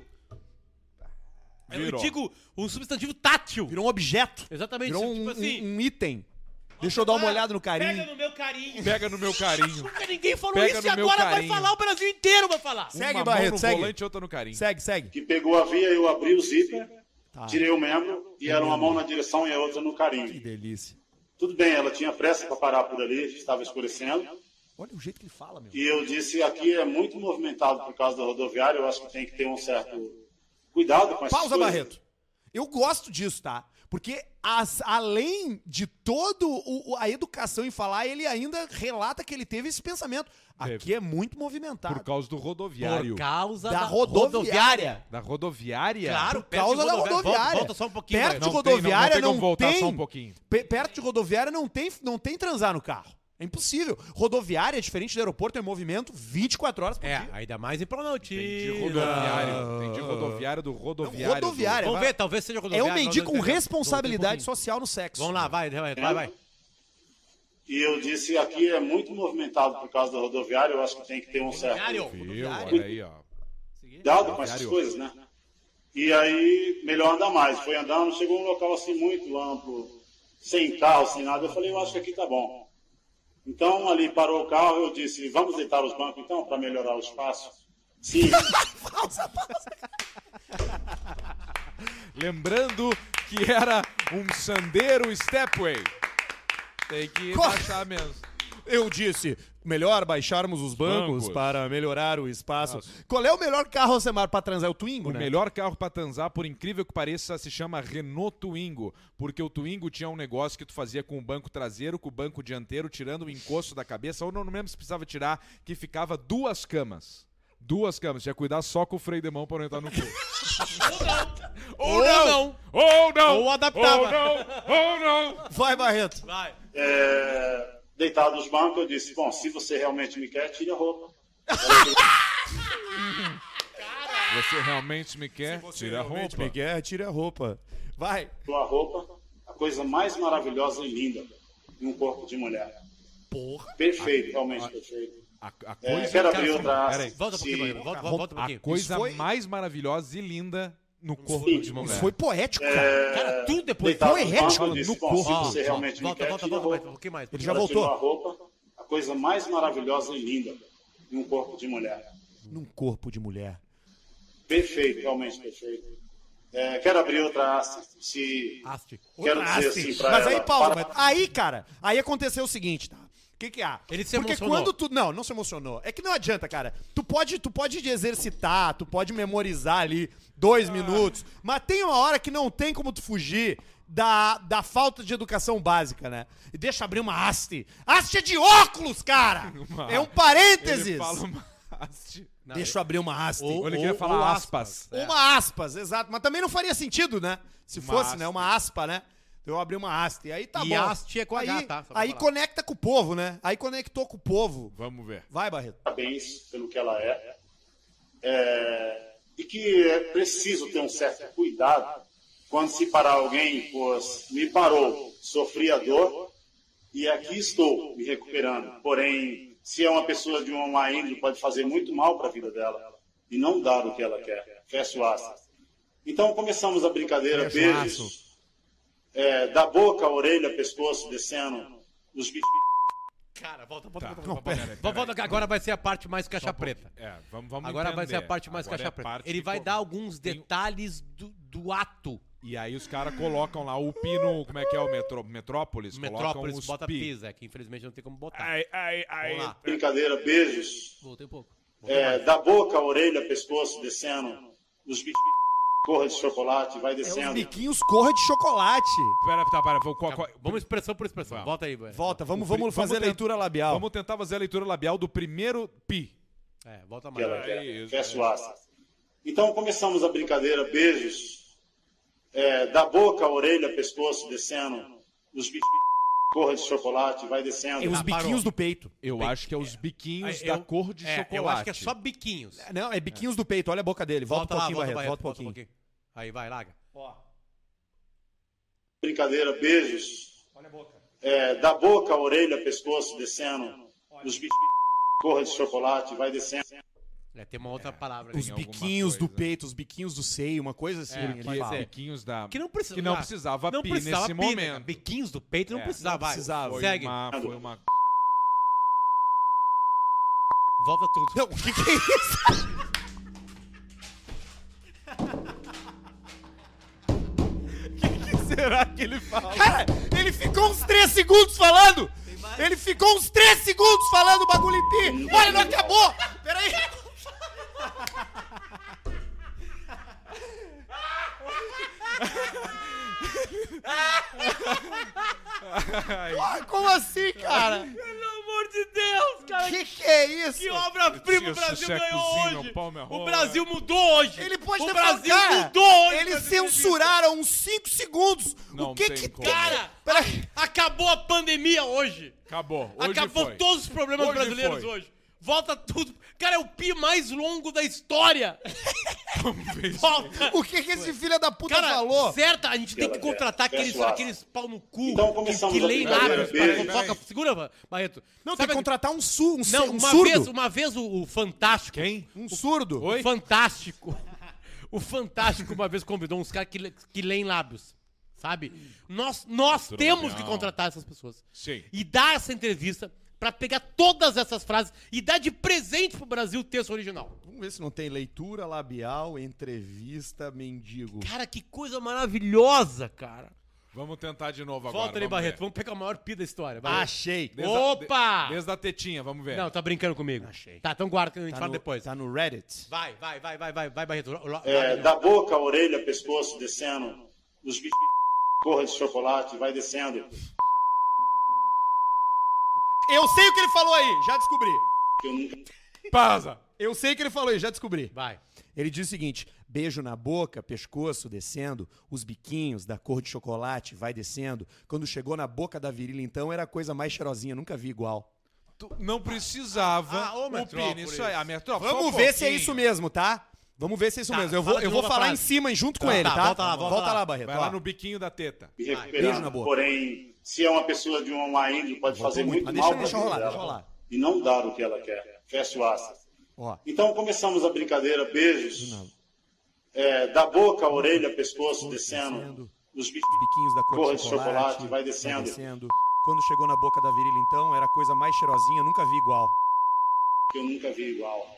[SPEAKER 1] Virou.
[SPEAKER 5] Eu digo um substantivo tátil.
[SPEAKER 1] Virou um objeto.
[SPEAKER 5] Exatamente.
[SPEAKER 1] Virou
[SPEAKER 5] tipo
[SPEAKER 1] um,
[SPEAKER 5] assim...
[SPEAKER 1] um- um item. Deixa eu dar um uma olhada no
[SPEAKER 5] Pega
[SPEAKER 1] carinho.
[SPEAKER 5] no meu carinho.
[SPEAKER 2] Pega no meu carinho.
[SPEAKER 5] Nunca ninguém falou
[SPEAKER 1] Pega
[SPEAKER 5] isso e
[SPEAKER 1] no meu
[SPEAKER 5] agora vai
[SPEAKER 1] carinho.
[SPEAKER 5] falar, o Brasil inteiro vai falar.
[SPEAKER 1] Segue, Barreto, segue.
[SPEAKER 2] outra no carinho.
[SPEAKER 1] Segue, segue.
[SPEAKER 12] Que pegou a via, eu abri o zíper, tirei o membro e era uma mão na direção e a outra no carinho. Que
[SPEAKER 1] delícia.
[SPEAKER 12] Tudo bem, ela tinha pressa para parar por ali, estava escurecendo.
[SPEAKER 1] Olha o jeito que ele fala, meu.
[SPEAKER 12] E eu disse, aqui é muito movimentado por causa da rodoviária, eu acho que tem que ter um certo cuidado com essas
[SPEAKER 1] Pausa,
[SPEAKER 12] coisas.
[SPEAKER 1] Barreto. Eu gosto disso, tá? Porque as- além de todo o- o- a educação em falar, ele ainda relata que ele teve esse pensamento. Aqui é muito movimentado.
[SPEAKER 2] Por causa do rodoviário.
[SPEAKER 5] Por causa
[SPEAKER 1] da rodoviária.
[SPEAKER 2] Da rodoviária?
[SPEAKER 1] Claro, por causa da rodoviária.
[SPEAKER 5] Volta só um pouquinho,
[SPEAKER 1] Perto de
[SPEAKER 5] Barreto.
[SPEAKER 2] Não tem, não- não
[SPEAKER 1] rodoviária
[SPEAKER 2] tem
[SPEAKER 1] não,
[SPEAKER 2] como voltar
[SPEAKER 1] tem.
[SPEAKER 2] só um pouquinho.
[SPEAKER 1] pe- perto de rodoviária não tem, não tem transar no carro. É impossível. Rodoviária, diferente do aeroporto, é movimento 24 horas por
[SPEAKER 5] É,
[SPEAKER 1] dia.
[SPEAKER 5] ainda mais em Planaltina.
[SPEAKER 2] Entendi rodoviário.
[SPEAKER 3] Ah.
[SPEAKER 2] Entendi rodoviário do rodoviário.
[SPEAKER 1] Rodoviária.
[SPEAKER 5] Vamos
[SPEAKER 1] vai.
[SPEAKER 5] ver, talvez seja
[SPEAKER 1] É
[SPEAKER 5] rodoviária,
[SPEAKER 1] um mendigo
[SPEAKER 5] nós
[SPEAKER 1] com
[SPEAKER 5] não entendemos.
[SPEAKER 1] responsabilidade social no sexo.
[SPEAKER 5] Vamos lá, vai, vai, vai. vai.
[SPEAKER 12] E eu disse, aqui é muito movimentado por causa da rodoviária, eu acho que tem que ter um certo
[SPEAKER 2] Viu?
[SPEAKER 5] é.
[SPEAKER 2] Olha aí, ó.
[SPEAKER 12] cuidado com essas coisas, né? E aí, melhor andar mais. Foi andando, chegou um local assim muito amplo, sem carro, sem nada. Eu falei, eu acho que aqui tá bom. Então, ali parou o carro, eu disse, vamos deitar os bancos então, para melhorar o espaço? Sim.
[SPEAKER 2] Lembrando que era um sandeiro stepway. Tem que baixar mesmo.
[SPEAKER 1] Eu disse, melhor baixarmos os bancos,
[SPEAKER 2] Bancos.
[SPEAKER 1] para melhorar o espaço. Qual é o melhor carro, Alcemar, pra transar? É o Twingo,
[SPEAKER 2] O
[SPEAKER 1] né?
[SPEAKER 2] melhor carro pra transar, por incrível que pareça, se chama Renault Twingo, porque o Twingo tinha um negócio que tu fazia com o banco traseiro, com o banco dianteiro, tirando o encosto da cabeça, ou não não lembro se precisava tirar, que ficava duas camas. Duas camas, tinha que cuidar só com o freio de mão pra não entrar no cu.
[SPEAKER 5] Ou não.
[SPEAKER 2] Ou não!
[SPEAKER 5] Ou adaptava.
[SPEAKER 2] Ou não! Ou não!
[SPEAKER 1] Vai, Barreto.
[SPEAKER 5] Vai.
[SPEAKER 12] É, deitado nos bancos, eu disse, bom, se você realmente me quer, tire a roupa.
[SPEAKER 2] Você realmente me quer? Tira a roupa.
[SPEAKER 1] Me quer, tira a roupa. Vai.
[SPEAKER 12] Tua roupa, a coisa mais maravilhosa e linda em um corpo de mulher.
[SPEAKER 5] Porra.
[SPEAKER 12] Perfeito, realmente perfeito.
[SPEAKER 2] A, a
[SPEAKER 12] É,
[SPEAKER 2] coisa...
[SPEAKER 12] quero abrir outra
[SPEAKER 2] Pera aí.
[SPEAKER 12] aspa.
[SPEAKER 5] Volta um pouquinho,
[SPEAKER 12] Sim.
[SPEAKER 5] Barreto. Volta, volta, volta um pouquinho.
[SPEAKER 2] A coisa
[SPEAKER 5] Isso foi-
[SPEAKER 2] mais maravilhosa e linda no corpo
[SPEAKER 12] Sim.
[SPEAKER 2] de uma
[SPEAKER 1] Isso
[SPEAKER 2] mulher.
[SPEAKER 1] foi poético, cara.
[SPEAKER 5] Cara, tudo depois.
[SPEAKER 12] É, Deitado
[SPEAKER 1] foi
[SPEAKER 12] nos
[SPEAKER 1] ético
[SPEAKER 12] bancos, eu disse,
[SPEAKER 1] no
[SPEAKER 12] bom,
[SPEAKER 1] corpo.
[SPEAKER 12] Se você
[SPEAKER 5] Ó,
[SPEAKER 12] realmente
[SPEAKER 5] volta,
[SPEAKER 12] me quer,
[SPEAKER 5] volta,
[SPEAKER 12] tira a
[SPEAKER 5] volta,
[SPEAKER 12] roupa.
[SPEAKER 5] volta, um pouquinho mais.
[SPEAKER 1] Ele já
[SPEAKER 12] Ela
[SPEAKER 1] voltou.
[SPEAKER 12] tirou a roupa, a coisa mais maravilhosa e linda em um corpo de mulher.
[SPEAKER 1] Num corpo de mulher.
[SPEAKER 12] Perfeito, realmente perfeito. É, quero abrir outra haste. Se
[SPEAKER 5] Haste.
[SPEAKER 12] quero
[SPEAKER 1] Outra
[SPEAKER 12] dizer
[SPEAKER 1] haste.
[SPEAKER 12] assim pra
[SPEAKER 1] Mas
[SPEAKER 12] ela.
[SPEAKER 1] aí, Paulo,
[SPEAKER 12] para-
[SPEAKER 1] mas- aí, cara, aí aconteceu o seguinte, tá? O que que há?
[SPEAKER 5] Ele se
[SPEAKER 1] Porque
[SPEAKER 5] emocionou.
[SPEAKER 1] quando tu... Não, não se emocionou. É que não adianta, cara. Tu pode, tu pode exercitar, tu pode memorizar ali dois minutos, mas tem uma hora que não tem como tu fugir da, da falta de educação básica, né? E deixa abrir uma haste. Haste é de óculos, cara!
[SPEAKER 2] Uma-
[SPEAKER 1] É um parênteses!
[SPEAKER 2] Ele fala uma haste.
[SPEAKER 1] Deixa eu abrir uma haste.
[SPEAKER 2] Ou ele queria falar aspas.
[SPEAKER 1] É. Uma aspas, exato. Mas também não faria sentido, né? Se
[SPEAKER 2] Uma
[SPEAKER 1] fosse,
[SPEAKER 2] haste.
[SPEAKER 1] né? Uma aspa, né? Eu abri uma haste. Aí tá
[SPEAKER 5] E
[SPEAKER 1] bom.
[SPEAKER 5] haste é com
[SPEAKER 1] aí,
[SPEAKER 5] H, tá? Só pra
[SPEAKER 1] Aí
[SPEAKER 5] falar.
[SPEAKER 1] conecta com o povo, né? Aí conectou com o povo.
[SPEAKER 2] Vamos ver.
[SPEAKER 1] Vai, Barreto.
[SPEAKER 12] parabéns pelo que ela é. É, e que é preciso ter um certo cuidado quando se parar alguém, pois me parou, sofri a dor e aqui estou me recuperando. Porém, se é uma pessoa de uma má índole, pode fazer muito mal para a vida dela e não dar o que ela quer. Fecho aspas. Então começamos a brincadeira.
[SPEAKER 2] Fecho
[SPEAKER 12] Beijos. é, da boca, orelha, pescoço, descendo os bichos.
[SPEAKER 5] Cara, volta,
[SPEAKER 3] Tá,
[SPEAKER 5] volta, volta, volta, volta, volta, volta, que Agora vai ser a parte mais caixa preta.
[SPEAKER 3] É, vamos, vamos
[SPEAKER 5] agora vai ser a
[SPEAKER 3] entender.
[SPEAKER 5] parte mais
[SPEAKER 3] Agora é
[SPEAKER 5] caixa
[SPEAKER 3] a
[SPEAKER 5] preta.
[SPEAKER 3] parte
[SPEAKER 5] Ele
[SPEAKER 3] que
[SPEAKER 5] vai
[SPEAKER 3] co-
[SPEAKER 5] dar alguns
[SPEAKER 3] um
[SPEAKER 5] detalhes do, do ato.
[SPEAKER 3] E aí os caras colocam lá o pino, como é que é o metrô, Metrópolis? colocam
[SPEAKER 5] Metrópolis
[SPEAKER 3] os
[SPEAKER 5] bota
[SPEAKER 3] pi.
[SPEAKER 5] pisa, que infelizmente não tem como botar.
[SPEAKER 3] Ai, ai, ai.
[SPEAKER 5] Vamos lá.
[SPEAKER 12] Brincadeira, beijos.
[SPEAKER 5] Voltei um pouco.
[SPEAKER 12] É, da boca, orelha, pescoço, descendo os bichos. Corra de chocolate, vai descendo.
[SPEAKER 1] É biquinhos corra de chocolate.
[SPEAKER 3] Pera, tá, para. Vamos, qual- qual-
[SPEAKER 5] vamos expressão por expressão. Volta aí, velho.
[SPEAKER 1] Volta, vamos,
[SPEAKER 3] O pri-
[SPEAKER 1] vamos fazer
[SPEAKER 3] tent-
[SPEAKER 1] leitura labial.
[SPEAKER 3] Vamos tentar fazer a leitura labial do primeiro pi.
[SPEAKER 5] É, volta
[SPEAKER 12] Que ela quer.
[SPEAKER 3] isso,
[SPEAKER 12] Fecha o
[SPEAKER 1] é.
[SPEAKER 12] aço. Então começamos a brincadeira, beijos. É, da boca, orelha, pescoço, descendo os bichos. Corra de chocolate, vai descendo.
[SPEAKER 1] É os biquinhos do peito.
[SPEAKER 3] Eu acho que é os biquinhos
[SPEAKER 5] É,
[SPEAKER 3] da
[SPEAKER 5] eu-
[SPEAKER 3] cor de
[SPEAKER 5] é,
[SPEAKER 3] chocolate.
[SPEAKER 5] Eu acho que é só biquinhos.
[SPEAKER 1] Não, é biquinhos do peito. Olha a boca dele. Volta, um
[SPEAKER 5] lá,
[SPEAKER 1] pouquinho, Barreto. Volta um
[SPEAKER 5] Barreto,
[SPEAKER 1] pouquinho.
[SPEAKER 5] Aí, vai, larga.
[SPEAKER 12] Brincadeira, beijos. É, da boca, orelha, pescoço, descendo os bichos. Corra de chocolate, vai descendo.
[SPEAKER 5] É, tem uma outra palavra.
[SPEAKER 1] Os biquinhos do peito, os biquinhos do seio, uma coisa assim.
[SPEAKER 5] É,
[SPEAKER 1] ele
[SPEAKER 5] pode
[SPEAKER 1] fala.
[SPEAKER 5] ser.
[SPEAKER 3] biquinhos da...
[SPEAKER 5] Que não precisava.
[SPEAKER 3] Que não precisava
[SPEAKER 5] não
[SPEAKER 3] pi
[SPEAKER 5] precisava
[SPEAKER 3] nesse
[SPEAKER 5] pi, né,
[SPEAKER 3] momento.
[SPEAKER 5] cara? Biquinhos do peito não
[SPEAKER 3] É,
[SPEAKER 5] precisava.
[SPEAKER 3] não
[SPEAKER 5] vai.
[SPEAKER 3] precisava. Foi
[SPEAKER 5] Segue.
[SPEAKER 3] uma- foi uma-
[SPEAKER 5] Volta tudo. Não, o que, que é isso?
[SPEAKER 1] Será que ele fala? Cara, ele ficou uns 3 segundos falando! Ele ficou uns 3 segundos falando o bagulho em pi! Olha, não acabou! Peraí! Porra, como assim, cara?
[SPEAKER 5] Pelo amor de Deus, cara.
[SPEAKER 1] Que que é isso?
[SPEAKER 5] Que obra-prima o
[SPEAKER 3] Isso,
[SPEAKER 5] Brasil
[SPEAKER 3] isso é
[SPEAKER 5] ganhou
[SPEAKER 3] cozinha,
[SPEAKER 5] hoje.
[SPEAKER 3] pau, minha
[SPEAKER 5] O
[SPEAKER 3] rola.
[SPEAKER 5] Brasil mudou hoje.
[SPEAKER 1] Ele pode
[SPEAKER 5] o
[SPEAKER 1] ter falado, "É,
[SPEAKER 5] Brasil
[SPEAKER 1] cara,
[SPEAKER 5] mudou hoje.
[SPEAKER 1] Eles
[SPEAKER 5] Brasil
[SPEAKER 1] censuraram uns 5 segundos!
[SPEAKER 3] Não
[SPEAKER 1] o que
[SPEAKER 3] tem
[SPEAKER 1] que
[SPEAKER 3] como.
[SPEAKER 5] Cara,
[SPEAKER 1] Peraí.
[SPEAKER 5] acabou a pandemia hoje.
[SPEAKER 3] Acabou. Hoje
[SPEAKER 5] Acabou
[SPEAKER 3] foi.
[SPEAKER 5] todos os problemas
[SPEAKER 3] Hoje
[SPEAKER 5] brasileiros
[SPEAKER 3] foi.
[SPEAKER 5] hoje. Volta tudo. Cara, é o pi mais longo da história. Volta.
[SPEAKER 1] O que que esse filho da puta
[SPEAKER 5] Cara,
[SPEAKER 1] falou?
[SPEAKER 5] certa, a gente tem que
[SPEAKER 12] Ela quer.
[SPEAKER 5] contratar aqueles,
[SPEAKER 12] Fecha o laço.
[SPEAKER 5] aqueles pau no cu
[SPEAKER 12] Então
[SPEAKER 5] que,
[SPEAKER 12] começamos
[SPEAKER 5] que
[SPEAKER 12] a
[SPEAKER 5] leem
[SPEAKER 12] brincadeira,
[SPEAKER 5] lábios para
[SPEAKER 12] beijo.
[SPEAKER 5] fofoca. Segura, Barreto.
[SPEAKER 1] Não, tem
[SPEAKER 5] Sabe
[SPEAKER 1] que contratar um, su, um, su-
[SPEAKER 5] não,
[SPEAKER 1] um
[SPEAKER 5] uma
[SPEAKER 1] surdo.
[SPEAKER 5] vez, uma vez o, o Fantástico.
[SPEAKER 3] Quem?
[SPEAKER 1] Um surdo.
[SPEAKER 5] O Fantástico. O Fantástico uma vez convidou uns caras que, le- que leem lábios. Sabe? Nós, nós temos que contratar essas pessoas.
[SPEAKER 3] Sim.
[SPEAKER 5] E dar essa entrevista pra pegar todas essas frases e dar de presente pro Brasil o texto original.
[SPEAKER 1] Vamos ver se não tem leitura labial, entrevista, mendigo.
[SPEAKER 5] Cara, que coisa maravilhosa, cara.
[SPEAKER 3] Vamos tentar de novo agora.
[SPEAKER 5] Volta ali,
[SPEAKER 3] vamos
[SPEAKER 5] Barreto.
[SPEAKER 3] ver.
[SPEAKER 5] Vamos pegar o maior pi da história. vai.
[SPEAKER 1] Achei.
[SPEAKER 3] Desde a-
[SPEAKER 5] Opa!
[SPEAKER 3] de- Desde a tetinha, vamos ver.
[SPEAKER 5] Não, tá brincando comigo. Tá, então guarda que a gente
[SPEAKER 1] Tá
[SPEAKER 5] fala
[SPEAKER 1] no-
[SPEAKER 5] depois.
[SPEAKER 1] Tá no Reddit.
[SPEAKER 5] Vai, vai, vai, vai, vai, vai, Barreto. Lo- lo-
[SPEAKER 12] É, da boca, orelha, pescoço, descendo os bichos. Corra de chocolate, vai descendo.
[SPEAKER 1] Eu sei o que ele falou aí, já descobri.
[SPEAKER 12] Que eu nunca
[SPEAKER 3] Pausa!
[SPEAKER 1] Eu sei o que ele falou aí, já descobri.
[SPEAKER 5] Vai.
[SPEAKER 1] Ele diz o seguinte: beijo na boca, pescoço descendo, os biquinhos da cor de chocolate vai descendo. Quando chegou na boca da virilha, então era a coisa mais cheirosinha, nunca vi igual.
[SPEAKER 3] Tu não precisava
[SPEAKER 5] Ah, ô,
[SPEAKER 3] o Pini.
[SPEAKER 5] Metrópolis.
[SPEAKER 3] Isso aí, a Metrópolis.
[SPEAKER 1] Vamos
[SPEAKER 3] só um
[SPEAKER 1] ver se é
[SPEAKER 3] pouquinho.
[SPEAKER 1] isso mesmo, tá? Vamos ver se é isso
[SPEAKER 5] Tá,
[SPEAKER 1] mesmo. Eu
[SPEAKER 5] fala
[SPEAKER 1] vou,
[SPEAKER 5] de
[SPEAKER 1] eu vou
[SPEAKER 5] novo a
[SPEAKER 1] falar em
[SPEAKER 5] frase.
[SPEAKER 1] cima, junto com
[SPEAKER 5] Tá,
[SPEAKER 1] ele,
[SPEAKER 5] tá,
[SPEAKER 1] tá?
[SPEAKER 5] volta lá, volta lá.
[SPEAKER 1] Barreto.
[SPEAKER 3] Vai lá
[SPEAKER 1] ó.
[SPEAKER 3] no biquinho da teta.
[SPEAKER 12] me
[SPEAKER 1] beijo na
[SPEAKER 12] recuperando.
[SPEAKER 1] boca.
[SPEAKER 12] Porém, se é uma pessoa de uma má índole, pode fazer
[SPEAKER 1] muito,
[SPEAKER 12] muito,
[SPEAKER 1] mas
[SPEAKER 12] mal né?
[SPEAKER 1] deixa- deixa
[SPEAKER 12] pra
[SPEAKER 1] rolar,
[SPEAKER 12] vida dela
[SPEAKER 1] deixa rolar.
[SPEAKER 12] E não dar o que ela quer. Fecha o aço.
[SPEAKER 1] Ó.
[SPEAKER 12] Então começamos a brincadeira, beijos. É, da boca, orelha, pescoço,
[SPEAKER 1] Pescoço,
[SPEAKER 12] descendo
[SPEAKER 1] descendo.
[SPEAKER 12] os bichos.
[SPEAKER 1] Os biquinhos da cor
[SPEAKER 12] Cor
[SPEAKER 1] de
[SPEAKER 12] de
[SPEAKER 1] chocolate, tá
[SPEAKER 12] chocolate, vai descendo.
[SPEAKER 1] Quando chegou na boca da virilha, então, era a coisa mais cheirosinha, nunca vi igual.
[SPEAKER 12] que eu nunca vi igual.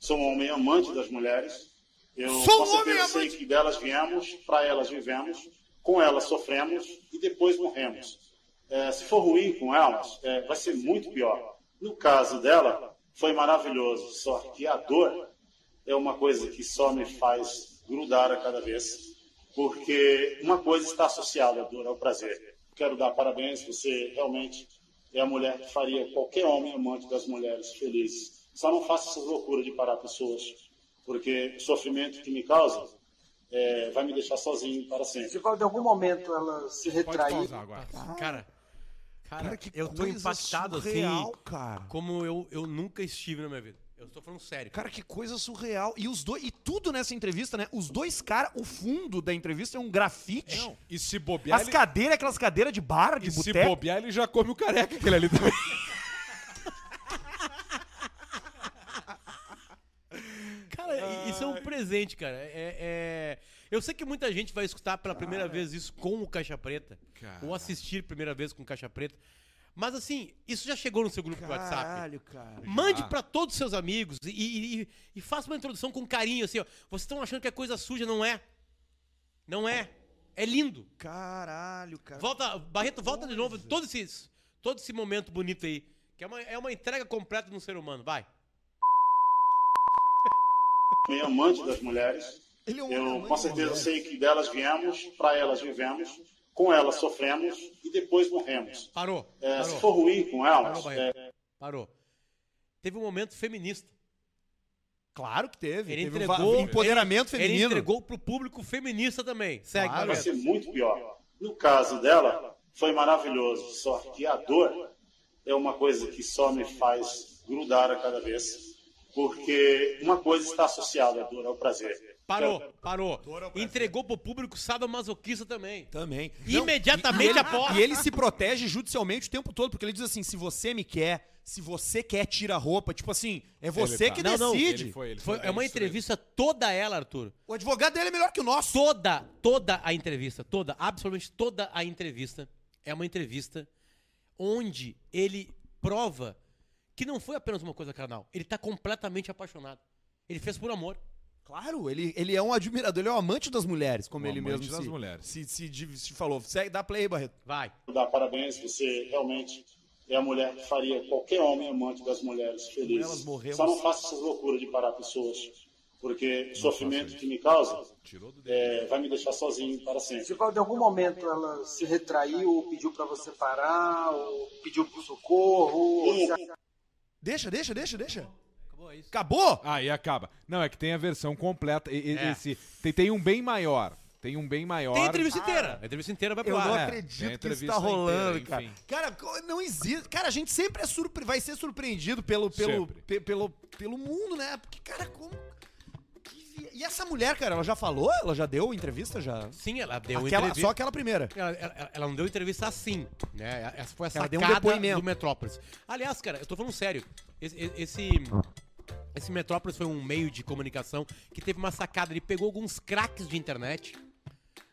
[SPEAKER 12] Sou um homem amante das mulheres. Eu
[SPEAKER 1] Sou
[SPEAKER 12] com
[SPEAKER 1] um
[SPEAKER 12] certeza
[SPEAKER 1] homem
[SPEAKER 12] sei
[SPEAKER 1] amante.
[SPEAKER 12] que delas viemos, para elas vivemos, com elas sofremos e depois morremos. É, se for ruim com elas, é, vai ser muito pior. No caso dela, foi maravilhoso, só que a dor é uma coisa que só me faz grudar a cada vez, porque uma coisa está associada à dor, ao prazer. Quero dar parabéns, você realmente é a mulher que faria qualquer homem amante das mulheres felizes. Só não faça essas loucuras de parar pessoas, porque o sofrimento que me causa eh, vai me deixar sozinho para sempre.
[SPEAKER 6] Em algum momento ela se
[SPEAKER 3] Pode pausar agora.
[SPEAKER 5] Cara, cara,
[SPEAKER 1] que
[SPEAKER 5] eu tô
[SPEAKER 1] coisa
[SPEAKER 5] impactado
[SPEAKER 1] surreal,
[SPEAKER 5] assim.
[SPEAKER 1] cara.
[SPEAKER 5] Como eu, eu nunca estive na minha vida. Eu tô falando sério.
[SPEAKER 1] Cara, que coisa surreal. E os dois. E tudo nessa entrevista, né? Os dois caras, o fundo da entrevista é um grafite.
[SPEAKER 3] E se bobear,
[SPEAKER 1] As
[SPEAKER 3] ele,
[SPEAKER 1] cadeiras, aquelas cadeiras de bar, de
[SPEAKER 3] e se
[SPEAKER 1] boteco.
[SPEAKER 3] bobear, ele já come o careca aquele ali também.
[SPEAKER 5] Cara, i- isso é um presente, cara. É, é- Eu sei que muita gente vai escutar pela primeira vez isso com o Caixa Preta. Ou assistir primeira vez com o Caixa Preta. Mas assim, isso já chegou no seu grupo do WhatsApp.
[SPEAKER 1] Caralho, cara.
[SPEAKER 5] Mande pra todos os seus amigos e, e, e- e faça uma introdução com carinho, assim, ó. Vocês estão achando que é coisa suja, não é? Não é. É lindo.
[SPEAKER 1] Caralho, cara.
[SPEAKER 5] Volta, Barreto, volta de novo. Todo esse, todo esse momento bonito aí. Que é uma, é uma entrega completa de um ser humano. Vai.
[SPEAKER 12] Meio amante das mulheres.
[SPEAKER 5] é um
[SPEAKER 12] Eu com certeza sei que delas viemos, para elas vivemos, com elas sofremos e depois morremos.
[SPEAKER 5] Parou.
[SPEAKER 12] É,
[SPEAKER 5] parou.
[SPEAKER 12] se for ruim com elas,
[SPEAKER 5] Parou, Barreto.
[SPEAKER 12] é,
[SPEAKER 5] Parou. Teve um momento feminista.
[SPEAKER 1] Claro que teve.
[SPEAKER 5] Ele
[SPEAKER 1] Teve um
[SPEAKER 5] entregou.
[SPEAKER 1] va- empoderamento
[SPEAKER 5] ele- Ele
[SPEAKER 1] feminino.
[SPEAKER 5] entregou pro público feminista também. Segue,
[SPEAKER 12] vai
[SPEAKER 5] Barreto.
[SPEAKER 12] ser muito pior. No caso dela, foi maravilhoso. Só que a dor é uma coisa que só me faz grudar a cada vez. Porque uma coisa está associada à dor, ao prazer.
[SPEAKER 5] Parou, parou. Entregou pro público sadomasoquista também.
[SPEAKER 1] Também.
[SPEAKER 5] Imediatamente
[SPEAKER 1] Então, e ele,
[SPEAKER 5] após.
[SPEAKER 1] E ele se protege judicialmente o tempo todo, porque ele diz assim: se você me quer, se você quer, tira a roupa. Tipo assim, é você
[SPEAKER 5] tá.
[SPEAKER 1] que
[SPEAKER 5] Não, não,
[SPEAKER 1] decide.
[SPEAKER 5] ele foi, ele foi. Foi- é uma entrevista toda ela, Arthur.
[SPEAKER 1] O advogado dele é melhor que o nosso.
[SPEAKER 5] Toda, toda a entrevista, toda, absolutamente toda a entrevista é uma entrevista onde ele prova que não foi apenas uma coisa carnal. Ele tá completamente apaixonado. Ele fez por amor.
[SPEAKER 1] Claro, ele, ele é um admirador, ele é um amante das mulheres, como
[SPEAKER 12] Um
[SPEAKER 1] ele
[SPEAKER 12] amante
[SPEAKER 1] mesmo
[SPEAKER 12] das
[SPEAKER 1] se,
[SPEAKER 12] mulheres.
[SPEAKER 1] Se, se, div- se falou. Segue, dá play, Barreto.
[SPEAKER 5] Vai.
[SPEAKER 12] Dar parabéns, você realmente é a mulher que faria qualquer homem amante das mulheres felizes.
[SPEAKER 1] elas morremos.
[SPEAKER 12] Só não faça essas loucuras de parar pessoas, porque o sofrimento que me causa é, vai me deixar sozinho para sempre.
[SPEAKER 19] Givaldo, em algum momento ela se retraiu, ou pediu pra você parar, ou pediu pro socorro? ou se-
[SPEAKER 1] Deixa, deixa, deixa, deixa.
[SPEAKER 5] é
[SPEAKER 3] Acabou? Aí Ah, acaba. Não, é que tem a versão completa. E- e-
[SPEAKER 5] É.
[SPEAKER 3] esse, tem, tem um bem maior. Tem um bem maior.
[SPEAKER 5] Tem entrevista inteira. A entrevista inteira vai pro
[SPEAKER 3] Eu
[SPEAKER 5] ar.
[SPEAKER 3] não
[SPEAKER 5] É.
[SPEAKER 3] acredito
[SPEAKER 5] Tem a
[SPEAKER 3] que isso
[SPEAKER 5] entrevista
[SPEAKER 3] tá rolando,
[SPEAKER 5] enfim.
[SPEAKER 3] cara.
[SPEAKER 1] Cara, co- não existe. Cara, a gente sempre é surpre... vai ser surpreendido pelo, pelo,
[SPEAKER 3] Sempre.
[SPEAKER 1] pe- pelo, pelo mundo, né? Porque, cara, como. que vi- E essa mulher, cara, ela já falou? Ela já deu entrevista? já?
[SPEAKER 5] Sim, ela deu
[SPEAKER 1] Aquela-
[SPEAKER 5] entrevista.
[SPEAKER 1] Só aquela primeira.
[SPEAKER 5] Ela, ela- ela não deu entrevista assim, né? Essa foi a
[SPEAKER 1] Ela
[SPEAKER 5] sacada
[SPEAKER 1] deu um depoimento.
[SPEAKER 5] do Metrópolis. Aliás, cara, eu tô falando sério. Esse, esse, esse Metrópolis foi um meio de comunicação que teve uma sacada. Ele pegou alguns craques de internet,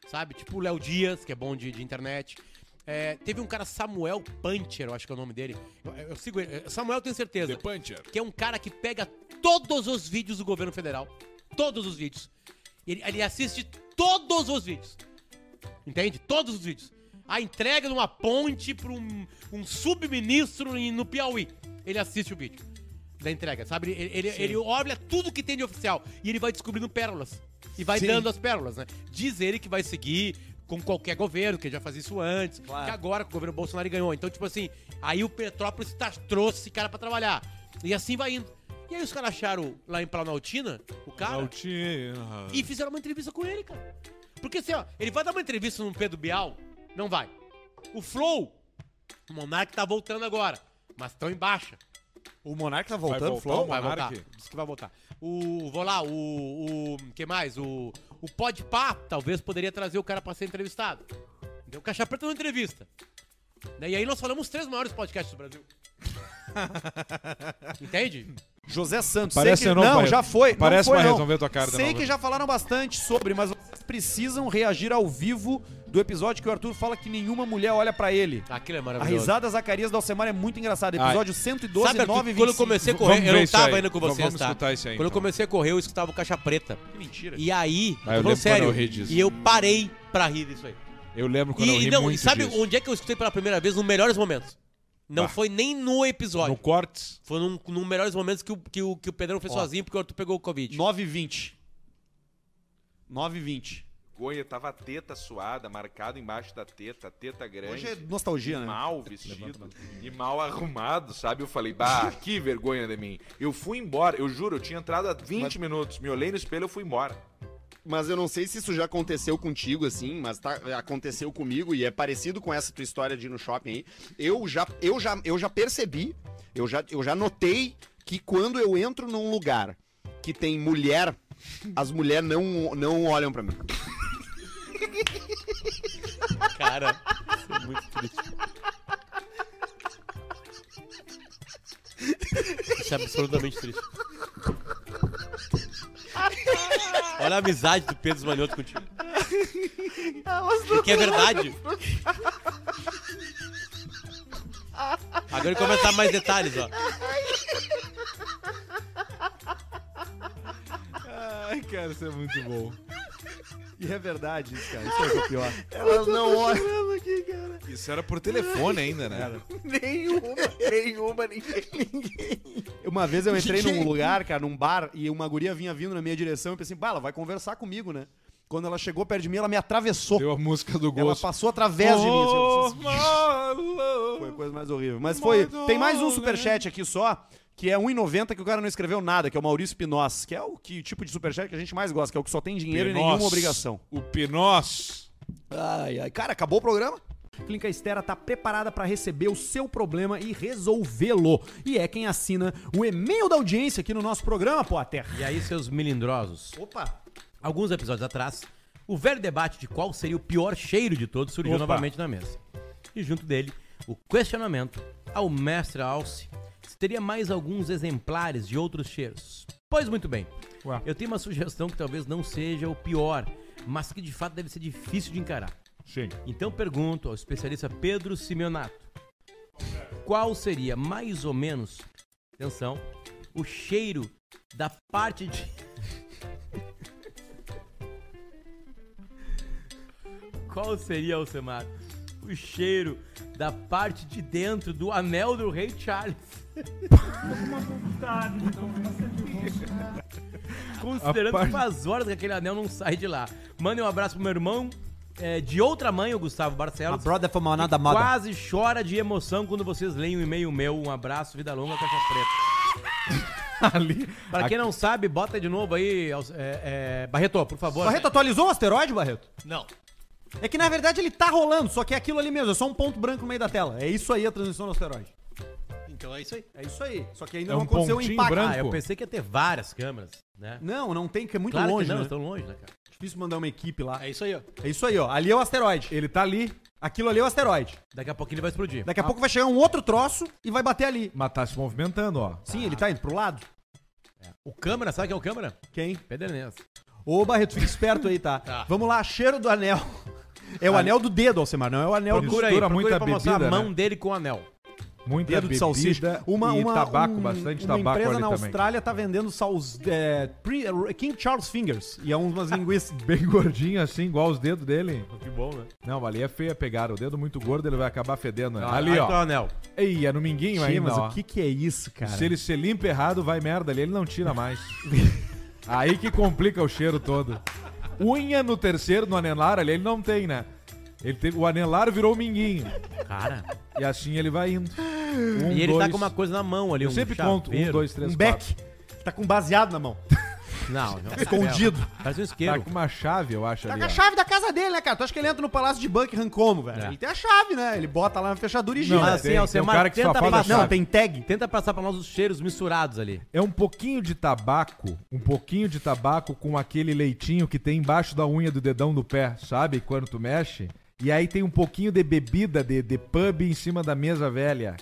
[SPEAKER 5] sabe? Tipo o Léo Dias, que é bom de, de internet. É, teve um cara, Samuel Puncher, eu acho que é o nome dele. Eu, eu sigo ele. É, Samuel, eu tenho certeza. Que é um cara que pega todos os vídeos do governo federal. Todos os vídeos. Ele, ele assiste todos os vídeos. Entende? Todos os vídeos. A entrega de uma ponte para um, um subministro em- no Piauí. Ele assiste o vídeo da entrega, sabe? Ele, ele,
[SPEAKER 20] Sim.
[SPEAKER 5] ele olha tudo que tem de oficial e ele vai descobrindo pérolas. E vai
[SPEAKER 20] Sim.
[SPEAKER 5] dando as pérolas, né? Diz ele que vai seguir com qualquer governo, que ele já fazia isso antes, que agora com o governo Bolsonaro ele ganhou. Então, tipo assim, aí o Petrópolis tá, trouxe esse cara pra trabalhar. E assim vai indo. E aí os caras acharam lá em Planaltina, o cara,
[SPEAKER 3] Altina.
[SPEAKER 5] e fizeram uma entrevista com ele, cara. Porque assim, ó, ele vai dar uma entrevista no Pedro Bial? Não vai. O Flow, o Monark tá voltando agora, mas tão em baixa.
[SPEAKER 1] O Monark tá
[SPEAKER 5] Vai
[SPEAKER 1] voltando,
[SPEAKER 5] voltar
[SPEAKER 1] Flow?
[SPEAKER 5] o Vai voltar. Diz que vai voltar. O, vou lá, o, o que mais? O, o Podpah talvez poderia trazer o cara pra ser entrevistado. Deu Caixa Preta numa entrevista. Né? E aí nós falamos os três maiores podcasts do Brasil. Entende?
[SPEAKER 1] José Santos.
[SPEAKER 3] Parece
[SPEAKER 1] sei que...
[SPEAKER 3] ou não,
[SPEAKER 1] Não,
[SPEAKER 3] Barreto?
[SPEAKER 1] já foi.
[SPEAKER 3] Parece
[SPEAKER 1] não foi,
[SPEAKER 3] pra
[SPEAKER 1] não.
[SPEAKER 3] resolver né? tua cara de
[SPEAKER 1] Sei
[SPEAKER 3] novo.
[SPEAKER 1] que já falaram bastante sobre, mas vocês precisam reagir ao vivo do episódio que o Arthur fala que nenhuma mulher olha pra ele.
[SPEAKER 5] Aquilo é
[SPEAKER 1] A
[SPEAKER 5] maravilhoso.
[SPEAKER 1] risada é Zacarias da Alcemar é muito engraçada.
[SPEAKER 5] Ai.
[SPEAKER 1] Episódio 112,
[SPEAKER 5] Sabe, Arthur,
[SPEAKER 1] 9
[SPEAKER 5] Quando eu comecei a correr, eu não tava ainda com vocês, tá? quando eu
[SPEAKER 1] então.
[SPEAKER 5] comecei a correr, eu escutava o Caixa Preta. Que
[SPEAKER 1] mentira.
[SPEAKER 5] E aí,
[SPEAKER 3] Ah, eu
[SPEAKER 5] eu tô
[SPEAKER 3] lembro
[SPEAKER 5] falando sério,
[SPEAKER 3] quando eu ri disso.
[SPEAKER 5] e eu parei pra rir disso aí.
[SPEAKER 3] Eu lembro quando eu
[SPEAKER 5] E,
[SPEAKER 3] ri
[SPEAKER 5] e não, e
[SPEAKER 3] muito
[SPEAKER 5] sabe
[SPEAKER 3] disso.
[SPEAKER 5] onde é que eu escutei pela primeira vez? Nos melhores momentos. Não
[SPEAKER 3] Bah.
[SPEAKER 5] foi nem no episódio. No
[SPEAKER 3] cortes?
[SPEAKER 5] Foi num, num melhores momentos que o, que o, que o Pedrão fez
[SPEAKER 1] Ó.
[SPEAKER 5] sozinho porque o Arthur pegou o Covid.
[SPEAKER 1] 9 e 20. 9 e 20.
[SPEAKER 2] Goia tava a teta suada, marcado embaixo da teta, teta grande.
[SPEAKER 1] Hoje é nostalgia,
[SPEAKER 2] e
[SPEAKER 1] né?
[SPEAKER 2] Mal vestido e mal arrumado, sabe? Eu falei, bah, que vergonha de mim. Eu fui embora, eu juro, eu tinha entrado há 20 minutos, me olhei no espelho e fui embora.
[SPEAKER 21] Mas eu não sei se isso já aconteceu contigo, assim, mas tá- aconteceu comigo e é parecido com essa tua história de ir no shopping aí. Eu já, eu já, eu já percebi, eu já, eu já notei que quando eu entro num lugar que tem mulher, as mulheres não, não olham pra mim.
[SPEAKER 5] Cara, isso é muito triste. Isso é absolutamente triste. Olha a amizade do Pedro Esmalhoto contigo. Porque é verdade. Agora ele começa a dar mais detalhes, ó.
[SPEAKER 3] Ai, cara, isso é muito bom.
[SPEAKER 2] E é verdade isso, cara. Isso é o que é pior.
[SPEAKER 1] Elas não olham.
[SPEAKER 3] Isso era por telefone ainda, né?
[SPEAKER 1] Nenhuma, nenhuma, ninguém, ninguém.
[SPEAKER 2] Uma vez eu entrei num lugar, cara, num bar, e uma guria vinha vindo na minha direção. Eu pensei, bah, ela vai conversar comigo, né? Quando ela chegou perto de mim, ela me atravessou.
[SPEAKER 3] Deu a música do
[SPEAKER 2] Ela
[SPEAKER 3] gosto.
[SPEAKER 2] passou através de mim. assim, eu disse,
[SPEAKER 3] Foi
[SPEAKER 2] é a coisa mais horrível. Mas foi. Tem mais um superchat aqui só, que é 1,90 que o cara não escreveu nada, que é o Maurício Pinós, que é o que, tipo de superchat que a gente mais gosta, que é o que só tem dinheiro e nenhuma obrigação.
[SPEAKER 3] O Pinós.
[SPEAKER 2] Ai, ai. Cara, acabou o programa? Clínica Estera está preparada para receber o seu problema e resolvê-lo. E é quem assina o e-mail da audiência aqui no nosso programa, Potter.
[SPEAKER 5] E aí, seus melindrosos? Opa! Alguns episódios atrás, o velho debate de qual seria o pior cheiro de todos surgiu
[SPEAKER 22] Opa.
[SPEAKER 5] novamente na mesa. E junto dele, o questionamento ao mestre Alce se teria mais alguns exemplares de outros cheiros. Pois muito bem, eu tenho uma sugestão que talvez não seja o pior, mas que de fato deve ser difícil de encarar.
[SPEAKER 3] Sim.
[SPEAKER 5] Então pergunto ao especialista Pedro Simeonato. Qual seria mais ou menos, atenção, o cheiro da parte de Qual seria, Alcemar, o cheiro da parte de dentro do anel do rei Charles? Considerando
[SPEAKER 22] A parte-
[SPEAKER 5] que faz horas que aquele anel não sai de lá. Mandem um abraço pro meu irmão, é, de outra mãe, o Gustavo Barcelos.
[SPEAKER 2] A brother from another
[SPEAKER 5] que
[SPEAKER 2] mother.
[SPEAKER 5] Quase chora de emoção quando vocês leem um e-mail meu. Um abraço, vida longa, caixa preta.
[SPEAKER 3] Ali.
[SPEAKER 5] Pra quem não sabe, bota de novo aí, Alce- é, é, Barreto, por favor.
[SPEAKER 2] Barreto, atualizou o asteroide, Barreto?
[SPEAKER 22] Não.
[SPEAKER 2] É que na verdade ele tá rolando, só que é aquilo ali mesmo, é só um ponto branco no meio da tela. É isso aí a transição do asteroide.
[SPEAKER 5] Então é isso aí.
[SPEAKER 2] É isso aí. Só que ainda
[SPEAKER 5] É
[SPEAKER 2] não
[SPEAKER 5] um
[SPEAKER 2] aconteceu o
[SPEAKER 5] pontinho
[SPEAKER 2] impacto.
[SPEAKER 5] branco? Ah, eu pensei que ia ter várias câmeras, né?
[SPEAKER 2] Não, não tem, que é muito
[SPEAKER 5] Claro que
[SPEAKER 2] longe,
[SPEAKER 5] não,
[SPEAKER 2] né?
[SPEAKER 5] eles tão longe, né, cara?
[SPEAKER 2] Difícil mandar uma equipe lá.
[SPEAKER 5] É isso aí, ó.
[SPEAKER 2] É isso aí, ó. Ali é o asteroide.
[SPEAKER 3] Ele tá ali.
[SPEAKER 2] Aquilo ali é o asteroide.
[SPEAKER 5] Daqui a pouco ele vai explodir.
[SPEAKER 2] Daqui a pouco vai chegar um outro troço e vai bater ali.
[SPEAKER 3] Mas tá se movimentando, ó.
[SPEAKER 2] Sim, ele tá indo pro lado.
[SPEAKER 5] O câmera, sabe quem é o câmera?
[SPEAKER 2] Quem?
[SPEAKER 5] Pedernense.
[SPEAKER 2] Ô, Barreto, fica esperto aí, tá? Vamos lá, cheiro do anel. É o anel do dedo, Alcemar, não é o anel
[SPEAKER 5] Ah. Procura aí,
[SPEAKER 2] do
[SPEAKER 5] procura aí pra mostrar a mão dele com o anel.
[SPEAKER 3] Muita
[SPEAKER 2] dedo de salsicha. Uma,
[SPEAKER 3] e
[SPEAKER 2] uma,
[SPEAKER 3] tabaco,
[SPEAKER 2] um-
[SPEAKER 3] bastante
[SPEAKER 2] uma
[SPEAKER 3] tabaco
[SPEAKER 2] empresa
[SPEAKER 3] ali
[SPEAKER 2] na
[SPEAKER 3] também.
[SPEAKER 2] Austrália tá vendendo sals, é, pre- King Charles Fingers. E é umas linguiças.
[SPEAKER 3] Bem gordinho assim, igual os dedos dele.
[SPEAKER 5] Que bom, né?
[SPEAKER 3] Não, ali é feia pegar. O dedo muito gordo, ele vai acabar fedendo. né?
[SPEAKER 5] Ah,
[SPEAKER 3] ali,
[SPEAKER 5] aí
[SPEAKER 3] ó.
[SPEAKER 5] tá o anel.
[SPEAKER 3] Ei, é no minguinho
[SPEAKER 2] Tchê,
[SPEAKER 3] ainda,
[SPEAKER 2] mas
[SPEAKER 3] ó.
[SPEAKER 2] o que que é isso, cara?
[SPEAKER 3] Se ele se limpa errado, vai merda ali. Ele não tira mais. Aí que complica o cheiro todo. Unha no terceiro, no anelar ali, ele não tem, né? Ele teve, o anelar virou o minguinho.
[SPEAKER 5] Cara.
[SPEAKER 3] E assim ele vai indo. Um,
[SPEAKER 5] e ele tá
[SPEAKER 3] dois.
[SPEAKER 5] com uma coisa na mão ali,
[SPEAKER 3] Eu
[SPEAKER 5] um
[SPEAKER 3] sempre conto. Um,
[SPEAKER 5] chaveiro.
[SPEAKER 3] dois, três,
[SPEAKER 2] Um
[SPEAKER 3] quatro.
[SPEAKER 2] beck. Tá com baseado na mão.
[SPEAKER 5] Não, não.
[SPEAKER 2] Escondido.
[SPEAKER 5] Faz um
[SPEAKER 3] Tá
[SPEAKER 5] isqueiro.
[SPEAKER 3] com uma chave, eu acho,
[SPEAKER 2] Tá
[SPEAKER 3] ali.
[SPEAKER 2] com a
[SPEAKER 3] ó.
[SPEAKER 2] chave da casa dele, né, cara? Tu acha que ele entra no palácio de Buckingham como, velho?
[SPEAKER 5] É.
[SPEAKER 2] Ele tem a chave, né? Ele bota lá na fechadura e gira.
[SPEAKER 5] Mas assim,
[SPEAKER 3] tem-
[SPEAKER 5] ó, você
[SPEAKER 3] tem um cara que só
[SPEAKER 5] tenta
[SPEAKER 3] fala da
[SPEAKER 5] passar.
[SPEAKER 3] chave.
[SPEAKER 5] Não, tem tag. Tenta passar pra nós os cheiros misturados ali.
[SPEAKER 3] É um pouquinho de tabaco, um pouquinho de tabaco com aquele leitinho que tem embaixo da unha do dedão do pé, sabe? Quando tu mexe. E aí tem um pouquinho de bebida, de, de pub em cima da mesa velha.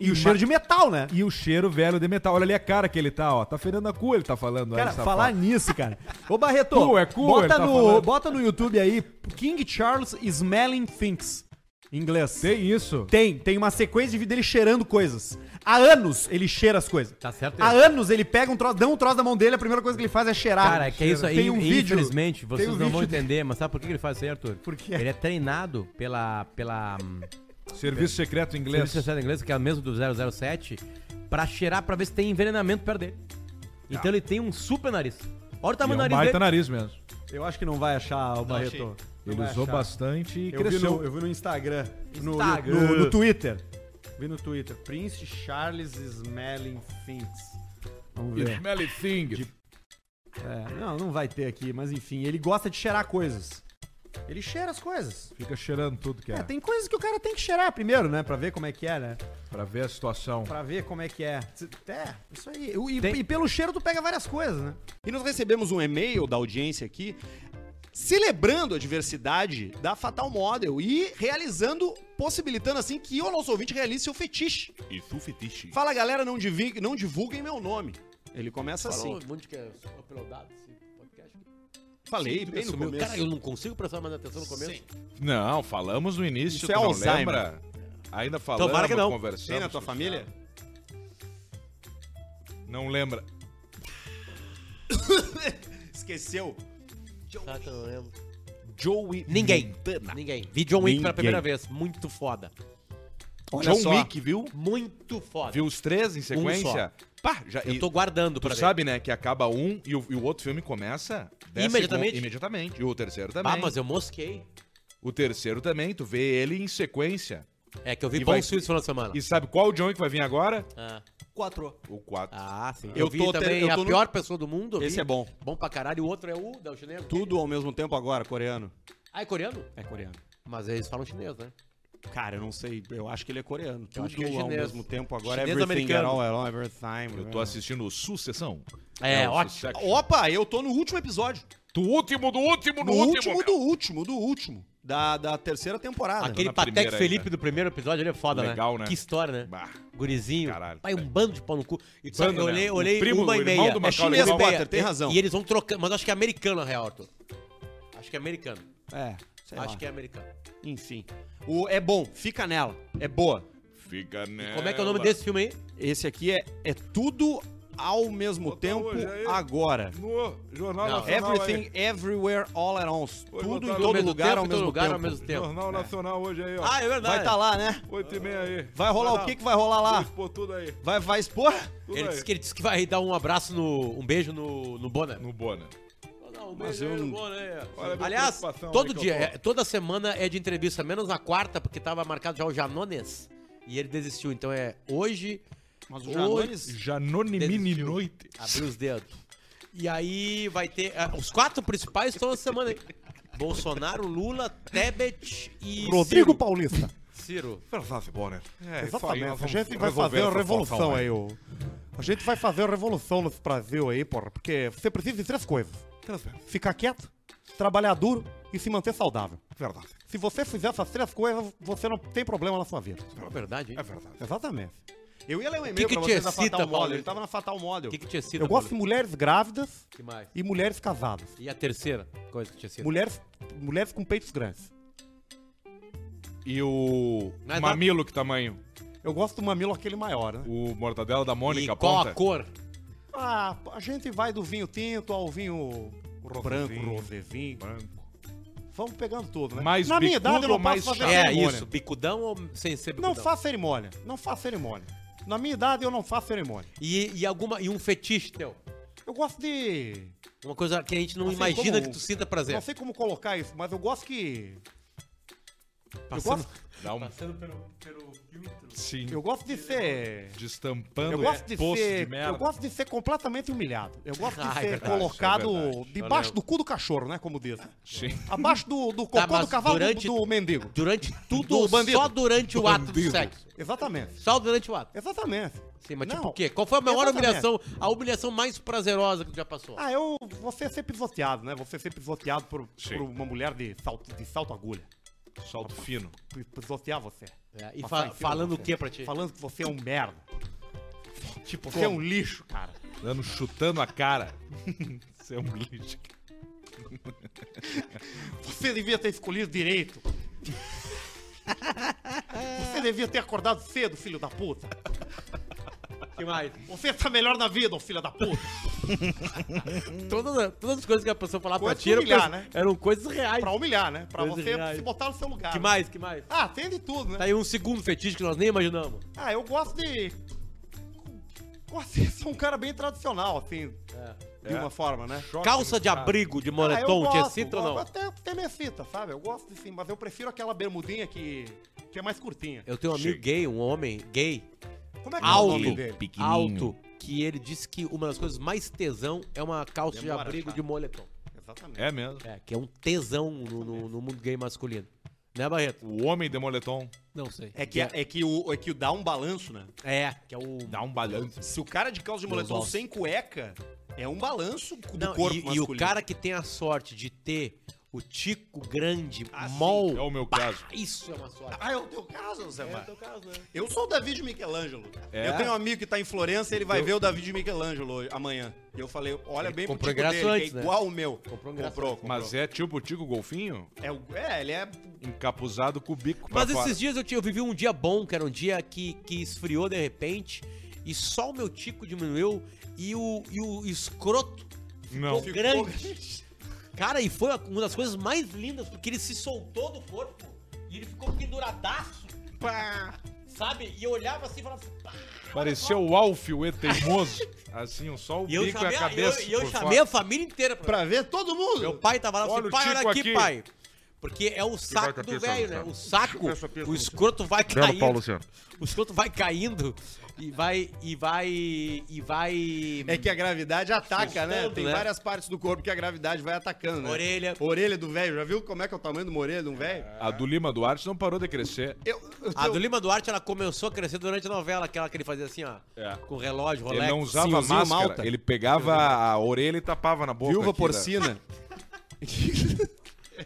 [SPEAKER 2] E o cheiro de metal, né?
[SPEAKER 3] E o cheiro velho de metal. Olha ali a cara que ele tá, ó. Tá fedendo a cu, ele tá falando.
[SPEAKER 2] Cara, falar nisso, cara. Ô, Barreto,
[SPEAKER 3] Cu, é cu,
[SPEAKER 2] bota,
[SPEAKER 3] ele tá
[SPEAKER 2] no,
[SPEAKER 3] falando.
[SPEAKER 2] bota no YouTube aí King Charles Smelling Things. Em inglês.
[SPEAKER 3] Tem isso?
[SPEAKER 2] Tem, tem uma sequência de vídeo dele cheirando coisas. Há anos ele cheira as coisas.
[SPEAKER 5] Tá certo?
[SPEAKER 2] Há anos ele pega um troço, dá um troço da mão dele, a primeira coisa que ele faz é cheirar.
[SPEAKER 5] Cara, é que é isso aí,
[SPEAKER 2] Tem um vídeo.
[SPEAKER 5] infelizmente, vocês
[SPEAKER 2] tem um
[SPEAKER 5] não vão
[SPEAKER 2] vídeo dele.
[SPEAKER 5] entender, mas sabe por que ele faz isso aí, Arthur? Porque ele é treinado pela... pela hum,
[SPEAKER 3] Serviço secreto inglês.
[SPEAKER 5] Serviço Secreto Inglês, que é o mesmo do 007, pra cheirar pra ver se tem envenenamento perto dele. Então ele tem um super nariz. Olha o
[SPEAKER 3] E é um
[SPEAKER 5] tamanho do nariz
[SPEAKER 3] baita
[SPEAKER 5] dele.
[SPEAKER 3] nariz mesmo.
[SPEAKER 2] Eu acho que não vai achar o
[SPEAKER 5] achei.
[SPEAKER 2] Barreto. Não
[SPEAKER 3] Ele
[SPEAKER 2] vai
[SPEAKER 3] usou
[SPEAKER 2] achar.
[SPEAKER 3] bastante e
[SPEAKER 2] eu Vi
[SPEAKER 3] cresceu.
[SPEAKER 2] no, eu vi no Instagram. No,
[SPEAKER 5] Instagram.
[SPEAKER 2] no- no Twitter. Vi no Twitter. Prince Charles Smelling Things. Vamos ver.
[SPEAKER 3] Smelly thing.
[SPEAKER 2] É, não, não vai ter aqui, mas enfim, ele gosta de cheirar coisas. Ele cheira as coisas.
[SPEAKER 3] Fica cheirando tudo que é.
[SPEAKER 2] É, tem coisas que o cara tem que cheirar primeiro, né? Pra ver como é que é, né?
[SPEAKER 3] Pra ver a situação.
[SPEAKER 2] Pra ver como é que é. É, isso aí. E, e pelo cheiro tu pega várias coisas, né?
[SPEAKER 1] E nós recebemos um e-mail da audiência aqui celebrando a diversidade da Fatal Model e realizando, possibilitando assim que o nosso ouvinte realize seu fetiche.
[SPEAKER 23] Isso, fetiche.
[SPEAKER 1] Fala galera, não, divi- não divulguem meu nome. Ele começa assim.
[SPEAKER 5] um monte que é uploadado esse podcast.
[SPEAKER 24] Falei
[SPEAKER 5] Sim, tu
[SPEAKER 24] bem no
[SPEAKER 5] assumiu.
[SPEAKER 24] começo.
[SPEAKER 5] Cara, eu não consigo prestar mais atenção no começo.
[SPEAKER 25] Não, falamos no início,
[SPEAKER 5] Isso
[SPEAKER 25] tu
[SPEAKER 5] é
[SPEAKER 25] não
[SPEAKER 5] Alzheimer.
[SPEAKER 25] lembra? Ainda falamos,
[SPEAKER 5] Tomara que não.
[SPEAKER 25] conversamos.
[SPEAKER 5] Tem na tua
[SPEAKER 25] família? Não lembra.
[SPEAKER 1] Esqueceu.
[SPEAKER 5] Ah, tá, eu lembro.
[SPEAKER 25] Joey
[SPEAKER 5] Ninguém.
[SPEAKER 25] Montana.
[SPEAKER 5] Ninguém. Vi John Wick pela
[SPEAKER 25] Ninguém.
[SPEAKER 5] primeira vez. Muito foda.
[SPEAKER 25] Olha John só. Wick, viu?
[SPEAKER 5] Muito foda.
[SPEAKER 25] Viu os três em sequência?
[SPEAKER 5] Um só.
[SPEAKER 25] Pá, já,
[SPEAKER 5] Eu tô guardando
[SPEAKER 25] tu
[SPEAKER 5] pra ver.
[SPEAKER 25] sabe, né, que acaba um e o, e o outro filme começa... dez
[SPEAKER 5] Imediatamente?
[SPEAKER 25] segundos- Imediatamente. E o terceiro também.
[SPEAKER 5] Ah, mas eu mosquei.
[SPEAKER 25] O terceiro também, tu vê ele em sequência.
[SPEAKER 5] É que eu vi
[SPEAKER 25] E
[SPEAKER 5] Pão
[SPEAKER 25] vai-
[SPEAKER 5] Suíço esse final de semana.
[SPEAKER 25] E sabe qual o John que vai vir agora?
[SPEAKER 5] Ah.
[SPEAKER 8] Quatro.
[SPEAKER 25] O 4.
[SPEAKER 5] Ah, sim.
[SPEAKER 25] Eu,
[SPEAKER 5] Eu, vi
[SPEAKER 25] tô
[SPEAKER 5] também
[SPEAKER 25] ter- eu
[SPEAKER 5] a
[SPEAKER 25] tô no-
[SPEAKER 5] pior pessoa do mundo. eu
[SPEAKER 2] Esse
[SPEAKER 5] vi.
[SPEAKER 2] é bom.
[SPEAKER 5] Bom pra caralho. E o outro é o da chinês.
[SPEAKER 2] Tudo ao mesmo tempo agora, coreano.
[SPEAKER 5] Ah, é coreano?
[SPEAKER 2] É coreano.
[SPEAKER 5] Mas eles falam chinês, né?
[SPEAKER 2] Cara, eu não sei. Eu acho que ele é coreano. Tudo
[SPEAKER 5] acho que é
[SPEAKER 2] ao
[SPEAKER 5] chinês.
[SPEAKER 2] mesmo tempo agora.
[SPEAKER 1] é
[SPEAKER 25] Chinês
[SPEAKER 2] everything at
[SPEAKER 25] americano.
[SPEAKER 2] all, at all, everything.
[SPEAKER 25] Eu tô assistindo Sucessão.
[SPEAKER 5] É,
[SPEAKER 25] o
[SPEAKER 5] ótimo.
[SPEAKER 25] Succession.
[SPEAKER 2] Opa, eu tô no último episódio.
[SPEAKER 25] Do último, do último,
[SPEAKER 2] No
[SPEAKER 25] do
[SPEAKER 2] último,
[SPEAKER 25] último.
[SPEAKER 2] do último, do último. Da, da terceira temporada.
[SPEAKER 5] Aquele
[SPEAKER 25] na
[SPEAKER 5] Patek
[SPEAKER 25] primeira aí,
[SPEAKER 5] Felipe do primeiro episódio, ele é foda, né?
[SPEAKER 25] Legal, né?
[SPEAKER 5] Que história, né?
[SPEAKER 25] Bah.
[SPEAKER 5] Gurizinho.
[SPEAKER 25] Caralho.
[SPEAKER 5] Pai, um bando de pau no cu. E tu sabe,
[SPEAKER 25] Bando,
[SPEAKER 5] eu
[SPEAKER 25] né?
[SPEAKER 5] olhei,
[SPEAKER 25] O
[SPEAKER 5] olhei
[SPEAKER 25] primo,
[SPEAKER 5] uma
[SPEAKER 25] o
[SPEAKER 5] e
[SPEAKER 25] irmão
[SPEAKER 5] meia.
[SPEAKER 25] do
[SPEAKER 5] É
[SPEAKER 25] Macaulay
[SPEAKER 5] chinês,
[SPEAKER 25] Culkin.
[SPEAKER 5] Potter,
[SPEAKER 2] tem razão.
[SPEAKER 5] E eles vão trocando, mas acho que é americano, na real, Arthur. Acho que é americano.
[SPEAKER 2] É, sei
[SPEAKER 5] acho
[SPEAKER 2] lá.
[SPEAKER 5] que é americano.
[SPEAKER 2] Enfim. O, é bom, fica nela. É boa.
[SPEAKER 25] Fica nela.
[SPEAKER 5] Como é que é o nome desse filme aí?
[SPEAKER 2] Esse aqui é, é tudo ao mesmo tempo
[SPEAKER 25] hoje aí.
[SPEAKER 2] agora.
[SPEAKER 25] No Jornal
[SPEAKER 5] Não.
[SPEAKER 25] Nacional.
[SPEAKER 2] Everything,
[SPEAKER 25] aí.
[SPEAKER 2] Everywhere, All at Once.
[SPEAKER 25] Oi,
[SPEAKER 2] Tudo em
[SPEAKER 25] botar
[SPEAKER 2] todo
[SPEAKER 25] no
[SPEAKER 2] lugar,
[SPEAKER 5] tempo,
[SPEAKER 2] ao
[SPEAKER 5] em todo
[SPEAKER 2] mesmo
[SPEAKER 5] lugar,
[SPEAKER 2] tempo.
[SPEAKER 5] ao mesmo tempo. É.
[SPEAKER 25] Jornal Nacional hoje aí, ó.
[SPEAKER 5] Ah, é verdade.
[SPEAKER 2] Vai estar tá lá, né?
[SPEAKER 25] Oito e meia aí.
[SPEAKER 2] Vai rolar o
[SPEAKER 25] lá.
[SPEAKER 2] que, que vai rolar lá?
[SPEAKER 25] Pô, tudo aí.
[SPEAKER 2] Vai, vai expor?
[SPEAKER 25] Tudo aí.
[SPEAKER 5] Ele disse, que, ele disse que vai dar um abraço no. um beijo no, no Bonner.
[SPEAKER 25] No Bona.
[SPEAKER 5] Um
[SPEAKER 2] Mas
[SPEAKER 5] beijo aí
[SPEAKER 2] eu-
[SPEAKER 5] no Bonner. é.
[SPEAKER 25] Olha a minha
[SPEAKER 5] Aliás,
[SPEAKER 25] preocupação
[SPEAKER 5] todo
[SPEAKER 25] aí que
[SPEAKER 5] dia,
[SPEAKER 25] eu tô.
[SPEAKER 5] é- toda semana é de entrevista, menos na quarta, porque tava marcado já o Janones. E ele desistiu. Então é hoje.
[SPEAKER 2] Mas
[SPEAKER 5] o
[SPEAKER 2] o
[SPEAKER 5] Janones
[SPEAKER 2] Janones
[SPEAKER 25] é Janone
[SPEAKER 5] Desistiu.
[SPEAKER 25] Mini Noite.
[SPEAKER 5] Abriu os dedos. E aí vai ter. ah, os quatro principais toda semana, hein? Bolsonaro, Lula, Tebet e. Ciro.
[SPEAKER 2] Paulista.
[SPEAKER 5] Ciro.
[SPEAKER 2] Verdade, Bonner.
[SPEAKER 25] É,
[SPEAKER 2] Exatamente. A gente vai fazer a revolução aí. ô. A gente vai fazer a revolução nesse Brasil aí, porra. Porque você precisa de três coisas. Ficar quieto, trabalhar duro e se manter saudável.
[SPEAKER 25] Verdade.
[SPEAKER 2] Se você fizer essas três coisas, você não tem problema na sua vida.
[SPEAKER 5] É verdade, hein?
[SPEAKER 25] verdade.
[SPEAKER 2] Exatamente. Eu ia ler um
[SPEAKER 5] que te excita, Paulo?
[SPEAKER 2] na Fatal Model.
[SPEAKER 5] O que, que te excita?
[SPEAKER 2] Eu gosto de
[SPEAKER 5] Paulo?
[SPEAKER 2] mulheres grávidas
[SPEAKER 5] Que mais?
[SPEAKER 2] e mulheres casadas.
[SPEAKER 5] E a terceira coisa que te excita?
[SPEAKER 2] Mulheres, mulheres com peitos grandes.
[SPEAKER 25] E o
[SPEAKER 5] Não é
[SPEAKER 25] mamilo, que tamanho?
[SPEAKER 2] Eu gosto do mamilo aquele maior, né?
[SPEAKER 25] O mortadela da
[SPEAKER 5] E
[SPEAKER 25] Mônica,
[SPEAKER 5] qual
[SPEAKER 25] aponta?
[SPEAKER 5] a cor?
[SPEAKER 2] Ah, a gente vai do vinho tinto ao vinho branco, rosevinho.
[SPEAKER 25] Branco.
[SPEAKER 2] Vamos pegando tudo, né?
[SPEAKER 25] Mais
[SPEAKER 2] Na minha idade
[SPEAKER 25] bicudo
[SPEAKER 2] eu não
[SPEAKER 25] ou mais
[SPEAKER 2] posso fazer
[SPEAKER 25] chato?
[SPEAKER 5] É
[SPEAKER 2] cerimônia.
[SPEAKER 5] isso, bicudão ou sem ser bicudão?
[SPEAKER 25] Então.
[SPEAKER 2] Não faço cerimônia. Não faço cerimônia. Na minha idade eu não faço cerimônia.
[SPEAKER 5] E, e alguma, e um fetiche teu?
[SPEAKER 2] Eu gosto de.
[SPEAKER 5] Uma coisa que a gente não
[SPEAKER 2] Não sei
[SPEAKER 5] imagina
[SPEAKER 2] Assim como-
[SPEAKER 5] que tu sinta prazer.
[SPEAKER 25] É.
[SPEAKER 2] Não sei como colocar isso, mas eu gosto que.
[SPEAKER 5] Passando-
[SPEAKER 2] Eu gosto,
[SPEAKER 25] Dá um... Sim.
[SPEAKER 2] eu gosto de ser.
[SPEAKER 25] Destampando
[SPEAKER 2] Eu gosto de
[SPEAKER 25] é poço
[SPEAKER 2] ser.
[SPEAKER 25] de
[SPEAKER 2] eu
[SPEAKER 25] merda.
[SPEAKER 2] gosto de ser completamente humilhado. Eu gosto de
[SPEAKER 5] Ah, é
[SPEAKER 2] ser
[SPEAKER 5] verdade,
[SPEAKER 2] colocado
[SPEAKER 25] é verdade.
[SPEAKER 2] debaixo
[SPEAKER 5] Valeu.
[SPEAKER 2] do cu do cachorro, né? Como diz.
[SPEAKER 25] Sim.
[SPEAKER 2] Abaixo do, do
[SPEAKER 5] Tá,
[SPEAKER 2] cocô do
[SPEAKER 5] mas
[SPEAKER 2] cavalo do-
[SPEAKER 5] durante-
[SPEAKER 2] do mendigo.
[SPEAKER 5] Durante
[SPEAKER 2] Do
[SPEAKER 5] tudo,
[SPEAKER 2] bandido.
[SPEAKER 5] só durante o ato do sexo.
[SPEAKER 2] Exatamente.
[SPEAKER 5] Só durante o ato.
[SPEAKER 2] Exatamente.
[SPEAKER 5] Sim, mas
[SPEAKER 2] Não.
[SPEAKER 5] tipo o quê? Qual foi a maior
[SPEAKER 2] Exatamente.
[SPEAKER 5] humilhação, a humilhação mais prazerosa que tu já passou?
[SPEAKER 2] Ah, eu. Você ser pisoteado, né? Você ser pisoteado por,
[SPEAKER 25] Sim.
[SPEAKER 2] por uma mulher de salto, de salto agulha.
[SPEAKER 25] Salto fino.
[SPEAKER 2] P- Pisotear você.
[SPEAKER 5] É, e
[SPEAKER 2] Passar
[SPEAKER 5] fa-
[SPEAKER 2] em cima de
[SPEAKER 5] falando o
[SPEAKER 2] você.
[SPEAKER 5] quê pra ti?
[SPEAKER 2] Falando que você é um merda. Tipo, você é um lixo, cara.
[SPEAKER 25] Dando, um chutando a cara. Você é um lixo.
[SPEAKER 2] Você devia ter escolhido direito. Você devia ter acordado cedo, filho da puta.
[SPEAKER 5] Que mais?
[SPEAKER 2] Você está melhor na vida, ô filho da puta.
[SPEAKER 5] Todas, todas as coisas que a pessoa falava pra
[SPEAKER 2] Coisa
[SPEAKER 5] ti eram,
[SPEAKER 2] de humilhar,
[SPEAKER 5] coisas-
[SPEAKER 2] né?
[SPEAKER 5] eram coisas reais.
[SPEAKER 2] Pra humilhar, né? Pra
[SPEAKER 5] Coisa
[SPEAKER 2] você
[SPEAKER 5] real.
[SPEAKER 2] se botar no seu lugar.
[SPEAKER 5] Que
[SPEAKER 2] né?
[SPEAKER 5] mais, que mais?
[SPEAKER 2] Ah, tem de tudo, né?
[SPEAKER 5] Tá aí um segundo fetiche que nós nem imaginamos.
[SPEAKER 2] Ah, eu gosto de. Gosto de ser um cara bem tradicional, assim.
[SPEAKER 5] É,
[SPEAKER 2] De uma forma, né? Ah,
[SPEAKER 5] Calça de abrigo, de moletom,
[SPEAKER 2] eu
[SPEAKER 5] te
[SPEAKER 2] gosto,
[SPEAKER 5] excita ou
[SPEAKER 2] gosto.
[SPEAKER 5] não?
[SPEAKER 2] Até, até me excita, sabe? Eu gosto de sim, mas eu prefiro aquela bermudinha que, que é mais curtinha.
[SPEAKER 5] Eu tenho um amigo gay, um homem gay,
[SPEAKER 2] Como é que é o nome dele?
[SPEAKER 5] alto, alto, que ele disse que uma das coisas mais tesão é uma calça de
[SPEAKER 2] Demora,
[SPEAKER 5] abrigo
[SPEAKER 2] tá?
[SPEAKER 5] de moletom.
[SPEAKER 2] Exatamente.
[SPEAKER 25] É mesmo.
[SPEAKER 5] É, que é um tesão no, no- no mundo gay masculino. Né, Barreto?
[SPEAKER 25] O homem de moletom
[SPEAKER 5] Não sei.
[SPEAKER 2] É que, é, que o, é que o dá um balanço, né?
[SPEAKER 5] É, que é o...
[SPEAKER 25] dá um balanço.
[SPEAKER 2] Se o cara de calça de
[SPEAKER 5] Meus
[SPEAKER 2] moletom
[SPEAKER 5] ossos.
[SPEAKER 2] sem cueca, é um balanço do
[SPEAKER 5] Não,
[SPEAKER 2] corpo
[SPEAKER 5] e, e
[SPEAKER 2] masculino.
[SPEAKER 5] o cara que tem a sorte de ter O Tico Grande, Mol.
[SPEAKER 25] É o meu caso.
[SPEAKER 5] Isso é uma sorte.
[SPEAKER 1] Ah, é o teu caso, Zé Mar.
[SPEAKER 5] caso, né?
[SPEAKER 1] Eu sou o Davi de Michelangelo.
[SPEAKER 5] É?
[SPEAKER 1] Eu tenho um amigo que tá em Florença, ele vai ver o Davi de Michelangelo hoje- amanhã. E eu falei, olha bem pro
[SPEAKER 25] comprou
[SPEAKER 1] tico dele,
[SPEAKER 25] ingresso
[SPEAKER 1] que é
[SPEAKER 25] antes, né?
[SPEAKER 1] igual o meu.
[SPEAKER 5] Comprou
[SPEAKER 1] ingresso comprou,
[SPEAKER 25] Mas é tipo o Tico Golfinho?
[SPEAKER 1] É, o- é, ele é...
[SPEAKER 25] Encapuzado com o bico pra
[SPEAKER 5] Mas
[SPEAKER 25] fora.
[SPEAKER 5] esses dias eu, ti- eu vivi um dia bom, que era um dia que, que esfriou de repente, e só o meu tico diminuiu e o, e o escroto ficou
[SPEAKER 25] Não. Ficou
[SPEAKER 5] grande. Cara, e foi uma das coisas mais lindas, porque ele se soltou do corpo e ele ficou penduradaço. Pá. Sabe? E eu olhava assim e falava. "Pá".
[SPEAKER 25] Pareceu o Alf, o E teimoso. Assim, só o
[SPEAKER 5] E eu
[SPEAKER 25] bico e
[SPEAKER 5] chamei,
[SPEAKER 25] a
[SPEAKER 5] a, eu,
[SPEAKER 25] cabeça.
[SPEAKER 5] e eu
[SPEAKER 25] por
[SPEAKER 5] chamei
[SPEAKER 25] fora.
[SPEAKER 5] a família inteira pra,
[SPEAKER 1] pra ver todo mundo.
[SPEAKER 5] Meu pai tava lá, eu
[SPEAKER 25] Olha
[SPEAKER 5] falei,
[SPEAKER 25] o
[SPEAKER 5] pai, olha
[SPEAKER 25] Tico
[SPEAKER 5] aqui,
[SPEAKER 25] aqui.
[SPEAKER 5] pai. Porque é o saco
[SPEAKER 25] vai com a
[SPEAKER 5] do
[SPEAKER 25] pizza,
[SPEAKER 5] velho, né?
[SPEAKER 25] Luciano.
[SPEAKER 5] O saco,
[SPEAKER 25] Deixa eu ver essa
[SPEAKER 5] o escroto vai
[SPEAKER 25] Belo
[SPEAKER 5] caindo.
[SPEAKER 25] pau, Tá Luciano.
[SPEAKER 5] O escroto vai caindo e vai e vai e vai
[SPEAKER 1] É que a gravidade ataca, né?
[SPEAKER 5] Surtando,
[SPEAKER 1] Tem
[SPEAKER 5] né?
[SPEAKER 1] várias partes do corpo que a gravidade vai atacando, né?
[SPEAKER 5] Orelha.
[SPEAKER 1] Orelha do velho. Já viu como é que é o tamanho de uma orelha de um velho?
[SPEAKER 25] A do Lima Duarte não parou de crescer.
[SPEAKER 5] A Ah, do Lima Duarte, ela começou a crescer durante a novela, aquela que ele fazia assim, ó. Com relógio, Rolex.
[SPEAKER 25] Ele não usava
[SPEAKER 5] Sim, usava
[SPEAKER 25] máscara,
[SPEAKER 5] malta.
[SPEAKER 25] ele pegava a orelha e tapava na boca.
[SPEAKER 5] Viúva
[SPEAKER 25] aqui, né?
[SPEAKER 5] porcina.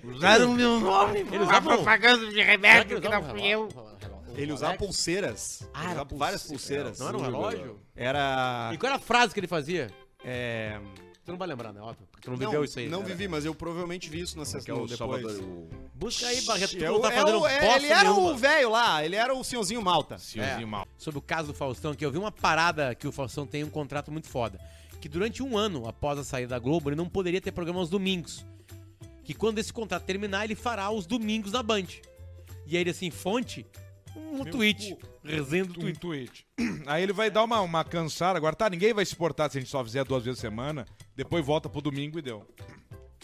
[SPEAKER 25] Usaram meu nome
[SPEAKER 5] Ele usava
[SPEAKER 26] propaganda de
[SPEAKER 5] Será que
[SPEAKER 26] remédio
[SPEAKER 5] ele
[SPEAKER 26] que
[SPEAKER 5] usava
[SPEAKER 26] não
[SPEAKER 5] um
[SPEAKER 26] fui eu.
[SPEAKER 5] relógio?
[SPEAKER 1] Ele usava pulseiras.
[SPEAKER 5] é? Ah,
[SPEAKER 1] ele
[SPEAKER 5] era
[SPEAKER 1] usava
[SPEAKER 5] pulse-
[SPEAKER 1] várias pulseiras.
[SPEAKER 5] Não era um relógio?
[SPEAKER 1] Era.
[SPEAKER 5] E qual era a frase que ele fazia?
[SPEAKER 1] É.
[SPEAKER 5] Tu não vai lembrar, né? Óbvio. Porque tu não viveu isso aí.
[SPEAKER 1] Não
[SPEAKER 5] né?
[SPEAKER 1] vivi, mas eu provavelmente vi isso na
[SPEAKER 25] que é
[SPEAKER 1] sessão
[SPEAKER 25] o
[SPEAKER 1] depois.
[SPEAKER 25] Salvador. O...
[SPEAKER 5] Busca aí, Barreto. Tu
[SPEAKER 1] É
[SPEAKER 5] não
[SPEAKER 1] o-
[SPEAKER 5] tá
[SPEAKER 1] é
[SPEAKER 5] fazendo
[SPEAKER 1] o- é-
[SPEAKER 5] bosta
[SPEAKER 1] ele era
[SPEAKER 5] nenhuma.
[SPEAKER 1] o velho lá, ele era o senhorzinho malta.
[SPEAKER 5] É. Sobre o caso do Faustão, que eu vi uma parada que o Faustão tem um contrato muito foda. Que durante um ano, após a saída da Globo, ele não poderia ter programa aos domingos. Que quando esse contrato terminar, ele fará os domingos na Band. E aí ele assim, fonte, um tweet. Resenha do
[SPEAKER 25] tweet. Aí ele vai dar uma, uma cansada agora. Tá, ninguém vai se portar se a gente só fizer duas vezes a semana. Depois volta pro domingo e deu.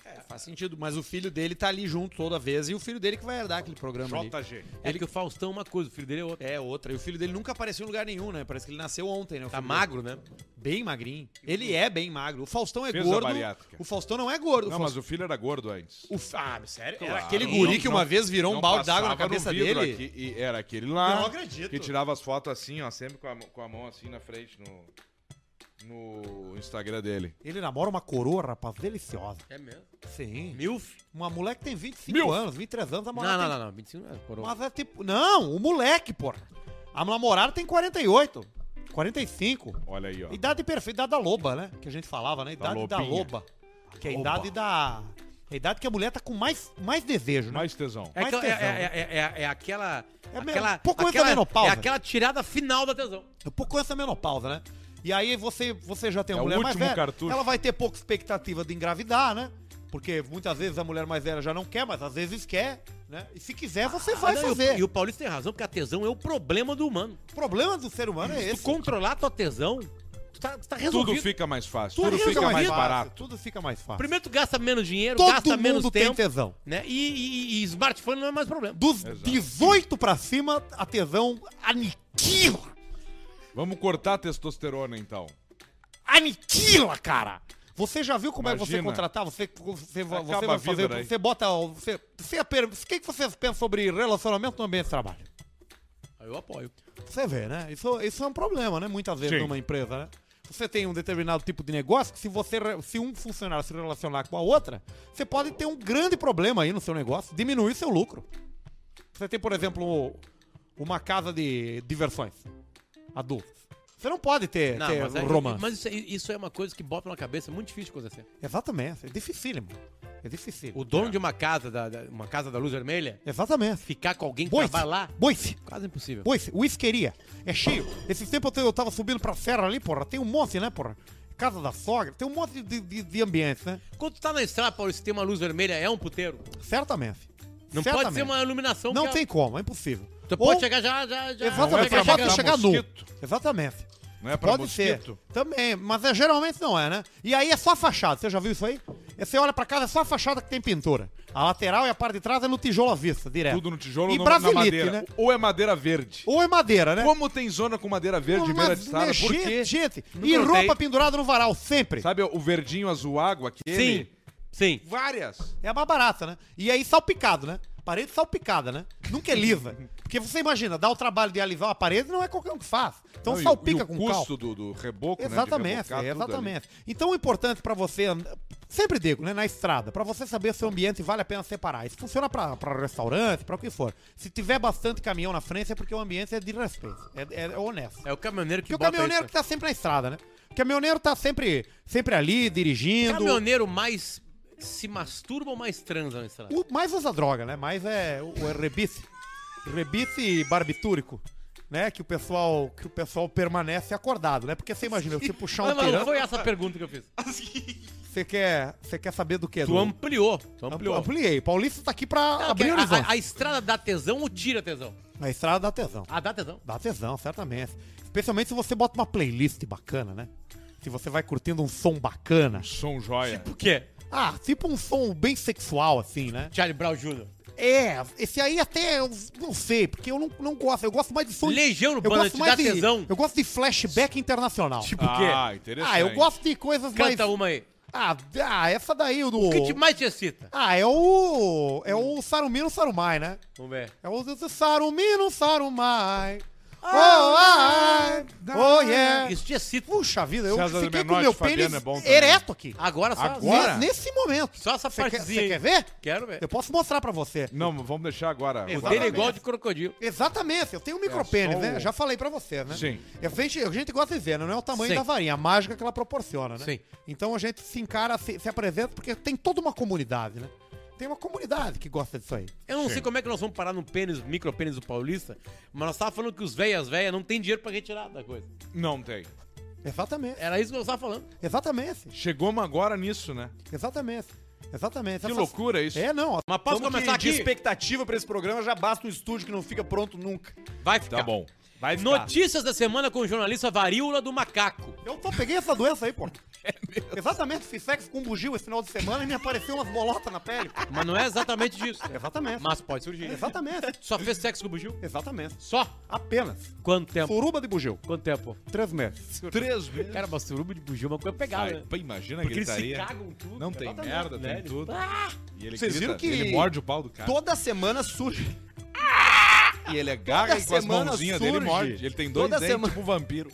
[SPEAKER 1] É, faz sentido, mas o filho dele tá ali junto toda vez e o filho dele que vai herdar aquele programa ali.
[SPEAKER 25] JG.
[SPEAKER 5] É que o Faustão é uma coisa, o filho dele é outra.
[SPEAKER 1] É outra. E o filho dele nunca apareceu em lugar nenhum, né? Parece que ele nasceu ontem, né?
[SPEAKER 5] Tá magro, né?
[SPEAKER 1] Bem magrinho. Ele é bem magro. O Faustão é
[SPEAKER 25] Fez a
[SPEAKER 1] gordo.
[SPEAKER 25] bariátrica.
[SPEAKER 1] O Faustão não é gordo.
[SPEAKER 25] Não,
[SPEAKER 1] o
[SPEAKER 25] mas o filho era gordo antes.
[SPEAKER 1] O f- Ah, sério? Era
[SPEAKER 25] Claro,
[SPEAKER 1] aquele
[SPEAKER 25] não-
[SPEAKER 1] guri que
[SPEAKER 25] não-
[SPEAKER 1] uma vez virou um
[SPEAKER 25] não
[SPEAKER 1] balde d'água na
[SPEAKER 25] passava no
[SPEAKER 1] cabeça
[SPEAKER 25] vidro
[SPEAKER 1] dele?
[SPEAKER 25] aqui, e era aquele lá.
[SPEAKER 1] Não acredito.
[SPEAKER 25] Que tirava as fotos assim, ó, sempre com a, mão- com a mão assim na frente no, no Instagram dele.
[SPEAKER 2] Ele namora uma coroa, rapaz, deliciosa.
[SPEAKER 5] É mesmo?
[SPEAKER 2] Sim.
[SPEAKER 5] Milf?
[SPEAKER 2] Uma moleque tem 25
[SPEAKER 5] Milf.
[SPEAKER 2] anos, 23 anos, a
[SPEAKER 5] Não,
[SPEAKER 2] namorada
[SPEAKER 5] não,
[SPEAKER 2] tem-
[SPEAKER 5] não, não. 25 não é coroa.
[SPEAKER 2] Mas é tipo... Não, o moleque, porra. A namorada tem 48, 45.
[SPEAKER 25] Olha aí, ó.
[SPEAKER 2] Idade perfeita, idade da loba, né? Que a gente falava, né? Idade da,
[SPEAKER 25] lobinha.
[SPEAKER 2] loba. Que é a idade da... A idade que a mulher tá com mais, mais desejo, né?
[SPEAKER 25] Mais tesão.
[SPEAKER 5] É, aquela, é,
[SPEAKER 2] tesão,
[SPEAKER 5] é- é- é- é aquela.
[SPEAKER 2] É mesmo,
[SPEAKER 5] aquela
[SPEAKER 2] pouco antes da
[SPEAKER 5] aquela,
[SPEAKER 2] menopausa.
[SPEAKER 5] É aquela tirada final da tesão.
[SPEAKER 2] Um pouco antes da menopausa, né? E aí você, você já tem
[SPEAKER 25] É
[SPEAKER 2] uma
[SPEAKER 25] o
[SPEAKER 2] mulher mais
[SPEAKER 25] último
[SPEAKER 2] velha,
[SPEAKER 25] cartucho.
[SPEAKER 2] ela vai ter pouca expectativa de engravidar, né? Porque muitas vezes a mulher mais velha já não quer, mas às vezes quer, né? E se quiser, você vai
[SPEAKER 5] Ah, não, e o-
[SPEAKER 2] fazer.
[SPEAKER 5] E o Paulista tem razão, porque a tesão é o problema do humano.
[SPEAKER 2] O problema do ser humano é
[SPEAKER 5] Se
[SPEAKER 2] esse.
[SPEAKER 5] tu controlar a tua tesão, tu tá, tu tá resolvido.
[SPEAKER 25] Tudo fica mais fácil.
[SPEAKER 2] Tudo
[SPEAKER 25] Tudo, fica,
[SPEAKER 2] fica
[SPEAKER 25] mais
[SPEAKER 2] mais
[SPEAKER 25] barato.
[SPEAKER 2] Tudo fica mais fácil.
[SPEAKER 5] Primeiro tu gasta menos dinheiro,
[SPEAKER 2] Todo
[SPEAKER 5] gasta
[SPEAKER 2] mundo
[SPEAKER 5] menos
[SPEAKER 2] tem
[SPEAKER 5] tempo.
[SPEAKER 2] tesão.
[SPEAKER 5] Né? E, e- e smartphone não é mais problema.
[SPEAKER 2] Dos 18 pra cima, a tesão aniquila.
[SPEAKER 25] Vamos cortar a testosterona então.
[SPEAKER 2] Aniquila, cara. Você já viu como é que você
[SPEAKER 25] Imagina.
[SPEAKER 2] contratar? Você, você, você
[SPEAKER 25] Acaba a vida
[SPEAKER 5] né?
[SPEAKER 2] vai fazer.
[SPEAKER 25] daí.
[SPEAKER 2] Você bota. o- Você, você, é per- o que que você pensa sobre relacionamento no ambiente de trabalho?
[SPEAKER 5] Aí eu apoio.
[SPEAKER 2] Você vê, né? Isso, isso é um problema, né? Muitas vezes
[SPEAKER 25] Sim.
[SPEAKER 2] numa empresa, né? Você tem um determinado tipo de negócio que se você re- se um funcionário se relacionar com a outra, você pode ter um grande problema aí no seu negócio, diminuir seu lucro. Você tem, por exemplo, uma casa de diversões adultos. Você não pode ter,
[SPEAKER 5] Não,
[SPEAKER 2] ter
[SPEAKER 5] mas, aí-
[SPEAKER 2] romance.
[SPEAKER 5] mas isso, é- isso é uma coisa que bota na cabeça muito difícil de acontecer.
[SPEAKER 2] Exatamente, é dificílimo. É dificílimo.
[SPEAKER 5] O dono de uma casa, da, da- uma casa da luz vermelha, é
[SPEAKER 2] Exatamente.
[SPEAKER 5] ficar com alguém que
[SPEAKER 2] Boice.
[SPEAKER 5] trabalha lá,
[SPEAKER 2] Boice.
[SPEAKER 5] quase impossível.
[SPEAKER 2] Pois, whiskeria. É cheio. Esse tempo eu, te- eu tava subindo pra serra ali, porra. Tem um monte, né, porra? Casa da sogra. Tem um monte de, de, de ambientes, né?
[SPEAKER 5] Quando tu tá na estrada, Paulo, se tem uma luz vermelha, é um puteiro.
[SPEAKER 2] Certamente.
[SPEAKER 5] Não
[SPEAKER 2] Certamente.
[SPEAKER 5] pode ser uma iluminação
[SPEAKER 2] Não
[SPEAKER 5] que
[SPEAKER 2] tem como, é impossível.
[SPEAKER 5] Tu
[SPEAKER 2] Ou-
[SPEAKER 5] pode chegar já, já, já.
[SPEAKER 25] Não
[SPEAKER 2] Exatamente,
[SPEAKER 25] é
[SPEAKER 2] é capaz
[SPEAKER 25] pra
[SPEAKER 2] de
[SPEAKER 25] matar
[SPEAKER 2] chegar nu.
[SPEAKER 25] mosquito.
[SPEAKER 2] Exatamente.
[SPEAKER 25] Não é pra
[SPEAKER 2] Pode
[SPEAKER 25] mosquito.
[SPEAKER 2] ser. Também, mas é, geralmente não é, né? E aí é só a fachada, você já viu isso aí? E Você olha pra casa, é só a fachada que tem pintura. A lateral e a parte de trás é no tijolo à vista, direto.
[SPEAKER 25] Tudo no tijolo
[SPEAKER 2] e
[SPEAKER 25] ou na- na
[SPEAKER 2] brasilite,
[SPEAKER 25] madeira.
[SPEAKER 2] né?
[SPEAKER 25] Ou é madeira verde.
[SPEAKER 2] Ou é madeira, né?
[SPEAKER 25] Como tem zona com madeira verde em beira de estrada?
[SPEAKER 2] né,
[SPEAKER 25] Por quê?
[SPEAKER 2] gente, gente,
[SPEAKER 25] Nunca
[SPEAKER 2] e
[SPEAKER 25] notei.
[SPEAKER 2] roupa pendurada no varal, sempre.
[SPEAKER 25] Sabe o verdinho azul água aquele?
[SPEAKER 5] Sim, sim.
[SPEAKER 25] Várias.
[SPEAKER 2] É a mais barata, né? E aí salpicado, né? parede salpicada, né? Nunca é lisa. Porque você imagina, dá o trabalho de alisar uma parede, não é qualquer um que faz. Então
[SPEAKER 3] Não, e o-
[SPEAKER 2] salpica
[SPEAKER 3] e o
[SPEAKER 2] com
[SPEAKER 3] custo
[SPEAKER 2] calço.
[SPEAKER 3] do, do reboco, né, de
[SPEAKER 2] Exatamente,
[SPEAKER 3] rebocar
[SPEAKER 2] é,
[SPEAKER 3] tudo ali.
[SPEAKER 2] exatamente. Então o importante pra você, and- sempre digo, né, na estrada, pra você saber se o ambiente vale a pena separar. Isso funciona pra pra restaurante, pra o que for. Se tiver bastante caminhão na frente é porque o ambiente é de respeito, é, é honesto.
[SPEAKER 5] É o caminhoneiro que
[SPEAKER 2] Porque o
[SPEAKER 5] bota
[SPEAKER 2] caminhoneiro
[SPEAKER 5] isso.
[SPEAKER 2] que tá sempre na estrada, né? O caminhoneiro tá sempre, sempre ali dirigindo.
[SPEAKER 5] Caminhoneiro mais se masturba ou mais transa na estrada?
[SPEAKER 2] O- mais usa droga, né? Mais é o o é rebice. Rebice barbitúrico. Né? Que o pessoal que o pessoal permanece acordado, né? Porque você imagina, você puxar um
[SPEAKER 5] Não, mas não
[SPEAKER 2] tirão.
[SPEAKER 5] foi essa a pergunta que eu fiz.
[SPEAKER 2] Você quer, é, você quer saber do quê?
[SPEAKER 5] Tu
[SPEAKER 2] Do-
[SPEAKER 5] ampliou. Tu ampliou.
[SPEAKER 2] Ampliei. Paulista tá aqui pra
[SPEAKER 5] Não,
[SPEAKER 2] abrir
[SPEAKER 5] que
[SPEAKER 2] o
[SPEAKER 5] a-
[SPEAKER 2] horizonte.
[SPEAKER 5] a, a estrada dá tesão ou tira tesão?
[SPEAKER 2] A estrada dá tesão.
[SPEAKER 5] Ah, dá tesão.
[SPEAKER 2] Dá tesão, certamente. Especialmente se você bota uma playlist bacana, né? Se você vai curtindo um som bacana.
[SPEAKER 3] som joia.
[SPEAKER 5] Tipo o quê?
[SPEAKER 2] Ah, tipo um som bem sexual, assim, né?
[SPEAKER 5] Charlie Brown Jr.
[SPEAKER 2] É, esse aí até eu não sei, porque eu não, não gosto. Eu gosto mais de som.
[SPEAKER 5] Legião
[SPEAKER 2] eu
[SPEAKER 5] Urbana,
[SPEAKER 2] gosto
[SPEAKER 5] te
[SPEAKER 2] mais
[SPEAKER 5] dá
[SPEAKER 2] de,
[SPEAKER 5] tesão?
[SPEAKER 2] Eu gosto de flashback internacional.
[SPEAKER 5] Tipo o quê?
[SPEAKER 3] Ah, interessante.
[SPEAKER 2] Ah, eu gosto de coisas mais.
[SPEAKER 5] Canta uma aí.
[SPEAKER 2] Ah, ah, essa daí o do.
[SPEAKER 5] O que te mais te excita?
[SPEAKER 2] Ah, é o. É o Sarumino Sarumai, né?
[SPEAKER 5] Vamos ver.
[SPEAKER 2] É o do- do Sarumino Sarumai. Oh, ai, oh, yeah.
[SPEAKER 5] Isso te excita.
[SPEAKER 2] Puxa vida, eu
[SPEAKER 3] César
[SPEAKER 2] fiquei com
[SPEAKER 3] Menotti,
[SPEAKER 2] meu
[SPEAKER 3] Fabiano
[SPEAKER 2] pênis
[SPEAKER 3] é bom também.
[SPEAKER 2] ereto aqui.
[SPEAKER 5] Agora só.
[SPEAKER 3] Agora?
[SPEAKER 2] Ne- Nesse momento.
[SPEAKER 5] Só essa
[SPEAKER 2] Você quer,
[SPEAKER 5] partezinha
[SPEAKER 2] você
[SPEAKER 5] aí.
[SPEAKER 2] quer ver?
[SPEAKER 5] Quero ver.
[SPEAKER 2] Eu posso mostrar pra você.
[SPEAKER 3] Não, mas vamos deixar agora.
[SPEAKER 5] O
[SPEAKER 3] agora
[SPEAKER 5] dele é igual
[SPEAKER 3] mesmo.
[SPEAKER 5] de crocodilo.
[SPEAKER 2] Exatamente, eu tenho um
[SPEAKER 5] É,
[SPEAKER 2] micropênis,
[SPEAKER 3] só
[SPEAKER 2] né?
[SPEAKER 3] o-
[SPEAKER 2] Eu Já falei pra você, né?
[SPEAKER 3] Sim.
[SPEAKER 2] E A gente, a gente gosta de ver, né? não é o tamanho
[SPEAKER 5] Sim.
[SPEAKER 2] da varinha, a mágica que ela proporciona, né?
[SPEAKER 5] Sim.
[SPEAKER 2] Então a gente se encara, se, se apresenta, porque tem toda uma comunidade, né? Tem uma comunidade que gosta disso aí.
[SPEAKER 5] Eu não sei como é que nós vamos parar no pênis, micro pênis do paulista, mas nós tava falando que os velhas velhas não tem dinheiro pra retirar da coisa.
[SPEAKER 3] Não tem.
[SPEAKER 2] Exatamente,
[SPEAKER 5] Era isso que nós tava falando.
[SPEAKER 2] exatamente,
[SPEAKER 3] Chegamos agora nisso, né?
[SPEAKER 2] exatamente, exatamente.
[SPEAKER 3] Que
[SPEAKER 2] Essas-
[SPEAKER 3] loucura isso.
[SPEAKER 2] É, não. ó.
[SPEAKER 5] Mas posso
[SPEAKER 2] Como
[SPEAKER 5] começar
[SPEAKER 2] que de
[SPEAKER 5] aqui?
[SPEAKER 2] expectativa pra esse programa, já basta um estúdio que não fica pronto nunca.
[SPEAKER 5] Vai ficar.
[SPEAKER 3] Tá bom. Vai ficar.
[SPEAKER 5] Notícias da semana com o jornalista Varíola do Macaco.
[SPEAKER 2] Eu só peguei essa doença aí, pô.
[SPEAKER 3] É
[SPEAKER 2] Exatamente, fiz sexo com um bugio esse final de semana e me apareceu umas bolotas na pele. pô.
[SPEAKER 5] Mas não é exatamente disso.
[SPEAKER 2] Exatamente.
[SPEAKER 5] Mas pode surgir.
[SPEAKER 2] Exatamente,
[SPEAKER 5] Só fez sexo com o bugio?
[SPEAKER 2] exatamente.
[SPEAKER 5] Só?
[SPEAKER 2] Apenas.
[SPEAKER 5] Quanto tempo?
[SPEAKER 2] Suruba de bugio.
[SPEAKER 5] Quanto tempo?
[SPEAKER 2] Três meses.
[SPEAKER 3] Três vezes.
[SPEAKER 5] Cara, mas suruba de bugio é uma coisa pegada,
[SPEAKER 3] Ai,
[SPEAKER 5] né?
[SPEAKER 3] pô, imagina a
[SPEAKER 5] Porque eles se
[SPEAKER 3] gritaria.
[SPEAKER 5] cagam tudo.
[SPEAKER 3] Não tem merda, tem tudo. E ele
[SPEAKER 1] Vocês viram
[SPEAKER 3] grita,
[SPEAKER 1] que-
[SPEAKER 3] ele morde o pau do cara.
[SPEAKER 1] Toda semana surge.
[SPEAKER 3] E ele agarra
[SPEAKER 1] toda
[SPEAKER 3] e com as
[SPEAKER 1] semana
[SPEAKER 3] mãozinhas dele
[SPEAKER 1] surge.
[SPEAKER 3] morde. Ele tem dois
[SPEAKER 1] Toda
[SPEAKER 3] dentes,
[SPEAKER 1] semana-
[SPEAKER 3] tipo um vampiro.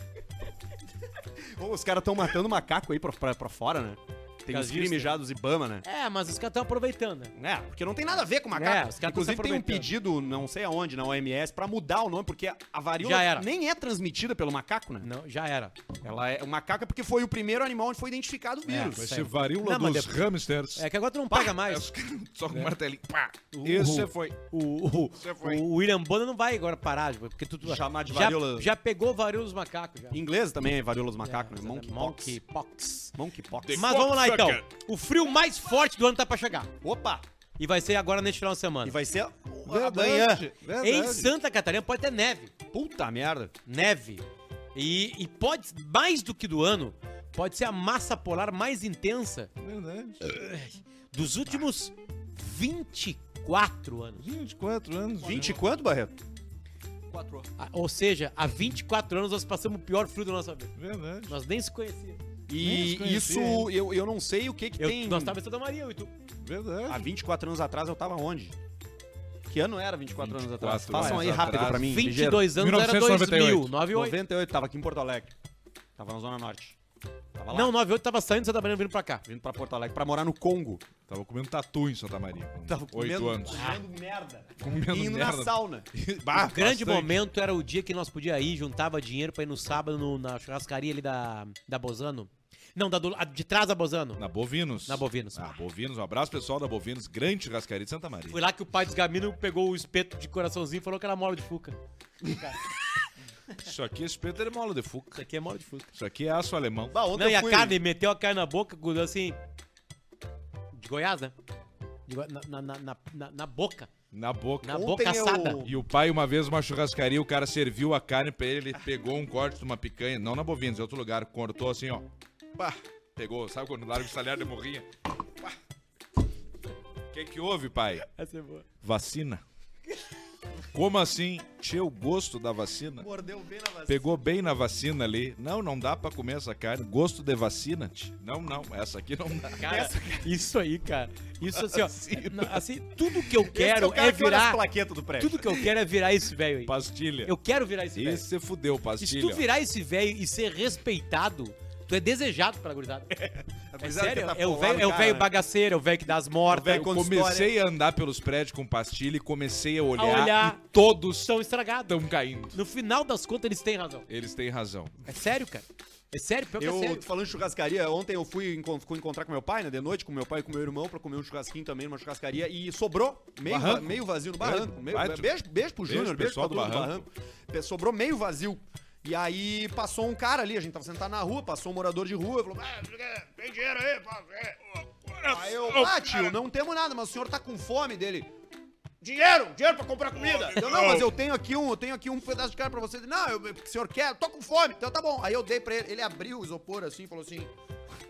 [SPEAKER 1] Pô, os caras estão matando macaco aí pra, pra, pra fora, né? Tem
[SPEAKER 5] Caso
[SPEAKER 1] uns crimes
[SPEAKER 5] disso,
[SPEAKER 1] já dos Ibama, né?
[SPEAKER 5] É, mas os caras estão aproveitando, né?
[SPEAKER 1] É, porque não tem nada a ver com
[SPEAKER 5] É,
[SPEAKER 1] macaco.
[SPEAKER 5] os caras tão se
[SPEAKER 1] Inclusive tem um
[SPEAKER 5] aproveitando.
[SPEAKER 1] pedido, não sei aonde, na OMS, pra mudar o nome, porque a- a
[SPEAKER 5] Já
[SPEAKER 1] varíola
[SPEAKER 5] era.
[SPEAKER 1] nem é transmitida pelo macaco, né?
[SPEAKER 5] Não, já era.
[SPEAKER 1] Ela é, o macaco é porque foi o primeiro animal onde É, foi identificado o vírus.
[SPEAKER 5] mas-
[SPEAKER 3] Esse tipo, varíola
[SPEAKER 5] Não, mas
[SPEAKER 3] dos
[SPEAKER 5] depois-
[SPEAKER 3] hamsters.
[SPEAKER 5] É que agora tu não paga mais.
[SPEAKER 3] Só com o martelinho. Pá.
[SPEAKER 5] O-
[SPEAKER 3] Esse
[SPEAKER 5] o-
[SPEAKER 3] foi.
[SPEAKER 5] O, o,
[SPEAKER 3] Você foi.
[SPEAKER 5] o William Bonner não vai agora parar, tipo, porque tu, tu
[SPEAKER 1] Chamar de
[SPEAKER 5] já,
[SPEAKER 1] varíola-
[SPEAKER 5] já pegou varíola dos macacos já.
[SPEAKER 1] Em inglês também é varíola dos macacos,
[SPEAKER 5] É,
[SPEAKER 1] né? Monkeypox.
[SPEAKER 5] Monkey Pox.
[SPEAKER 1] Monkeypox.
[SPEAKER 5] Mas vamos lá então. O frio mais forte do ano tá pra chegar.
[SPEAKER 1] Opa!
[SPEAKER 5] E vai ser agora neste final de semana.
[SPEAKER 1] E vai ser
[SPEAKER 2] Verdade,
[SPEAKER 1] amanhã.
[SPEAKER 5] Em Santa Catarina pode ter neve.
[SPEAKER 1] Puta merda.
[SPEAKER 5] Neve. E, e pode, mais do que do ano, pode ser a massa polar mais intensa
[SPEAKER 3] Verdade.
[SPEAKER 5] dos últimos 24 anos.
[SPEAKER 3] 24 anos.
[SPEAKER 1] 20 e quanto, Barreto?
[SPEAKER 5] Ah, Ou seja, há 24 anos nós passamos o pior frio da nossa vida.
[SPEAKER 3] Verdade.
[SPEAKER 5] Nós nem se conhecíamos.
[SPEAKER 1] E
[SPEAKER 3] Nem se conhecia,
[SPEAKER 1] isso, eu, eu não sei o que que
[SPEAKER 5] Eu,
[SPEAKER 1] tem.
[SPEAKER 5] Nós tava em Santa Maria, eu e tu.
[SPEAKER 1] Há
[SPEAKER 3] Verdade.
[SPEAKER 1] 24 anos atrás eu tava onde? Que ano era 24, anos atrás?
[SPEAKER 3] 24
[SPEAKER 1] Façam aí
[SPEAKER 3] anos
[SPEAKER 1] rápido
[SPEAKER 3] atrás.
[SPEAKER 1] pra mim.
[SPEAKER 5] 22 anos era 2000,
[SPEAKER 3] 1998.
[SPEAKER 5] 98.
[SPEAKER 1] 98, tava aqui em Porto Alegre. Tava na Zona Norte. Tava lá,
[SPEAKER 5] Não, 98 tava saindo de Santa Maria vindo pra cá.
[SPEAKER 1] vindo pra Porto Alegre pra morar no Congo.
[SPEAKER 3] Tava comendo tatu em Santa Maria. com
[SPEAKER 1] Tava
[SPEAKER 3] Oito
[SPEAKER 1] comendo,
[SPEAKER 3] anos.
[SPEAKER 1] comendo merda.
[SPEAKER 3] Comendo
[SPEAKER 1] E indo na
[SPEAKER 3] merda.
[SPEAKER 1] sauna.
[SPEAKER 3] Bah,
[SPEAKER 5] o grande
[SPEAKER 3] bastante.
[SPEAKER 5] momento era o dia que nós podia ir, juntava dinheiro pra ir no sábado no- na churrascaria ali da, da Bozano. Não, da do- a de trás da Bozano.
[SPEAKER 3] Na Bovinos.
[SPEAKER 5] Na Bovinos.
[SPEAKER 3] Na Bovinos. Um abraço, pessoal da Bovinos. Grande rascaria de Santa Maria.
[SPEAKER 5] Foi lá que o pai dos Gamino pegou o espeto de coraçãozinho e falou que era mola de fuca.
[SPEAKER 3] Isso aqui é espeto de mola de fuca.
[SPEAKER 5] Isso aqui é mola de fuca.
[SPEAKER 3] Isso aqui é aço alemão.
[SPEAKER 1] Bah, Tá, ontem
[SPEAKER 5] Não, e
[SPEAKER 1] eu
[SPEAKER 5] a
[SPEAKER 1] fui-
[SPEAKER 5] carne meteu a carne na boca, grudou assim. De Goiás, né? De Goi- na, na, na, na, na boca.
[SPEAKER 3] Na boca.
[SPEAKER 5] Na boca assada.
[SPEAKER 3] E o pai, uma vez, uma churrascaria, o cara serviu a carne pra ele, ele pegou um corte de uma picanha, não na Bovinos, em outro lugar, cortou assim, ó. Pá, pegou, sabe quando larga o salhado e morrinha? O que que houve, pai?
[SPEAKER 5] Essa é boa.
[SPEAKER 3] Vacina. Como assim? Tinha o gosto da vacina?
[SPEAKER 2] Mordeu bem na vacina.
[SPEAKER 3] Pegou bem na vacina ali. Não, não dá pra comer essa carne. Gosto de vacina? tch. Não, não, essa aqui não dá.
[SPEAKER 5] Cara,
[SPEAKER 3] Essa-
[SPEAKER 5] isso aí, cara. Isso assim, ó.
[SPEAKER 3] Vacina.
[SPEAKER 5] não, assim, tudo que eu
[SPEAKER 3] Esse é o cara
[SPEAKER 5] quero é,
[SPEAKER 3] que olha as
[SPEAKER 5] virar.
[SPEAKER 3] plaquetas do prédio.
[SPEAKER 5] Tudo que eu quero é virar esse velho aí.
[SPEAKER 3] Pastilha.
[SPEAKER 5] Eu quero virar esse velho.
[SPEAKER 3] Esse você fudeu,
[SPEAKER 5] E
[SPEAKER 3] pastilha.
[SPEAKER 5] se tu virar esse velho e ser respeitado, tu é desejado pela gurizada. É,
[SPEAKER 3] gurizada
[SPEAKER 5] sério,
[SPEAKER 3] tenta
[SPEAKER 5] é o
[SPEAKER 3] pular
[SPEAKER 5] velho
[SPEAKER 3] no
[SPEAKER 5] é o
[SPEAKER 3] cara,
[SPEAKER 5] velho
[SPEAKER 3] né?
[SPEAKER 5] bagaceiro, é o velho que dá as mortas.
[SPEAKER 3] Eu comecei a andar pelos prédios com pastilha e comecei a olhar,
[SPEAKER 5] a olhar.
[SPEAKER 3] e todos
[SPEAKER 5] Estão estragados.
[SPEAKER 3] estão caindo.
[SPEAKER 5] No final das contas, eles têm razão.
[SPEAKER 3] Eles têm razão.
[SPEAKER 5] É sério, cara. É sério, pior que é
[SPEAKER 2] Eu,
[SPEAKER 5] sério.
[SPEAKER 2] tô falando de churrascaria, ontem eu fui, encon- fui encontrar com meu pai, né, de noite, com meu pai e com meu irmão, pra comer um churrasquinho também numa churrascaria, e sobrou meio, va-
[SPEAKER 3] Barranco.
[SPEAKER 2] meio vazio no
[SPEAKER 3] Vai-
[SPEAKER 2] barranco. Meio,
[SPEAKER 3] vai,
[SPEAKER 2] beijo, beijo pro
[SPEAKER 3] beijo,
[SPEAKER 2] Júnior, beijo
[SPEAKER 3] pessoal
[SPEAKER 2] pra
[SPEAKER 3] do
[SPEAKER 2] turma
[SPEAKER 3] barranco.
[SPEAKER 2] Pe- Sobrou meio vazio. E aí passou um cara ali, a gente tava sentado na rua, passou um morador de rua, falou, "Ah,
[SPEAKER 12] É, Tem dinheiro aí, pá? É.
[SPEAKER 2] Aí eu, ah, tio, não temos nada, mas o senhor tá com fome dele.
[SPEAKER 12] Dinheiro, dinheiro pra comprar comida.
[SPEAKER 2] Eu, não, mas eu tenho aqui um, eu tenho aqui um pedaço de carne pra você. Ele, Não, eu, o senhor quer? Eu tô com fome. Então tá bom. Aí eu dei pra ele, ele abriu o isopor assim, e falou assim: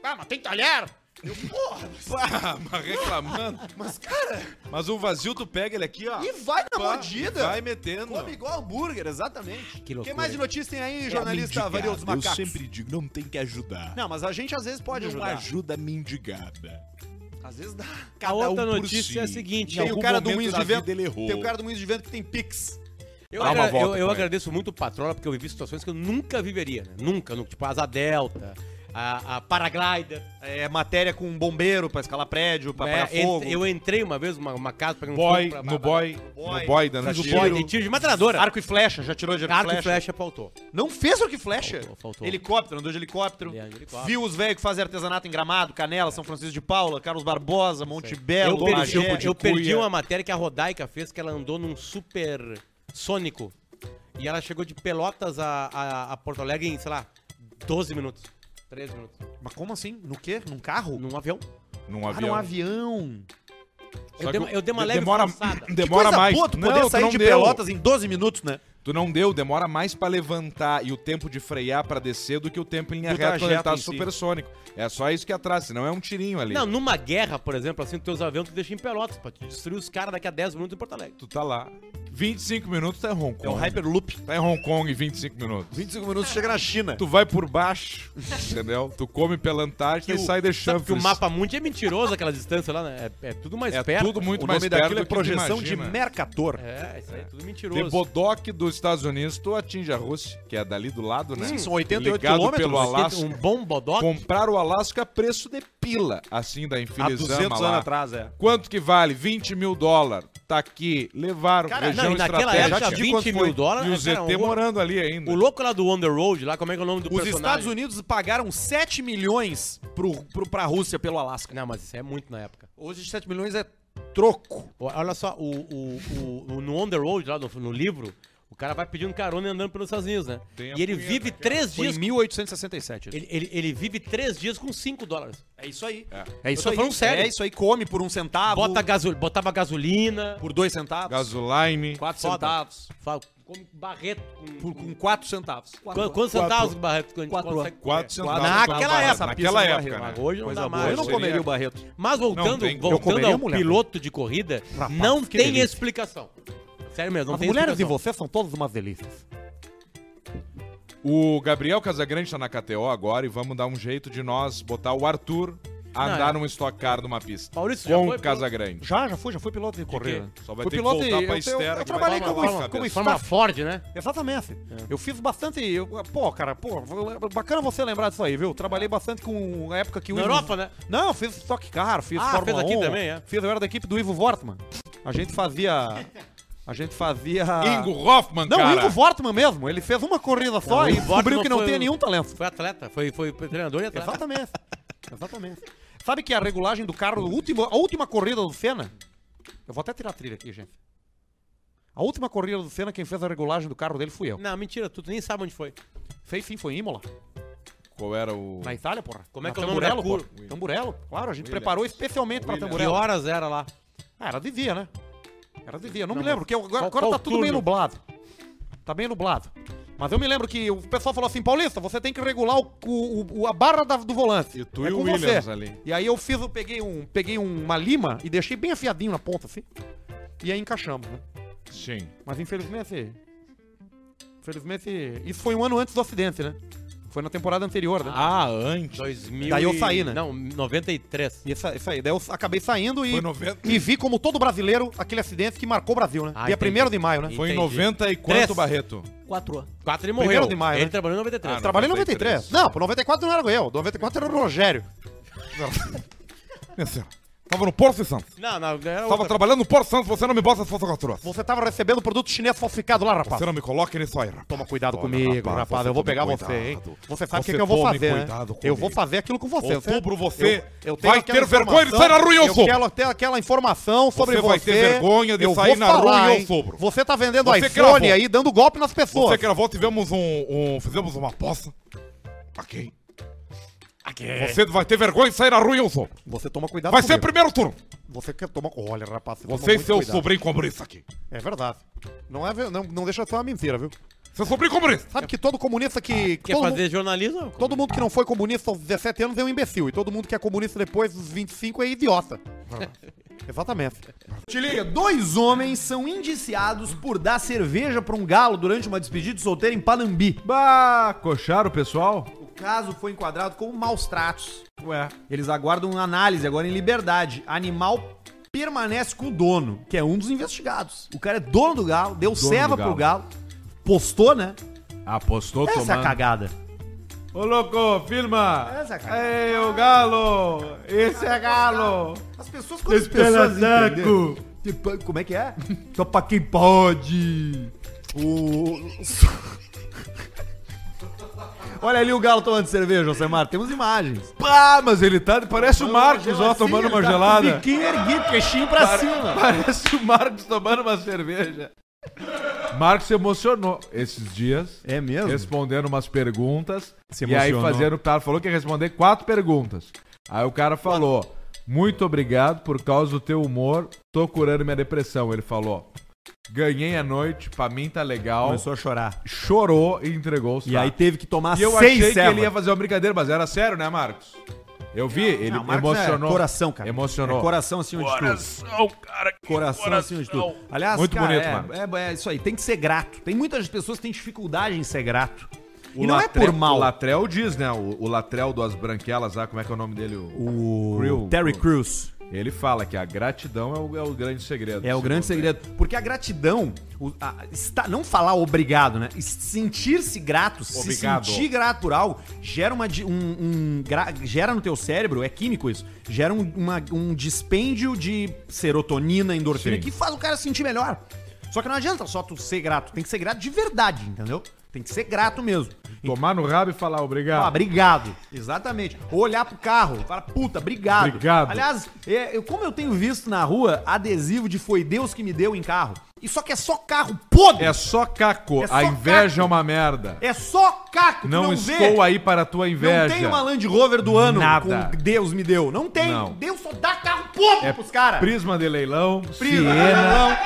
[SPEAKER 2] "Ah, mas tem talher?" Eu, porra,
[SPEAKER 3] Pá, mas reclamando.
[SPEAKER 2] mas cara,
[SPEAKER 3] Mas o vazio tu pega ele aqui, ó.
[SPEAKER 2] e vai na
[SPEAKER 3] Pá,
[SPEAKER 2] mordida.
[SPEAKER 3] Vai metendo.
[SPEAKER 2] Come igual hambúrguer, exatamente.
[SPEAKER 3] Que
[SPEAKER 2] O
[SPEAKER 3] loucura,
[SPEAKER 2] que mais de
[SPEAKER 3] hein?
[SPEAKER 2] notícia tem aí,
[SPEAKER 3] É
[SPEAKER 2] jornalista
[SPEAKER 3] mendigada.
[SPEAKER 2] Avario dos Macacos?
[SPEAKER 3] Eu sempre digo, não tem que ajudar.
[SPEAKER 2] Não, mas a gente às vezes pode
[SPEAKER 3] não
[SPEAKER 2] ajudar.
[SPEAKER 3] ajuda a mendigada.
[SPEAKER 2] Às vezes dá.
[SPEAKER 5] A outra
[SPEAKER 3] um por
[SPEAKER 5] notícia
[SPEAKER 3] si.
[SPEAKER 5] é a seguinte:
[SPEAKER 2] Tem
[SPEAKER 5] em
[SPEAKER 2] o
[SPEAKER 5] algum
[SPEAKER 2] cara do
[SPEAKER 5] momento
[SPEAKER 2] Moinhos
[SPEAKER 5] da
[SPEAKER 2] de Vento.
[SPEAKER 5] vida um ele errou.
[SPEAKER 2] um Tem o cara do Moinhos de Vento que tem Pix.
[SPEAKER 5] Eu,
[SPEAKER 3] Dá uma
[SPEAKER 5] agra-
[SPEAKER 3] volta
[SPEAKER 5] eu- eu
[SPEAKER 3] com ele.
[SPEAKER 5] agradeço muito o Patrola, porque eu vivi situações que eu nunca viveria, né? Nunca, nunca. Tipo, a Asa Delta, a, a Paraglider.
[SPEAKER 2] É matéria com um bombeiro pra escalar prédio, pra
[SPEAKER 5] né?
[SPEAKER 2] apagar fogo.
[SPEAKER 5] Ent- eu entrei uma vez numa uma casa pegando
[SPEAKER 3] Boy,
[SPEAKER 5] pra- né?
[SPEAKER 3] no boy,
[SPEAKER 2] boy,
[SPEAKER 3] no boy, dando
[SPEAKER 5] pra-
[SPEAKER 3] tiro.
[SPEAKER 5] tiro. Ah, Boy, de tiro de matradora.
[SPEAKER 2] Arco e flecha, já tirou de arco,
[SPEAKER 5] Arco e
[SPEAKER 2] e
[SPEAKER 5] flecha
[SPEAKER 2] flecha.
[SPEAKER 5] pautou.
[SPEAKER 2] Não fez arco e flecha?
[SPEAKER 5] Faltou, faltou.
[SPEAKER 2] Helicóptero, andou de helicóptero.
[SPEAKER 5] Leandro, helicóptero.
[SPEAKER 2] Viu os velhos que fazem artesanato em Gramado, Canela, São Francisco de Paula, Carlos Barbosa, Monte
[SPEAKER 5] Eu
[SPEAKER 2] Belo,
[SPEAKER 5] perdi,
[SPEAKER 2] Magé.
[SPEAKER 5] eu perdi uma matéria que a Rodaica fez, que ela andou num super sônico. E ela chegou de Pelotas a, a, a Porto Alegre em, sei lá, 12 minutos. 13 minutos.
[SPEAKER 2] Mas como assim? No quê? Num carro?
[SPEAKER 5] Num avião.
[SPEAKER 3] Num
[SPEAKER 2] Ah,
[SPEAKER 3] avião.
[SPEAKER 2] num avião.
[SPEAKER 5] Eu
[SPEAKER 3] Só
[SPEAKER 5] dei,
[SPEAKER 3] que
[SPEAKER 5] uma- eu dei uma
[SPEAKER 3] de-
[SPEAKER 5] leve
[SPEAKER 3] demora,
[SPEAKER 5] forçada.
[SPEAKER 3] demora
[SPEAKER 2] coisa
[SPEAKER 3] mais.
[SPEAKER 2] boa tu poder
[SPEAKER 3] tu
[SPEAKER 2] sair de Pelotas em 12 minutos, né?
[SPEAKER 3] Tu não deu, demora mais pra levantar e o tempo de frear pra descer do que o tempo em linha
[SPEAKER 2] Do
[SPEAKER 3] reta quando ele
[SPEAKER 2] trajeto
[SPEAKER 3] tá
[SPEAKER 2] em si.
[SPEAKER 3] supersônico. É só isso que atrás, senão é um tirinho ali.
[SPEAKER 5] Não, numa guerra, por exemplo, assim, teus aviões tu deixa em Pelotas pra te destruir os caras daqui a 10 minutos em Porto Alegre.
[SPEAKER 3] Tu tá lá. 25 minutos tá em Hong Kong.
[SPEAKER 2] É um Hyperloop.
[SPEAKER 3] Tá em Hong Kong em 25 minutos.
[SPEAKER 2] 25 minutos chega na China.
[SPEAKER 3] Tu vai por baixo, entendeu? Tu come pela Antártida e
[SPEAKER 5] o-
[SPEAKER 3] sai de
[SPEAKER 5] sabe que o
[SPEAKER 3] chanfles.
[SPEAKER 5] mapa mundo é mentiroso aquelas distâncias lá, né? É, é tudo mais
[SPEAKER 3] É
[SPEAKER 5] perto.
[SPEAKER 3] tudo muito
[SPEAKER 2] o
[SPEAKER 3] mais
[SPEAKER 2] nome
[SPEAKER 3] perto
[SPEAKER 2] daquilo
[SPEAKER 3] do
[SPEAKER 2] é
[SPEAKER 3] que tu
[SPEAKER 2] projeção de
[SPEAKER 3] imagina.
[SPEAKER 2] Mercator.
[SPEAKER 5] É, isso aí é tudo mentiroso.
[SPEAKER 3] De Bodoque dos Estados Unidos, tu atinge a Rússia, que é dali do lado, né?
[SPEAKER 2] Sim, são 88
[SPEAKER 3] Ligado
[SPEAKER 2] quilômetros,
[SPEAKER 3] pelo
[SPEAKER 2] 80,
[SPEAKER 3] Alasca.
[SPEAKER 5] Um bom bodoque?
[SPEAKER 3] Comprar o Alasca a preço de pila, assim da infeliz
[SPEAKER 2] 200
[SPEAKER 3] lá.
[SPEAKER 2] anos atrás, é.
[SPEAKER 3] Quanto que vale? 20 mil dólares. Tá aqui, levaram,
[SPEAKER 5] Cara,
[SPEAKER 3] região
[SPEAKER 5] não, e naquela
[SPEAKER 3] estratégica.
[SPEAKER 5] época,
[SPEAKER 3] Já te digo quanto
[SPEAKER 5] 20
[SPEAKER 3] foi.
[SPEAKER 5] mil dólares,
[SPEAKER 3] E o
[SPEAKER 5] né,
[SPEAKER 3] ZT
[SPEAKER 5] cara, um-
[SPEAKER 3] morando ali ainda.
[SPEAKER 5] O louco lá do On The Road, lá, como é que é o nome do
[SPEAKER 2] Os
[SPEAKER 5] personagem?
[SPEAKER 2] Estados Unidos pagaram 7 milhões pro, pro, pra Rússia pelo Alasca.
[SPEAKER 5] Não, mas isso é muito na época.
[SPEAKER 2] Hoje 7 milhões é troco.
[SPEAKER 5] O- Olha só, o, o, o- o- no On The Road, lá no, no livro, o cara vai pedindo carona e andando pelos Estados Unidos, né?
[SPEAKER 3] Tem a
[SPEAKER 5] E ele
[SPEAKER 3] punheta,
[SPEAKER 5] vive
[SPEAKER 3] cara.
[SPEAKER 5] três
[SPEAKER 2] Foi em
[SPEAKER 5] dias...
[SPEAKER 2] 1867. isso.
[SPEAKER 5] Ele, ele, ele vive três dias com 5 dólares.
[SPEAKER 2] É isso aí.
[SPEAKER 5] É isso aí.
[SPEAKER 2] É isso aí, come por um centavo.
[SPEAKER 5] Bota gasol... Botava gasolina,
[SPEAKER 2] por dois centavos.
[SPEAKER 3] Gasoline.
[SPEAKER 2] Quatro
[SPEAKER 5] Foda.
[SPEAKER 2] centavos.
[SPEAKER 5] fa- come barreto com...
[SPEAKER 2] Por, com quatro centavos.
[SPEAKER 5] Qu- Quantos centavos, Barreto, que a gente
[SPEAKER 2] Quatro.
[SPEAKER 5] consegue comer?
[SPEAKER 3] Quatro centavos.
[SPEAKER 5] Naquela
[SPEAKER 3] Barreto.
[SPEAKER 5] época. é
[SPEAKER 3] Naquela época, né?
[SPEAKER 5] Mas hoje não
[SPEAKER 2] Coisa
[SPEAKER 5] dá
[SPEAKER 2] boa.
[SPEAKER 5] mais.
[SPEAKER 2] Eu não
[SPEAKER 3] seria-
[SPEAKER 2] comeria o Barreto.
[SPEAKER 5] Mas
[SPEAKER 3] Não
[SPEAKER 5] voltando,
[SPEAKER 3] tem como. Eu
[SPEAKER 5] voltando
[SPEAKER 2] comeria
[SPEAKER 5] ao
[SPEAKER 2] mulher.
[SPEAKER 5] piloto de corrida, não
[SPEAKER 2] que
[SPEAKER 5] tem
[SPEAKER 2] delícia.
[SPEAKER 5] explicação. Sério mesmo, não
[SPEAKER 2] As
[SPEAKER 5] tem
[SPEAKER 2] mulheres de
[SPEAKER 5] explicação.
[SPEAKER 2] você são todas umas delícias.
[SPEAKER 3] O Gabriel Casagrande tá na KTO agora e vamos dar um jeito de nós botar o Arthur a
[SPEAKER 5] Não,
[SPEAKER 3] andar
[SPEAKER 5] é.
[SPEAKER 3] num Stock Car numa pista.
[SPEAKER 5] Maurício, já
[SPEAKER 3] com
[SPEAKER 5] foi
[SPEAKER 3] o Casagrande.
[SPEAKER 2] Já, já fui, já fui piloto de corrida.
[SPEAKER 3] Só vai
[SPEAKER 2] Fui
[SPEAKER 3] ter que
[SPEAKER 2] piloto e
[SPEAKER 3] voltar
[SPEAKER 2] eu
[SPEAKER 3] pra
[SPEAKER 2] tenho-
[SPEAKER 3] Estera.
[SPEAKER 2] eu trabalhei
[SPEAKER 3] com
[SPEAKER 2] como- como
[SPEAKER 5] Fórmula
[SPEAKER 2] staff.
[SPEAKER 5] Ford, né?
[SPEAKER 2] Exatamente.
[SPEAKER 5] É.
[SPEAKER 2] Eu fiz bastante. eu- pô, cara, pô, bacana você lembrar disso aí, viu? Trabalhei bastante com na época que
[SPEAKER 5] É. Na
[SPEAKER 2] o
[SPEAKER 5] Europa, né?
[SPEAKER 2] Não, fiz Stock Car, fiz
[SPEAKER 5] Ah,
[SPEAKER 2] Fórmula
[SPEAKER 5] fez aqui
[SPEAKER 2] 1,
[SPEAKER 5] também, é.
[SPEAKER 2] Fiz, eu era da equipe do Ivo Vortman. A gente fazia. A gente fazia.
[SPEAKER 3] Ingo Hoffman,
[SPEAKER 2] Ah. Não,
[SPEAKER 3] cara.
[SPEAKER 2] o Ivo Vortman mesmo. Ele fez uma corrida só
[SPEAKER 5] Não, o
[SPEAKER 2] e
[SPEAKER 5] Ivo
[SPEAKER 2] descobriu
[SPEAKER 5] Vortman
[SPEAKER 2] que não
[SPEAKER 5] foi um
[SPEAKER 2] tem
[SPEAKER 5] o-
[SPEAKER 2] nenhum talento.
[SPEAKER 5] Foi atleta, foi, foi treinador e atleta.
[SPEAKER 2] Exatamente. Exatamente. Sabe que a regulagem do carro, o último- a última corrida do Senna. Eu vou até tirar a trilha aqui, gente. A última corrida do Senna, quem fez a regulagem do carro dele fui eu.
[SPEAKER 5] Não, mentira, tu, tu nem sabe onde foi.
[SPEAKER 2] Fez sim, foi em Imola.
[SPEAKER 3] Qual era o.
[SPEAKER 2] Na Itália, porra.
[SPEAKER 5] Como é
[SPEAKER 2] Na
[SPEAKER 5] que é o nome da
[SPEAKER 2] Tamburello,
[SPEAKER 5] curva?
[SPEAKER 2] porra. Tamburello. Claro, a gente preparou especialmente pra
[SPEAKER 5] Que
[SPEAKER 2] Tamburello.
[SPEAKER 5] horas era lá?
[SPEAKER 2] Ah, era de dia, né? Era de dia. Não,
[SPEAKER 5] Não,
[SPEAKER 2] me lembro,
[SPEAKER 5] mas
[SPEAKER 2] porque agora,
[SPEAKER 5] qual-
[SPEAKER 2] agora
[SPEAKER 5] qual
[SPEAKER 2] tá tudo meio
[SPEAKER 5] turno?
[SPEAKER 2] nublado. Tá bem nublado. Mas eu me lembro que o pessoal falou assim, Paulista, você tem que regular o, o- o- a barra da- do volante.
[SPEAKER 3] E tu
[SPEAKER 2] é
[SPEAKER 3] e o
[SPEAKER 2] com
[SPEAKER 3] Williams
[SPEAKER 2] você.
[SPEAKER 3] ali.
[SPEAKER 2] E aí eu fiz, eu peguei, um, peguei uma lima e deixei bem afiadinho na ponta, assim. E aí encaixamos, né?
[SPEAKER 27] Sim.
[SPEAKER 2] Mas infelizmente. Infelizmente. Isso foi um ano antes do acidente, né? Foi na temporada anterior, né?
[SPEAKER 27] Ah, antes.
[SPEAKER 5] 2000
[SPEAKER 2] Daí eu saí,
[SPEAKER 5] e-
[SPEAKER 2] né?
[SPEAKER 5] Não, 93.
[SPEAKER 2] Isso, isso aí. Daí eu acabei saindo e,
[SPEAKER 27] Foi 90.
[SPEAKER 2] e vi como todo brasileiro aquele acidente que marcou o Brasil, né?
[SPEAKER 5] Ah,
[SPEAKER 2] Dia
[SPEAKER 5] entendi.
[SPEAKER 2] 1 de maio, né?
[SPEAKER 27] Foi em
[SPEAKER 5] Entendi.
[SPEAKER 27] 90 e quanto,
[SPEAKER 5] Três.
[SPEAKER 27] Barreto?
[SPEAKER 8] 4
[SPEAKER 5] 4 ele morreu.
[SPEAKER 2] Primeiro de maio,
[SPEAKER 5] Ele
[SPEAKER 2] né?
[SPEAKER 5] trabalhou em 93.
[SPEAKER 27] Ah,
[SPEAKER 2] Trabalhei em
[SPEAKER 27] 93.
[SPEAKER 2] 93. Não, pro 94 não era eu. 94 era o Rogério.
[SPEAKER 27] Minha senhora. Tava no Porto Santos.
[SPEAKER 5] Não, não, era
[SPEAKER 27] Tava trabalhando no Porto Santos, você não me bota as falsafaturas.
[SPEAKER 2] Você tava recebendo produto chinês falsificado lá, rapaz.
[SPEAKER 27] Você não me coloque nisso aí, rapaz.
[SPEAKER 2] Toma cuidado
[SPEAKER 27] Olha,
[SPEAKER 2] comigo,
[SPEAKER 27] rapaz,
[SPEAKER 2] rapaz.
[SPEAKER 27] você
[SPEAKER 2] eu vou
[SPEAKER 27] tome
[SPEAKER 2] pegar
[SPEAKER 27] cuidado.
[SPEAKER 2] você, hein? Você sabe o que,
[SPEAKER 27] Você
[SPEAKER 2] que eu vou
[SPEAKER 27] tome
[SPEAKER 2] fazer, né?
[SPEAKER 27] cuidado comigo.
[SPEAKER 2] Eu vou fazer aquilo com você.
[SPEAKER 27] Outubro
[SPEAKER 2] Eu,
[SPEAKER 27] você
[SPEAKER 2] eu tenho
[SPEAKER 27] vai
[SPEAKER 2] aquela
[SPEAKER 27] ter vergonha de
[SPEAKER 2] informação,
[SPEAKER 27] sair na rua em
[SPEAKER 2] Eu
[SPEAKER 27] outubro.
[SPEAKER 2] quero ter aquela informação sobre você.
[SPEAKER 27] vai ter vergonha de
[SPEAKER 2] eu
[SPEAKER 27] sair
[SPEAKER 2] vou
[SPEAKER 27] na rua
[SPEAKER 2] falar,
[SPEAKER 27] em
[SPEAKER 2] hein?
[SPEAKER 27] outubro.
[SPEAKER 2] Você tá vendendo
[SPEAKER 27] Você
[SPEAKER 2] iPhone
[SPEAKER 27] gravou.
[SPEAKER 2] aí, dando golpe nas pessoas.
[SPEAKER 27] Você gravou, tivemos um, um- Fizemos uma aposta. Ok. Você vai ter vergonha de sair na rua em outubro.
[SPEAKER 2] Você toma cuidado
[SPEAKER 27] Vai ser
[SPEAKER 2] comigo.
[SPEAKER 27] primeiro turno.
[SPEAKER 2] Você quer tomar... Olha, rapaz, você toma
[SPEAKER 27] Você e
[SPEAKER 2] muito
[SPEAKER 27] seu
[SPEAKER 2] cuidado.
[SPEAKER 27] sobrinho comunista aqui.
[SPEAKER 2] É verdade. Não, é, ver- não, não deixa de ser uma mentira, viu?
[SPEAKER 27] Seu sobrinho comunista.
[SPEAKER 3] É.
[SPEAKER 2] Sabe que todo comunista que...
[SPEAKER 5] Quer
[SPEAKER 2] todo
[SPEAKER 5] fazer
[SPEAKER 2] mundo-
[SPEAKER 5] jornalismo?
[SPEAKER 2] Todo mundo que não foi comunista aos 17 anos é um imbecil. E todo mundo que é comunista depois dos 25 é idiota. Exatamente.
[SPEAKER 1] Te liga, dois homens são indiciados por dar cerveja pra um galo durante uma despedida de solteiro em Panambi.
[SPEAKER 3] Bah, coxaram o pessoal?
[SPEAKER 1] O caso foi enquadrado como maus tratos.
[SPEAKER 3] Ué.
[SPEAKER 1] Eles aguardam uma análise agora em liberdade. Animal permanece com o dono, que é um dos investigados. O cara é dono do galo, deu
[SPEAKER 3] Dono
[SPEAKER 1] ceva
[SPEAKER 3] do galo.
[SPEAKER 1] pro galo, postou, né?
[SPEAKER 3] Apostou
[SPEAKER 1] Essa é a
[SPEAKER 3] tomando.
[SPEAKER 1] cagada.
[SPEAKER 3] Ô, louco, firma!
[SPEAKER 1] Essa é a cagada.
[SPEAKER 3] Ei, o galo! Esse é galo!
[SPEAKER 1] As pessoas, quando as
[SPEAKER 3] Espela
[SPEAKER 1] pessoas
[SPEAKER 3] saco.
[SPEAKER 1] entenderam- Tipo, Como é que é? Só pra quem pode. O... Olha ali o galo tomando cerveja, Alcemar. Temos imagens.
[SPEAKER 3] Pá, mas ele tá. Parece o Marcos ó tomando
[SPEAKER 1] Tá
[SPEAKER 3] uma
[SPEAKER 1] com o
[SPEAKER 3] gelada.
[SPEAKER 1] biquinho erguido, queixinho pra
[SPEAKER 3] Pare-
[SPEAKER 1] cima.
[SPEAKER 3] Parece o Marcos tomando uma cerveja. Marcos se emocionou esses dias,
[SPEAKER 1] É mesmo?
[SPEAKER 3] respondendo umas perguntas.
[SPEAKER 1] Se
[SPEAKER 3] e aí
[SPEAKER 1] emocionou.
[SPEAKER 3] fazendo. O cara falou que ia responder quatro perguntas. Aí o cara falou: Muito obrigado por causa do teu humor, tô curando minha depressão. Ele falou. Ganhei a noite, pra mim tá legal.
[SPEAKER 1] Começou a chorar.
[SPEAKER 3] Chorou e entregou os
[SPEAKER 1] E aí tá
[SPEAKER 3] pratos.
[SPEAKER 1] teve que tomar
[SPEAKER 3] E eu
[SPEAKER 1] seis
[SPEAKER 3] achei que
[SPEAKER 1] cevas.
[SPEAKER 3] ele ia fazer uma brincadeira, mas era sério, né, Marcos? Eu vi, ele
[SPEAKER 1] Não, Marcos é
[SPEAKER 3] emocionou.
[SPEAKER 1] coração, cara.
[SPEAKER 3] Emocionou.
[SPEAKER 1] É coração acima de tudo.
[SPEAKER 28] Coração, cara. que
[SPEAKER 1] Coração, acima de tudo. Aliás,
[SPEAKER 3] Muito
[SPEAKER 1] cara,
[SPEAKER 3] bonito,
[SPEAKER 1] é-
[SPEAKER 3] Marcos.
[SPEAKER 1] é, é isso aí. Tem que ser grato. Tem muitas pessoas que têm dificuldade em ser grato.
[SPEAKER 3] O
[SPEAKER 1] e não
[SPEAKER 3] Latrell-
[SPEAKER 1] é por mal.
[SPEAKER 3] O Latrell diz, né? O, o Latrell das Branquelas, ah, como é que é o nome dele? O-
[SPEAKER 1] O
[SPEAKER 3] Crew.
[SPEAKER 1] Terry Crews.
[SPEAKER 3] Ele fala que a gratidão é o, é o grande segredo.
[SPEAKER 1] É o grande segredo. Porque a gratidão, o- a- está, não falar obrigado, né? Es- Sentir-se grato,
[SPEAKER 3] Obrigado.
[SPEAKER 1] se sentir grato por algo, gera, uma, di- um, um gra- gera no teu cérebro, é químico isso, gera um, uma- um dispêndio de serotonina, endorfina,
[SPEAKER 3] Sim.
[SPEAKER 1] que faz o cara se sentir melhor. Só que não adianta só tu ser grato, tem que ser grato de verdade, entendeu? Tem que ser grato mesmo.
[SPEAKER 3] Tomar no rabo e falar obrigado.
[SPEAKER 1] Ah, obrigado. Exatamente. Olhar pro carro, falar, puta, obrigado.
[SPEAKER 3] Obrigado.
[SPEAKER 1] Aliás, é, eu, como eu tenho visto na rua, adesivo de foi Deus que me deu em carro. E só que é só carro podre.
[SPEAKER 3] É só caco.
[SPEAKER 1] É só
[SPEAKER 3] a inveja
[SPEAKER 1] caco.
[SPEAKER 3] é uma merda.
[SPEAKER 1] É só caco. tu
[SPEAKER 3] não
[SPEAKER 1] vê.
[SPEAKER 3] estou aí para a tua inveja.
[SPEAKER 1] Não tem uma Land Rover do ano
[SPEAKER 3] Nada.
[SPEAKER 1] com Deus me deu. Não tem.
[SPEAKER 3] Não.
[SPEAKER 1] Deus só dá carro podre
[SPEAKER 3] É
[SPEAKER 1] pros caras.
[SPEAKER 3] Prisma de leilão,
[SPEAKER 1] Prisma de leilão.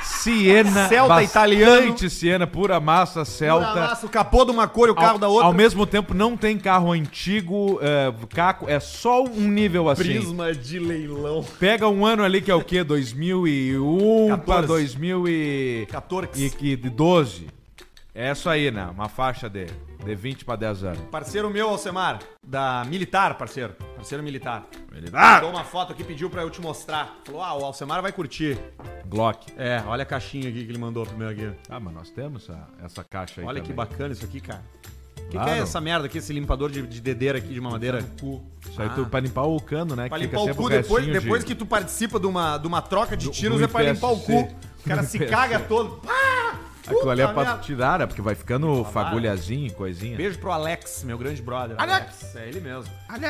[SPEAKER 3] Siena, Siena,
[SPEAKER 1] Celta
[SPEAKER 3] bastante
[SPEAKER 1] italiano.
[SPEAKER 3] Siena, pura massa Celta.
[SPEAKER 1] Nossa, o capô de uma cor e o carro
[SPEAKER 3] ao,
[SPEAKER 1] da outra.
[SPEAKER 3] ao mesmo tempo, não tem carro antigo, é, caco, é só um nível assim.
[SPEAKER 1] de leilão.
[SPEAKER 3] Pega um ano ali que é o quê? 2001 para
[SPEAKER 1] 14. 14.
[SPEAKER 3] 2012. É isso aí, né? Uma faixa de, de 20 para 10 anos.
[SPEAKER 1] Parceiro meu, Alcemar, da Militar, parceiro. Parceiro militar.
[SPEAKER 3] Militar.
[SPEAKER 1] Tirou uma foto aqui, pediu pra eu te mostrar. Falou, ah, o Alcemar vai curtir.
[SPEAKER 3] Glock.
[SPEAKER 1] É, olha a caixinha aqui que ele mandou primeiro aqui.
[SPEAKER 3] Ah, mas nós temos essa, essa caixa aí
[SPEAKER 1] Olha que
[SPEAKER 3] também.
[SPEAKER 1] bacana isso aqui, cara. O que,
[SPEAKER 3] Claro.
[SPEAKER 1] que é essa merda aqui, esse limpador de, de dedeira aqui, de mamadeira?
[SPEAKER 3] Isso aí tu, pra limpar o cano, né?
[SPEAKER 1] Ah. Pra
[SPEAKER 3] Que fica
[SPEAKER 1] limpar o
[SPEAKER 3] sempre
[SPEAKER 1] cu, depois,
[SPEAKER 3] restinho de-
[SPEAKER 1] depois que tu participa de uma, de uma troca de
[SPEAKER 3] Do-
[SPEAKER 1] tiros
[SPEAKER 3] do
[SPEAKER 1] é pra limpar o
[SPEAKER 3] IPSC.
[SPEAKER 1] cu. O cara se
[SPEAKER 3] é.
[SPEAKER 1] caga todo. Ah,
[SPEAKER 3] Aquilo ali é
[SPEAKER 1] puta
[SPEAKER 3] pra
[SPEAKER 1] merda.
[SPEAKER 3] tirar, né? Porque vai ficando fagulhazinho, coisinha.
[SPEAKER 1] Beijo pro Alex, meu grande brother.
[SPEAKER 3] Alex!
[SPEAKER 1] É ele mesmo.
[SPEAKER 3] Alex!